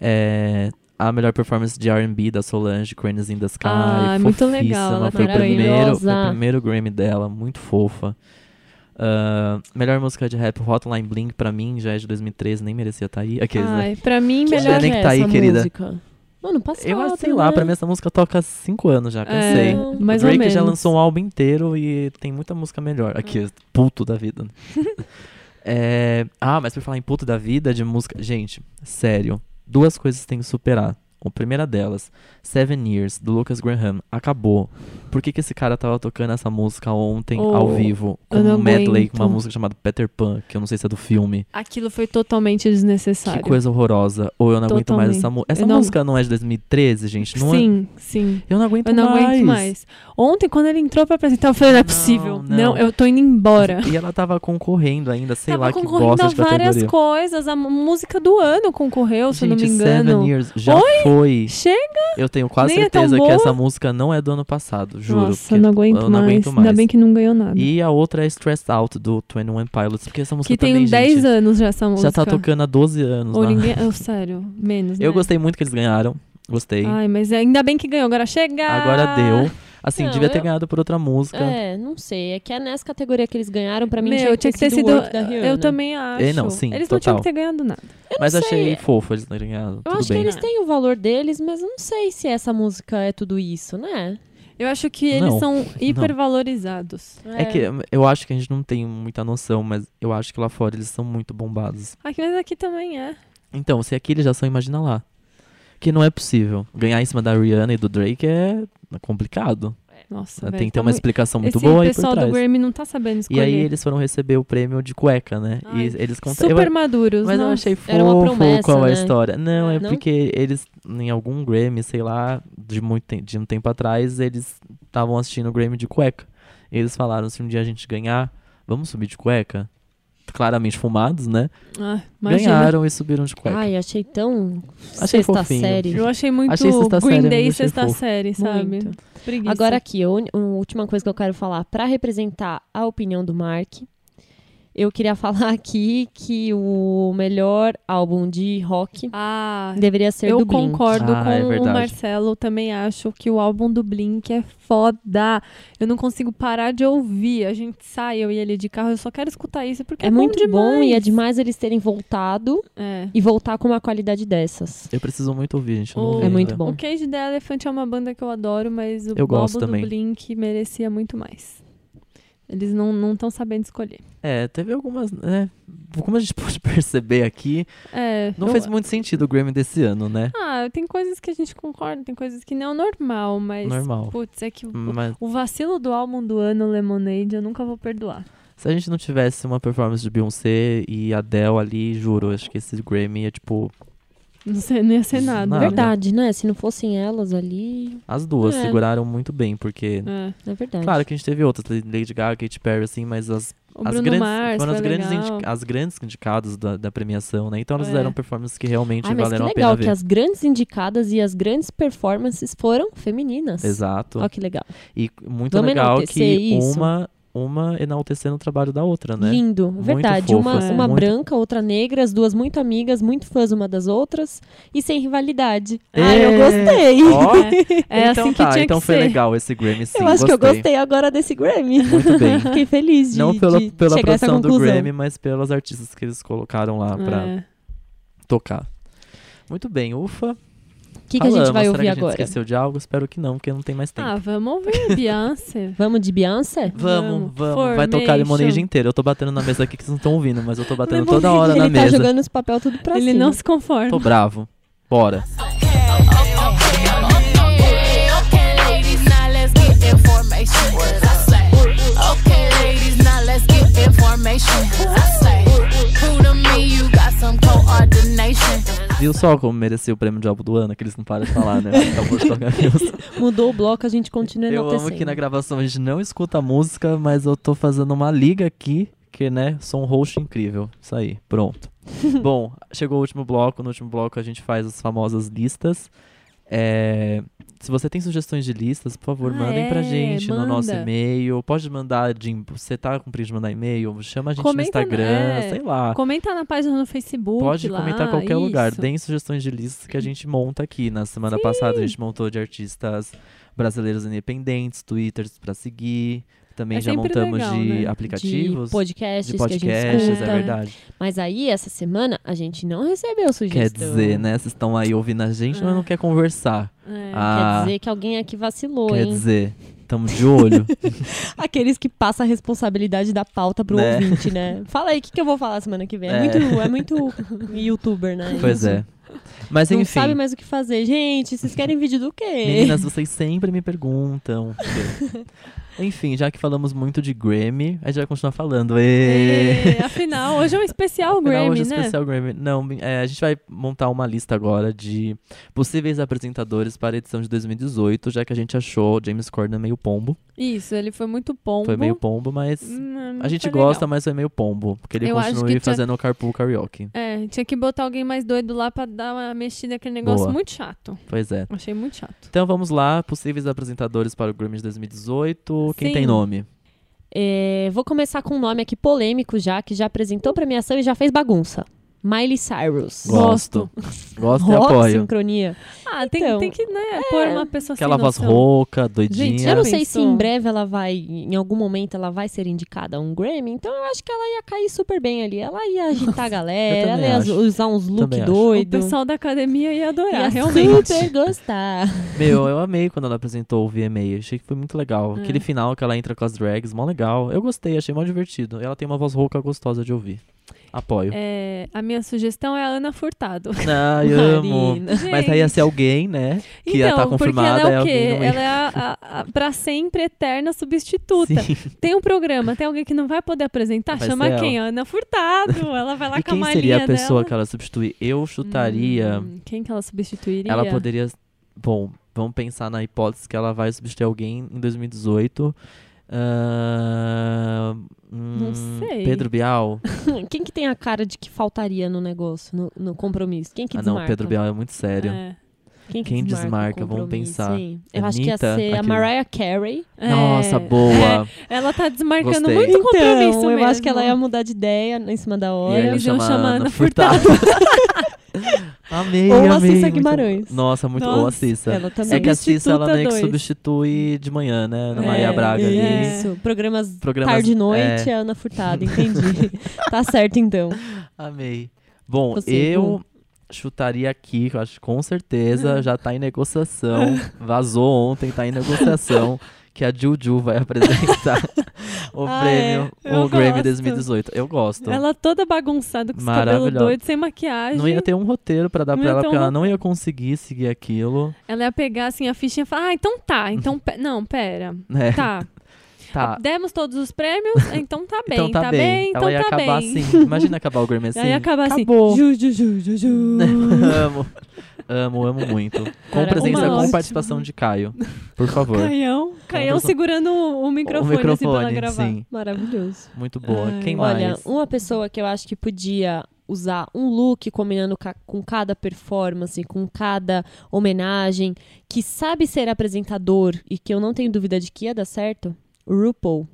S1: É, a melhor performance de R&B da Solange, Cranes in the Sky,
S2: Ah, é muito legal,
S1: fofíssima,
S2: ela tá
S1: foi o primeiro, foi o
S3: maravilhosa.
S1: primeiro Grammy dela, muito fofa. Ah, melhor música de rap, Hotline Blink, pra mim, já é de 2013, nem merecia estar aí. Aqueles, né?
S2: Ai, É, pra mim,
S3: Que
S1: Melhor-
S2: melhor...
S3: ano
S1: nem que tá aí,
S3: essa
S1: querida.
S3: música? Mano, passado,
S1: Eu sei lá,
S3: né?
S1: pra mim essa música toca há 5 anos já, cansei.
S2: É, mais
S1: o
S2: ou
S1: Ah, Drake
S2: menos. Hum.
S1: já lançou um álbum inteiro e tem muita música melhor. Aqui, puto da vida. É, ah, mas pra falar em puto da vida, de música. Gente, sério. Duas coisas tem que superar: A primeira delas, Seven Years, do Lucas Graham, acabou. Por que, que esse cara tava tocando essa música ontem
S2: Oh,
S1: ao vivo? Com
S2: eu não
S1: um medley, com uma
S2: aguento.
S1: música chamada Peter Pan, que eu não sei se é do filme.
S2: Aquilo foi totalmente desnecessário.
S1: Que coisa horrorosa. Ou eu não aguento mais
S2: Totalmente.
S1: essa música. Essa
S2: Eu não-
S1: música não é de 2013, gente? Não é-
S2: sim, sim.
S1: Eu não aguento
S2: Eu não
S1: mais.
S2: aguento mais. Ontem, quando ele entrou pra apresentar, eu falei, não é
S1: Não,
S2: possível.
S1: não.
S2: Não, eu tô indo embora.
S1: E ela tava concorrendo ainda, sei
S2: Tava
S1: lá que
S2: concorrendo
S1: bosta
S2: a
S1: de
S2: várias
S1: categoria.
S2: coisas. A m- música do ano concorreu, se eu não
S1: Gente,
S2: me
S1: Seven
S2: engano.
S1: Years já foi.
S2: Chega,
S1: Eu tenho quase
S2: Nem é tão
S1: certeza que
S2: boa.
S1: essa música não é do ano passado, juro.
S2: Nossa,
S1: porque
S2: eu não aguento,
S1: eu não
S2: mais.
S1: aguento
S2: Ainda
S1: mais.
S2: bem que não ganhou nada.
S1: E a outra é Stressed Out, do 21 Pilots, porque essa música
S2: que tem
S1: também,
S2: 10
S1: gente,
S2: anos já essa música.
S1: já tá tocando há 12 anos.
S2: Ou
S1: né?
S2: ninguém... oh, sério, menos,
S1: Eu
S2: né?
S1: gostei muito que eles ganharam, gostei.
S2: Ai, ah. mas ainda bem que ganhou. Agora chega!
S1: Agora deu. Assim,
S3: Não,
S1: devia ter
S3: eu-
S1: ganhado por outra música.
S3: É, não sei. É que é nessa categoria que eles ganharam, pra mim
S2: Meu,
S3: tinha que ter sido, Work da Rihanna.
S2: Eu também acho.
S1: É, não, sim,
S2: Eles não tinham
S1: total.
S2: que ter ganhado nada.
S1: Mas
S3: sei.
S1: achei fofo eles terem ganhado.
S3: Eu
S1: Tudo
S3: acho
S1: bem.
S3: que eles têm o valor deles, mas eu não sei se essa música é tudo isso, né?
S2: Eu acho que eles
S1: Não,
S2: são hipervalorizados.
S1: É que hum, eu acho que a gente não tem muita noção, mas eu acho que lá fora eles são muito bombados.
S2: Aqui, mas aqui também é.
S1: Então, se aqui eles já são, imagina lá. Que não é possível. Ganhar em cima da Rihanna e do Drake é complicado.
S2: Nossa,
S1: Tem
S2: velho,
S1: que ter
S2: tá
S1: uma
S2: muito-
S1: explicação muito
S2: Esse
S1: boa aí por
S2: pessoal
S1: trás.
S2: do Grammy não tá sabendo
S1: E
S2: escolher.
S1: aí eles foram receber o prêmio de cueca, né?
S2: Ai,
S1: e eles conta- eu-
S2: Super maduros,
S1: Mas eu
S2: nossa.
S1: achei
S3: Era uma
S1: fofo
S3: promessa,
S1: qual é a
S3: né?
S1: história. Não, é
S3: Não?
S1: porque eles, em algum Grammy, sei lá, de, muito tem- de um tempo atrás, eles estavam assistindo o Grammy de cueca. E eles falaram, se um dia a gente ganhar, vamos subir de cueca? Claramente fumados, né?
S2: Ah, imagina.
S1: Ganharam e subiram de cueca.
S3: Ai, achei tão
S1: Achei
S3: sexta
S1: fofinho.
S3: série.
S2: Eu achei muito
S1: Achei sexta
S2: Green
S1: série,
S2: Day
S1: mas achei
S2: sexta
S1: fofo. é
S2: série, sabe?
S3: Muito.
S2: Preguiça.
S3: Agora aqui, a uni- a última coisa que eu quero falar, pra representar a opinião do Mark, eu queria falar aqui que o melhor álbum de rock
S2: Ah,
S3: deveria ser
S2: eu
S3: do Blink.
S2: concordo
S1: Ah,
S2: com
S1: é
S2: o
S1: verdade.
S2: Marcelo. Também acho que o álbum do Blink é foda. Eu não consigo parar de ouvir. A gente sai, eu e ele de carro. Eu só quero escutar isso porque é,
S3: É muito
S2: demais.
S3: bom e é demais eles terem voltado
S2: É.
S3: e voltar com uma qualidade dessas.
S1: Eu preciso muito ouvir, gente. eu
S2: Oh.
S1: Não
S2: É
S1: ouvi
S3: muito
S1: ainda.
S3: bom.
S2: O Cage the Elephant é uma banda que eu adoro, mas o
S1: Eu gosto
S2: álbum
S1: também.
S2: do Blink merecia muito mais. Eles não estão sabendo escolher.
S1: É, teve algumas, né? Como a gente pode perceber aqui,
S2: É,
S1: não
S2: eu-
S1: fez muito sentido o Grammy desse ano, né?
S2: Ah, tem coisas que a gente concorda, tem coisas que não é normal, mas.
S1: Normal. Hum.
S2: Putz, é que o,
S1: Mas
S2: o vacilo do álbum do ano, Lemonade, eu nunca vou perdoar.
S1: Se a gente não tivesse uma performance de Beyoncé e Adele ali, juro, acho que esse Grammy é tipo
S2: Não, sei, não ia ser nada.
S1: Nada.
S3: Verdade, né? Se não fossem elas ali,
S1: as duas
S3: É.
S1: seguraram muito bem, porque
S2: É.
S3: é verdade.
S1: claro que a gente teve outras, Lady Gaga, Katy Perry assim, mas as,
S2: O
S1: as
S2: Bruno
S1: grandes
S2: Mars
S1: foram as
S2: foi
S1: grandes,
S2: legal.
S1: indi- as grandes indicadas da, da premiação, né? Então elas
S2: É.
S1: fizeram performances que realmente
S3: Ah, mas que
S1: valeram a
S3: legal
S1: pena
S3: que
S1: ver.
S3: as grandes indicadas e as grandes performances foram femininas.
S1: Exato.
S3: Olha que legal.
S1: E muito
S3: Vamos
S1: legal que
S3: enaltecer isso.
S1: uma uma enaltecendo o trabalho da outra, né?
S3: Lindo, verdade.
S1: fofo,
S3: uma
S2: assim,
S3: uma
S1: muito-
S3: branca, outra negra, as duas muito amigas, muito fãs uma das outras e sem rivalidade. Ah,
S1: É.
S3: eu
S1: Ó,
S3: gostei.
S2: É
S1: então
S2: assim que
S1: tá,
S2: tinha
S1: então
S2: que
S1: foi
S2: ser.
S1: legal esse Grammy, sim,
S3: eu acho que eu gostei agora desse Grammy.
S1: Muito bem.
S3: Fiquei feliz de,
S1: Não pela,
S3: de
S1: pela
S3: chegar a essa
S1: produção do
S3: conclusão.
S1: Grammy, mas pelas artistas que eles colocaram lá pra
S2: É.
S1: tocar. Muito bem, ufa. O
S3: O que, que a gente vai
S1: Será
S3: ouvir
S1: que a
S3: agora?
S1: gente esqueceu de algo? Espero que não, porque não tem mais tempo.
S2: Ah, vamos ouvir Beyoncé.
S3: Vamos de Beyoncé?
S1: vamos,
S2: vamos.
S1: vamos. Vai tocar
S2: Formation.
S1: limonade inteira. Eu tô batendo na mesa aqui que vocês não estão ouvindo, mas eu tô batendo
S3: Lemonade.
S1: toda hora
S3: Ele
S1: na
S3: tá
S1: mesa.
S3: jogando os papel tudo pra
S2: Ele
S3: cima.
S2: não se conforma.
S1: Tô bravo. Bora.
S5: Okay, ladies, now let's get in formation. I say. Okay, ladies, now let's get in formation. I say. Who to me, you got some coordination.
S1: Viu só como mereceu o prêmio de álbum do ano? Que eles não param de falar, né? Acabou de tocar a música.
S3: Mudou o bloco, a gente continua
S1: Eu amo
S3: enaltecendo.
S1: que na gravação a gente não escuta a música, mas eu tô fazendo uma liga aqui, que, né, sou um host incrível. Isso aí, pronto. Bom, chegou o último bloco. No último bloco a gente faz as famosas listas. É, Se você tem sugestões de listas, por favor,
S2: Ah,
S1: mandem pra
S2: é,
S1: gente no
S2: manda.
S1: nosso e-mail. Pode mandar, Jim, você tá com prisa de mandar e-mail? Chama a gente no
S2: Comenta,
S1: Instagram,
S2: é.
S1: sei lá.
S2: Comenta na página no Facebook.
S1: Pode
S2: lá,
S1: comentar qualquer lugar.
S2: isso.
S1: Deem sugestões de listas que a gente monta aqui. Na semana passada a gente montou de artistas brasileiros independentes, twitters pra seguir. Também
S2: É
S1: já
S2: sempre
S1: montamos
S2: legal,
S1: de
S2: né?
S1: aplicativos,
S3: de podcasts,
S1: de podcasts,
S3: que a gente
S1: é
S3: escuta.
S1: verdade.
S3: Mas aí, essa semana, a gente não recebeu sugestão.
S1: Quer dizer, né? Vocês estão aí ouvindo a gente, mas não quer conversar.
S2: É.
S1: Ah,
S3: Ah. Quer dizer que alguém aqui vacilou,
S1: quer
S3: hein?
S1: dizer, tamo de olho.
S3: Aqueles que passam a responsabilidade da pauta pro
S1: Né?
S3: ouvinte, né? Fala aí, o que, que eu vou falar semana que vem? É,
S1: É.
S3: muito, é muito youtuber, né?
S1: pois
S3: Isso.
S1: é. Mas
S3: Não
S1: enfim.
S3: sabe mais é o que fazer. Gente, vocês querem vídeo do quê?
S1: Meninas, vocês sempre me perguntam. Enfim, já que falamos muito de Grammy, a gente vai continuar falando. Ê!
S2: É, afinal, hoje é um especial
S1: Afinal,
S2: Grammy,
S1: hoje é
S2: né?
S1: especial Grammy. Não, é, a gente vai montar uma lista agora de possíveis apresentadores para a edição de 2018, já que a gente achou o James Corden meio pombo.
S2: Isso, ele foi muito pombo.
S1: Foi meio pombo, mas
S2: Hum,
S1: a gente
S2: foi legal.
S1: gosta, mas foi meio pombo. Porque ele
S2: Eu acho
S1: continue
S2: que tinha-
S1: fazendo o carpool karaoke.
S2: É, tinha que botar alguém mais doido lá pra dar uma mexida naquele negócio
S1: Boa.
S2: muito chato.
S1: Pois é.
S2: Achei muito chato.
S1: Então vamos lá, possíveis apresentadores para o Grammy de 2018. Quem
S2: Sim.
S1: tem nome?
S3: É, vou começar com um nome aqui polêmico já, que já apresentou premiação e já fez bagunça. Miley Cyrus.
S1: Gosto. Gosto e
S3: Ó,
S1: apoio.
S3: sincronia.
S2: Ah,
S3: Então,
S2: tem, tem que, né, pôr uma pessoa
S1: Aquela
S2: sem
S1: voz
S2: noção.
S1: rouca, doidinha.
S2: Gente,
S3: Eu não
S2: Já
S3: sei se
S2: pensou?
S3: em breve ela vai, em algum momento ela vai ser indicada a um Grammy, então eu acho que ela ia cair super bem ali. Ela ia agitar a galera, ela
S1: também
S3: ia
S1: acho.
S3: usar uns look
S1: Também acho.
S2: O
S3: doidos.
S2: pessoal da academia ia adorar,
S3: Ia
S2: realmente.
S3: super gostar.
S1: Meu, eu amei quando ela apresentou o VMA. Achei que foi muito
S2: Hum.
S1: legal. Aquele final que ela entra com as drags, mó legal. Eu gostei, achei mó divertido. Ela tem uma voz rouca gostosa de ouvir. Apoio.
S2: É, a minha sugestão é a Ana Furtado.
S1: Ah, eu amo.
S3: Marina.
S1: Mas aí ia ser alguém, né? Que ia
S2: então,
S1: tá
S2: porque
S1: confirmada.
S2: ela é o quê?
S1: alguém no meio.
S2: Ela é a, a, a pra sempre eterna substituta.
S1: Sim.
S2: Tem um programa, tem alguém que não vai poder apresentar,
S1: Vai
S2: chama
S1: ser
S2: quem? Ana Furtado. Ela vai lá
S1: E
S2: com a
S1: quem
S2: malinha
S1: seria a pessoa
S2: dela.
S1: que ela substituir? Eu chutaria.
S2: Hum, quem que ela substituiria?
S1: Ela poderia. Bom, vamos pensar na hipótese que ela vai substituir alguém em 2018. Ah, hum,
S2: sei.
S1: Pedro Bial?
S3: Quem que tem a cara de que faltaria no negócio, no, no compromisso? Quem que
S1: ah,
S3: desmarca?
S1: não, Pedro Bial é muito sério.
S2: É.
S3: Quem, que
S1: Quem
S3: desmarca,
S1: desmarca?
S3: o
S1: Vamos
S3: compromisso,
S1: pensar.
S3: hein? Eu acho que ia
S1: Anitta,
S3: ser a
S1: aquele-
S3: Mariah Carey. um
S2: É.
S1: Nossa, boa.
S2: Ela tá desmarcando
S1: Gostei.
S2: muito compromisso
S3: Então, eu
S2: mesmo.
S3: acho que ela ia mudar de ideia em cima da
S1: E aí
S3: hora.
S1: eu
S2: eles iam
S1: chamo a
S2: chamar
S1: Ana
S2: Ana
S1: Furtado. amei,
S3: Ou a
S1: amei.
S3: Cissa
S1: muito-
S3: Guimarães.
S1: Nossa, muito boa,
S2: Nossa,
S1: Cissa.
S3: Ela
S1: É
S3: também.
S1: que a Cissa, ela meio que
S2: Substituta dois.
S1: substitui de manhã, né? Ana
S2: É,
S1: Maria Braga ali.
S2: é.
S3: Isso, programas,
S1: Programas-
S3: tarde e noite,
S1: é.
S3: a Ana Furtado, entendi. tá certo então.
S1: Amei. Bom,
S3: Você,
S1: eu
S3: Gu?
S1: chutaria aqui, que eu acho que com
S2: Hum.
S1: certeza já tá em negociação. Vazou ontem, tá em negociação. Que a Juju vai apresentar o
S3: Ah,
S1: prêmio,
S2: é, eu
S1: o Grammy
S2: gosto.
S1: 2018. Eu gosto.
S2: Ela toda bagunçada, com os cabelos
S1: Maravilhosa.
S2: doidos, sem maquiagem.
S1: Não ia ter um roteiro pra dar
S2: Não
S1: pra
S2: ia
S1: ela,
S2: ter um
S1: porque ela não ia conseguir seguir aquilo.
S2: Ela ia pegar assim a fichinha e falar: Ah, então tá, então. pe- Não, pera.
S1: né?
S2: Tá.
S1: Tá.
S2: Demos todos os prêmios, então tá bem.
S1: então tá, bem.
S2: então
S1: ela ia
S2: tá
S1: acabar
S2: bem.
S1: assim. Imagina acabar o Grammy assim.
S2: Aí ia acabar assim.
S1: Acabou.
S3: Ju, ju, ju, ju, ju.
S1: amo. Amo, amo muito. Com
S3: Cara,
S1: presença,
S2: uma
S1: com
S2: ótima.
S1: participação de Caio. Por favor.
S2: Caião, Caião
S1: pessoa-
S2: segurando o, o microfone,
S1: o assim. microfone,
S2: assim, pra ela gravar.
S1: sim.
S3: Maravilhoso.
S1: Muito boa.
S2: Ai,
S1: Quem
S3: Olha,
S1: mais?
S3: uma pessoa que eu acho que podia usar um look combinando ca- com cada performance, com cada homenagem, que sabe ser apresentador e que eu não tenho dúvida de que ia dar certo, o RuPaul.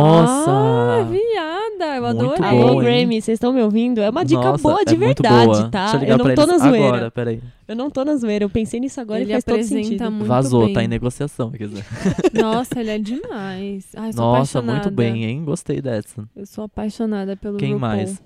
S2: Ah,
S1: Nossa!
S2: viada, eu
S1: Muito
S2: adorei.
S1: bom,
S3: Alô,
S1: hein?
S3: Grammy, vocês estão me ouvindo? É uma dica
S1: Nossa,
S3: boa de
S1: é muito
S3: verdade,
S1: boa.
S3: tá?
S1: Deixa eu ligar
S3: Eu não
S1: pra
S3: tô na
S1: eles
S3: zoeira.
S1: agora, peraí.
S3: Eu não tô na zoeira, eu pensei nisso agora
S2: Ele
S3: e faz todo
S2: apresenta
S3: sentido.
S2: muito
S1: Vazou,
S2: bem.
S1: tá em negociação. Quer dizer.
S2: Nossa, ele é demais. Ai, eu sou
S1: Nossa,
S2: apaixonada.
S1: muito bem, hein? Gostei dessa.
S2: Eu sou apaixonada pelo
S1: Quem
S2: RuPaul.
S1: mais?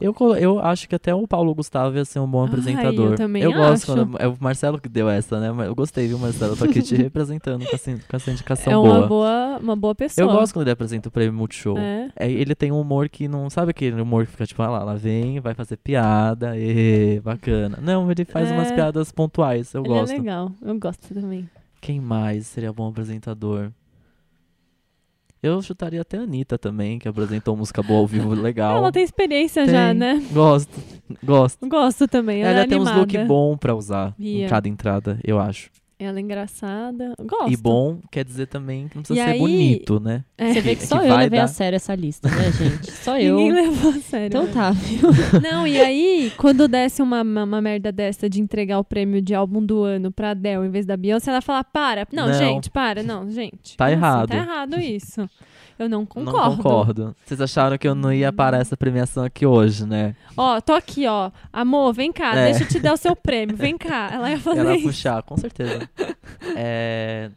S1: Eu, colo- eu acho que até o Paulo Gustavo ia ser um bom
S2: Ai,
S1: apresentador.
S2: eu também
S1: gosto
S2: acho.
S1: quando. É o Marcelo que deu essa, né? Mas Eu gostei, viu, Marcelo? Eu tô aqui te representando com essa, com essa indicação
S2: é
S1: boa.
S2: uma boa, uma boa pessoa.
S1: Eu gosto quando ele apresenta o prêmio Multishow.
S2: É.
S1: É, ele tem um humor que não. Sabe aquele humor que fica tipo, ah lá, ela vem, vai fazer piada, e bacana. Não, ele faz
S2: É.
S1: umas piadas pontuais, eu
S2: Ele
S1: gosto.
S2: é legal. Eu gosto também.
S1: Quem mais seria bom apresentador? Eu chutaria até a Anitta também, que apresentou música boa ao vivo legal.
S2: Ela tem experiência já,
S1: Tem.
S2: né?
S1: Gosto, gosto.
S2: Gosto também. Ela,
S1: Ela,
S2: é
S1: tem uns
S2: animada.
S1: look bom pra usar em
S2: Ia.
S1: cada entrada, eu acho.
S2: Ela é engraçada. Eu Gosto.
S1: E bom quer dizer também que não precisa
S2: E
S1: ser
S2: aí-
S1: bonito, né?
S2: É.
S3: Você vê
S1: que
S3: que só
S1: vai
S3: eu levei
S1: dar.
S3: a sério essa lista, né, gente? Só eu.
S2: Ninguém levou a sério.
S3: Então tá, viu?
S2: Não, e aí, quando desce uma, uma, uma merda dessa de entregar o prêmio de álbum do ano pra Adele em vez da Beyoncé, ela fala, para, não,
S1: Não.
S2: gente, para, não, gente.
S1: Tá
S2: Como assim?
S1: errado.
S2: Tá errado isso. Eu não concordo.
S1: Não
S2: Hum.
S1: concordo. Vocês acharam que eu não ia parar essa premiação aqui hoje, né?
S2: Ó, tô aqui, ó. Amor, vem cá,
S1: É.
S2: deixa eu te dar o seu prêmio, vem cá. Ela ia fazer
S1: Ela
S2: isso.
S1: puxar, com certeza. É,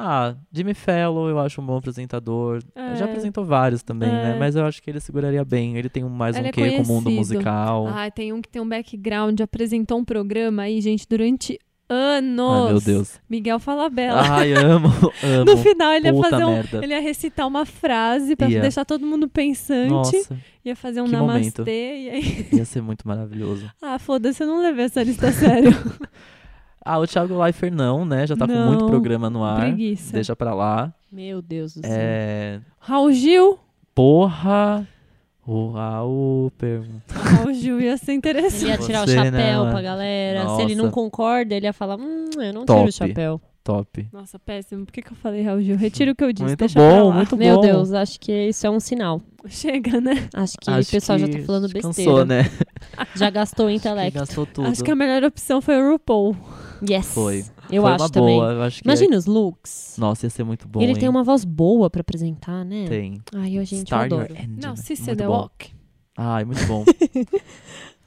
S1: Ah, Jimmy Fellow eu acho um bom apresentador.
S2: É.
S1: Já apresentou vários também, né?
S2: É.
S1: Mas eu acho que ele seguraria bem. Ele tem um- mais
S2: Ele
S1: um
S2: é
S1: quê com o mundo
S2: conhecido.
S1: musical.
S2: Ah, tem um que tem um background, apresentou um programa aí, um gente, durante anos.
S1: Ai, meu Deus.
S2: Miguel Falabella.
S1: Ai, amo, amo.
S2: No final ele ia
S1: Puta
S2: fazer um,
S1: merda.
S2: ele ia recitar uma frase pra
S1: Ia.
S2: deixar todo mundo pensante,
S1: Nossa,
S2: ia fazer um
S1: que
S2: namastê
S1: momento.
S2: e aí,
S1: ia ser muito maravilhoso.
S2: ah, foda-se, eu não levei essa lista a sério.
S1: Ah, o Thiago Leifert não, né? Já tá com
S2: Não.
S1: muito programa no ar.
S2: Preguiça.
S1: Deixa pra lá.
S3: Meu Deus do céu.
S1: É...
S2: Raul Gil,
S1: Porra! O Raul pergunta.
S2: Raul Gil ia ser
S3: Ele
S2: interessante.
S3: ia tirar
S1: Você,
S3: o chapéu
S1: né?
S3: pra galera. Se
S1: Nossa.
S3: ele não concorda, ele ia falar: Hum, eu não
S1: Top.
S3: tiro o chapéu.
S1: Top.
S2: Nossa, péssimo. Por que, que eu falei Raul Gil? Retiro o que eu disse,
S1: Muito
S2: deixa pra
S1: bom,
S2: lá.
S1: muito bom.
S3: Meu Deus, acho que isso é um sinal.
S2: Chega, né?
S3: Acho que
S1: Acho
S3: o pessoal já
S1: que
S3: tá falando
S1: descansou,
S3: besteira.
S1: né?
S3: Já gastou o
S1: Que
S3: intelecto.
S1: gastou tudo. Hum,
S2: Acho que a melhor opção foi o RuPaul.
S3: Yes.
S1: Foi.
S3: Eu
S1: Foi
S3: acho
S1: uma
S3: também.
S1: boa. Eu acho que é.
S3: Imagina os looks.
S1: Nossa, ia ser muito bom.
S3: E ele
S1: hein?
S3: tem uma voz boa pra apresentar, né?
S1: Tem.
S3: Ai, eu, gente,
S1: Start
S3: eu
S1: Your
S3: adoro.
S1: Engine.
S2: Não, Cissa
S1: Muito
S2: The
S1: bom.
S2: Walk.
S1: Ai, muito bom.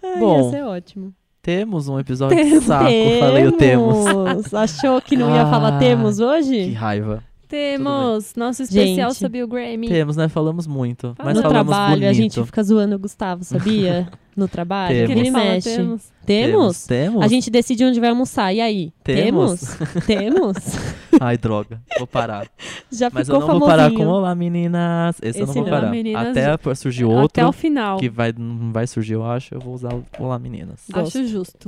S3: Ai,
S1: Bom.
S3: ia ser ótimo.
S1: Temos um episódio de saco. Falei o temos.
S3: Temos. Achou que não ia falar
S1: Ah,
S3: temos
S1: Que
S3: hoje?
S1: raiva.
S2: Temos nosso especial
S3: Gente.
S2: sobre o Grammy.
S1: Temos, né? Falamos muito. Mas
S3: no
S1: falamos
S3: trabalho,
S1: bonito.
S3: a gente fica zoando o Gustavo, sabia? No trabalho,
S1: Temos.
S3: que ele
S2: fala,
S3: mexe. Temos?
S2: temos.
S1: Temos? Temos?
S3: A gente decide onde vai almoçar. E aí?
S1: Temos?
S3: Temos?
S1: Ai, droga. Vou parar.
S3: Já
S1: Mas eu
S3: ficou
S1: não
S3: famosinho.
S1: vou parar com Olá, meninas. Esse, eu não
S3: Esse
S1: vou
S3: não,
S1: parar.
S2: meninas,
S1: Até surgir
S2: Até
S1: outro.
S2: o final.
S1: Que vai, não vai surgir, eu acho. Eu vou usar o Olá, meninas.
S2: Acho justo.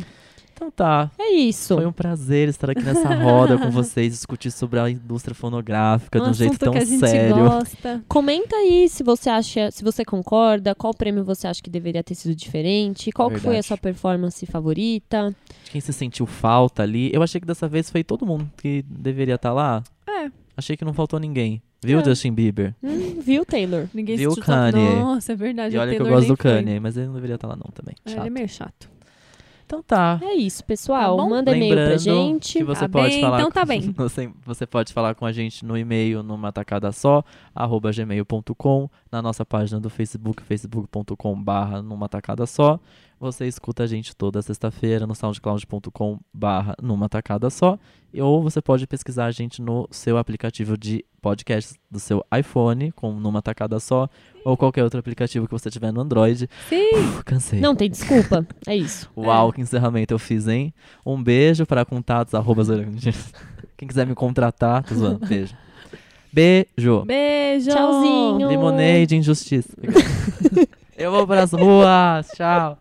S1: Então tá.
S3: É isso.
S1: Foi um prazer estar aqui nessa roda com vocês, discutir sobre a indústria fonográfica de um jeito
S2: assunto
S1: tão
S2: que a gente
S1: sério.
S2: gosta.
S3: Comenta aí se você acha, se você concorda, qual prêmio você acha que deveria ter sido diferente, qual que foi
S1: É
S3: a
S1: Verdade.
S3: sua performance favorita.
S1: De Quem se sentiu falta ali. Eu achei que dessa vez foi todo mundo que deveria estar lá.
S2: É.
S1: Achei que não faltou ninguém. Viu,
S2: É.
S1: Justin Bieber?
S3: Hum, viu, Taylor?
S2: Ninguém
S1: Viu
S2: se
S1: o
S2: chutou.
S1: Kanye?
S2: Nossa, é verdade.
S1: E
S2: o
S1: olha que eu
S2: Taylor
S1: gosto do
S2: nem foi.
S1: Kanye, mas ele não deveria estar lá não também.
S2: É, Ele é
S1: Chato.
S2: meio chato.
S1: Então tá.
S3: É isso, pessoal.
S2: Tá bom?
S3: Manda e-mail pra
S1: Lembrando
S3: gente.
S1: que você
S2: Tá
S1: pode
S2: bem,
S1: falar
S2: então
S1: com-
S2: tá bem.
S1: você, você pode falar com a gente no e-mail numa tacada só arroba gmail.com na nossa página do Facebook facebook.com barra numa tacada só você escuta a gente toda sexta-feira no soundcloud.com barra numa tacada só E- ou você pode pesquisar a gente no seu aplicativo de podcast do seu iPhone com numa tacada só ou qualquer outro aplicativo que você tiver no Android
S2: Sim.
S1: Uf, cansei
S3: Não tem desculpa. É isso.
S1: Uau, que encerramento eu fiz, hein? Um beijo para contatos, arroba zorantes. Quem quiser me contratar, tô zoando. Beijo. Beijo.
S2: Beijo.
S3: Tchauzinho.
S1: Limonade, injustiça. Eu vou pras ruas. Tchau.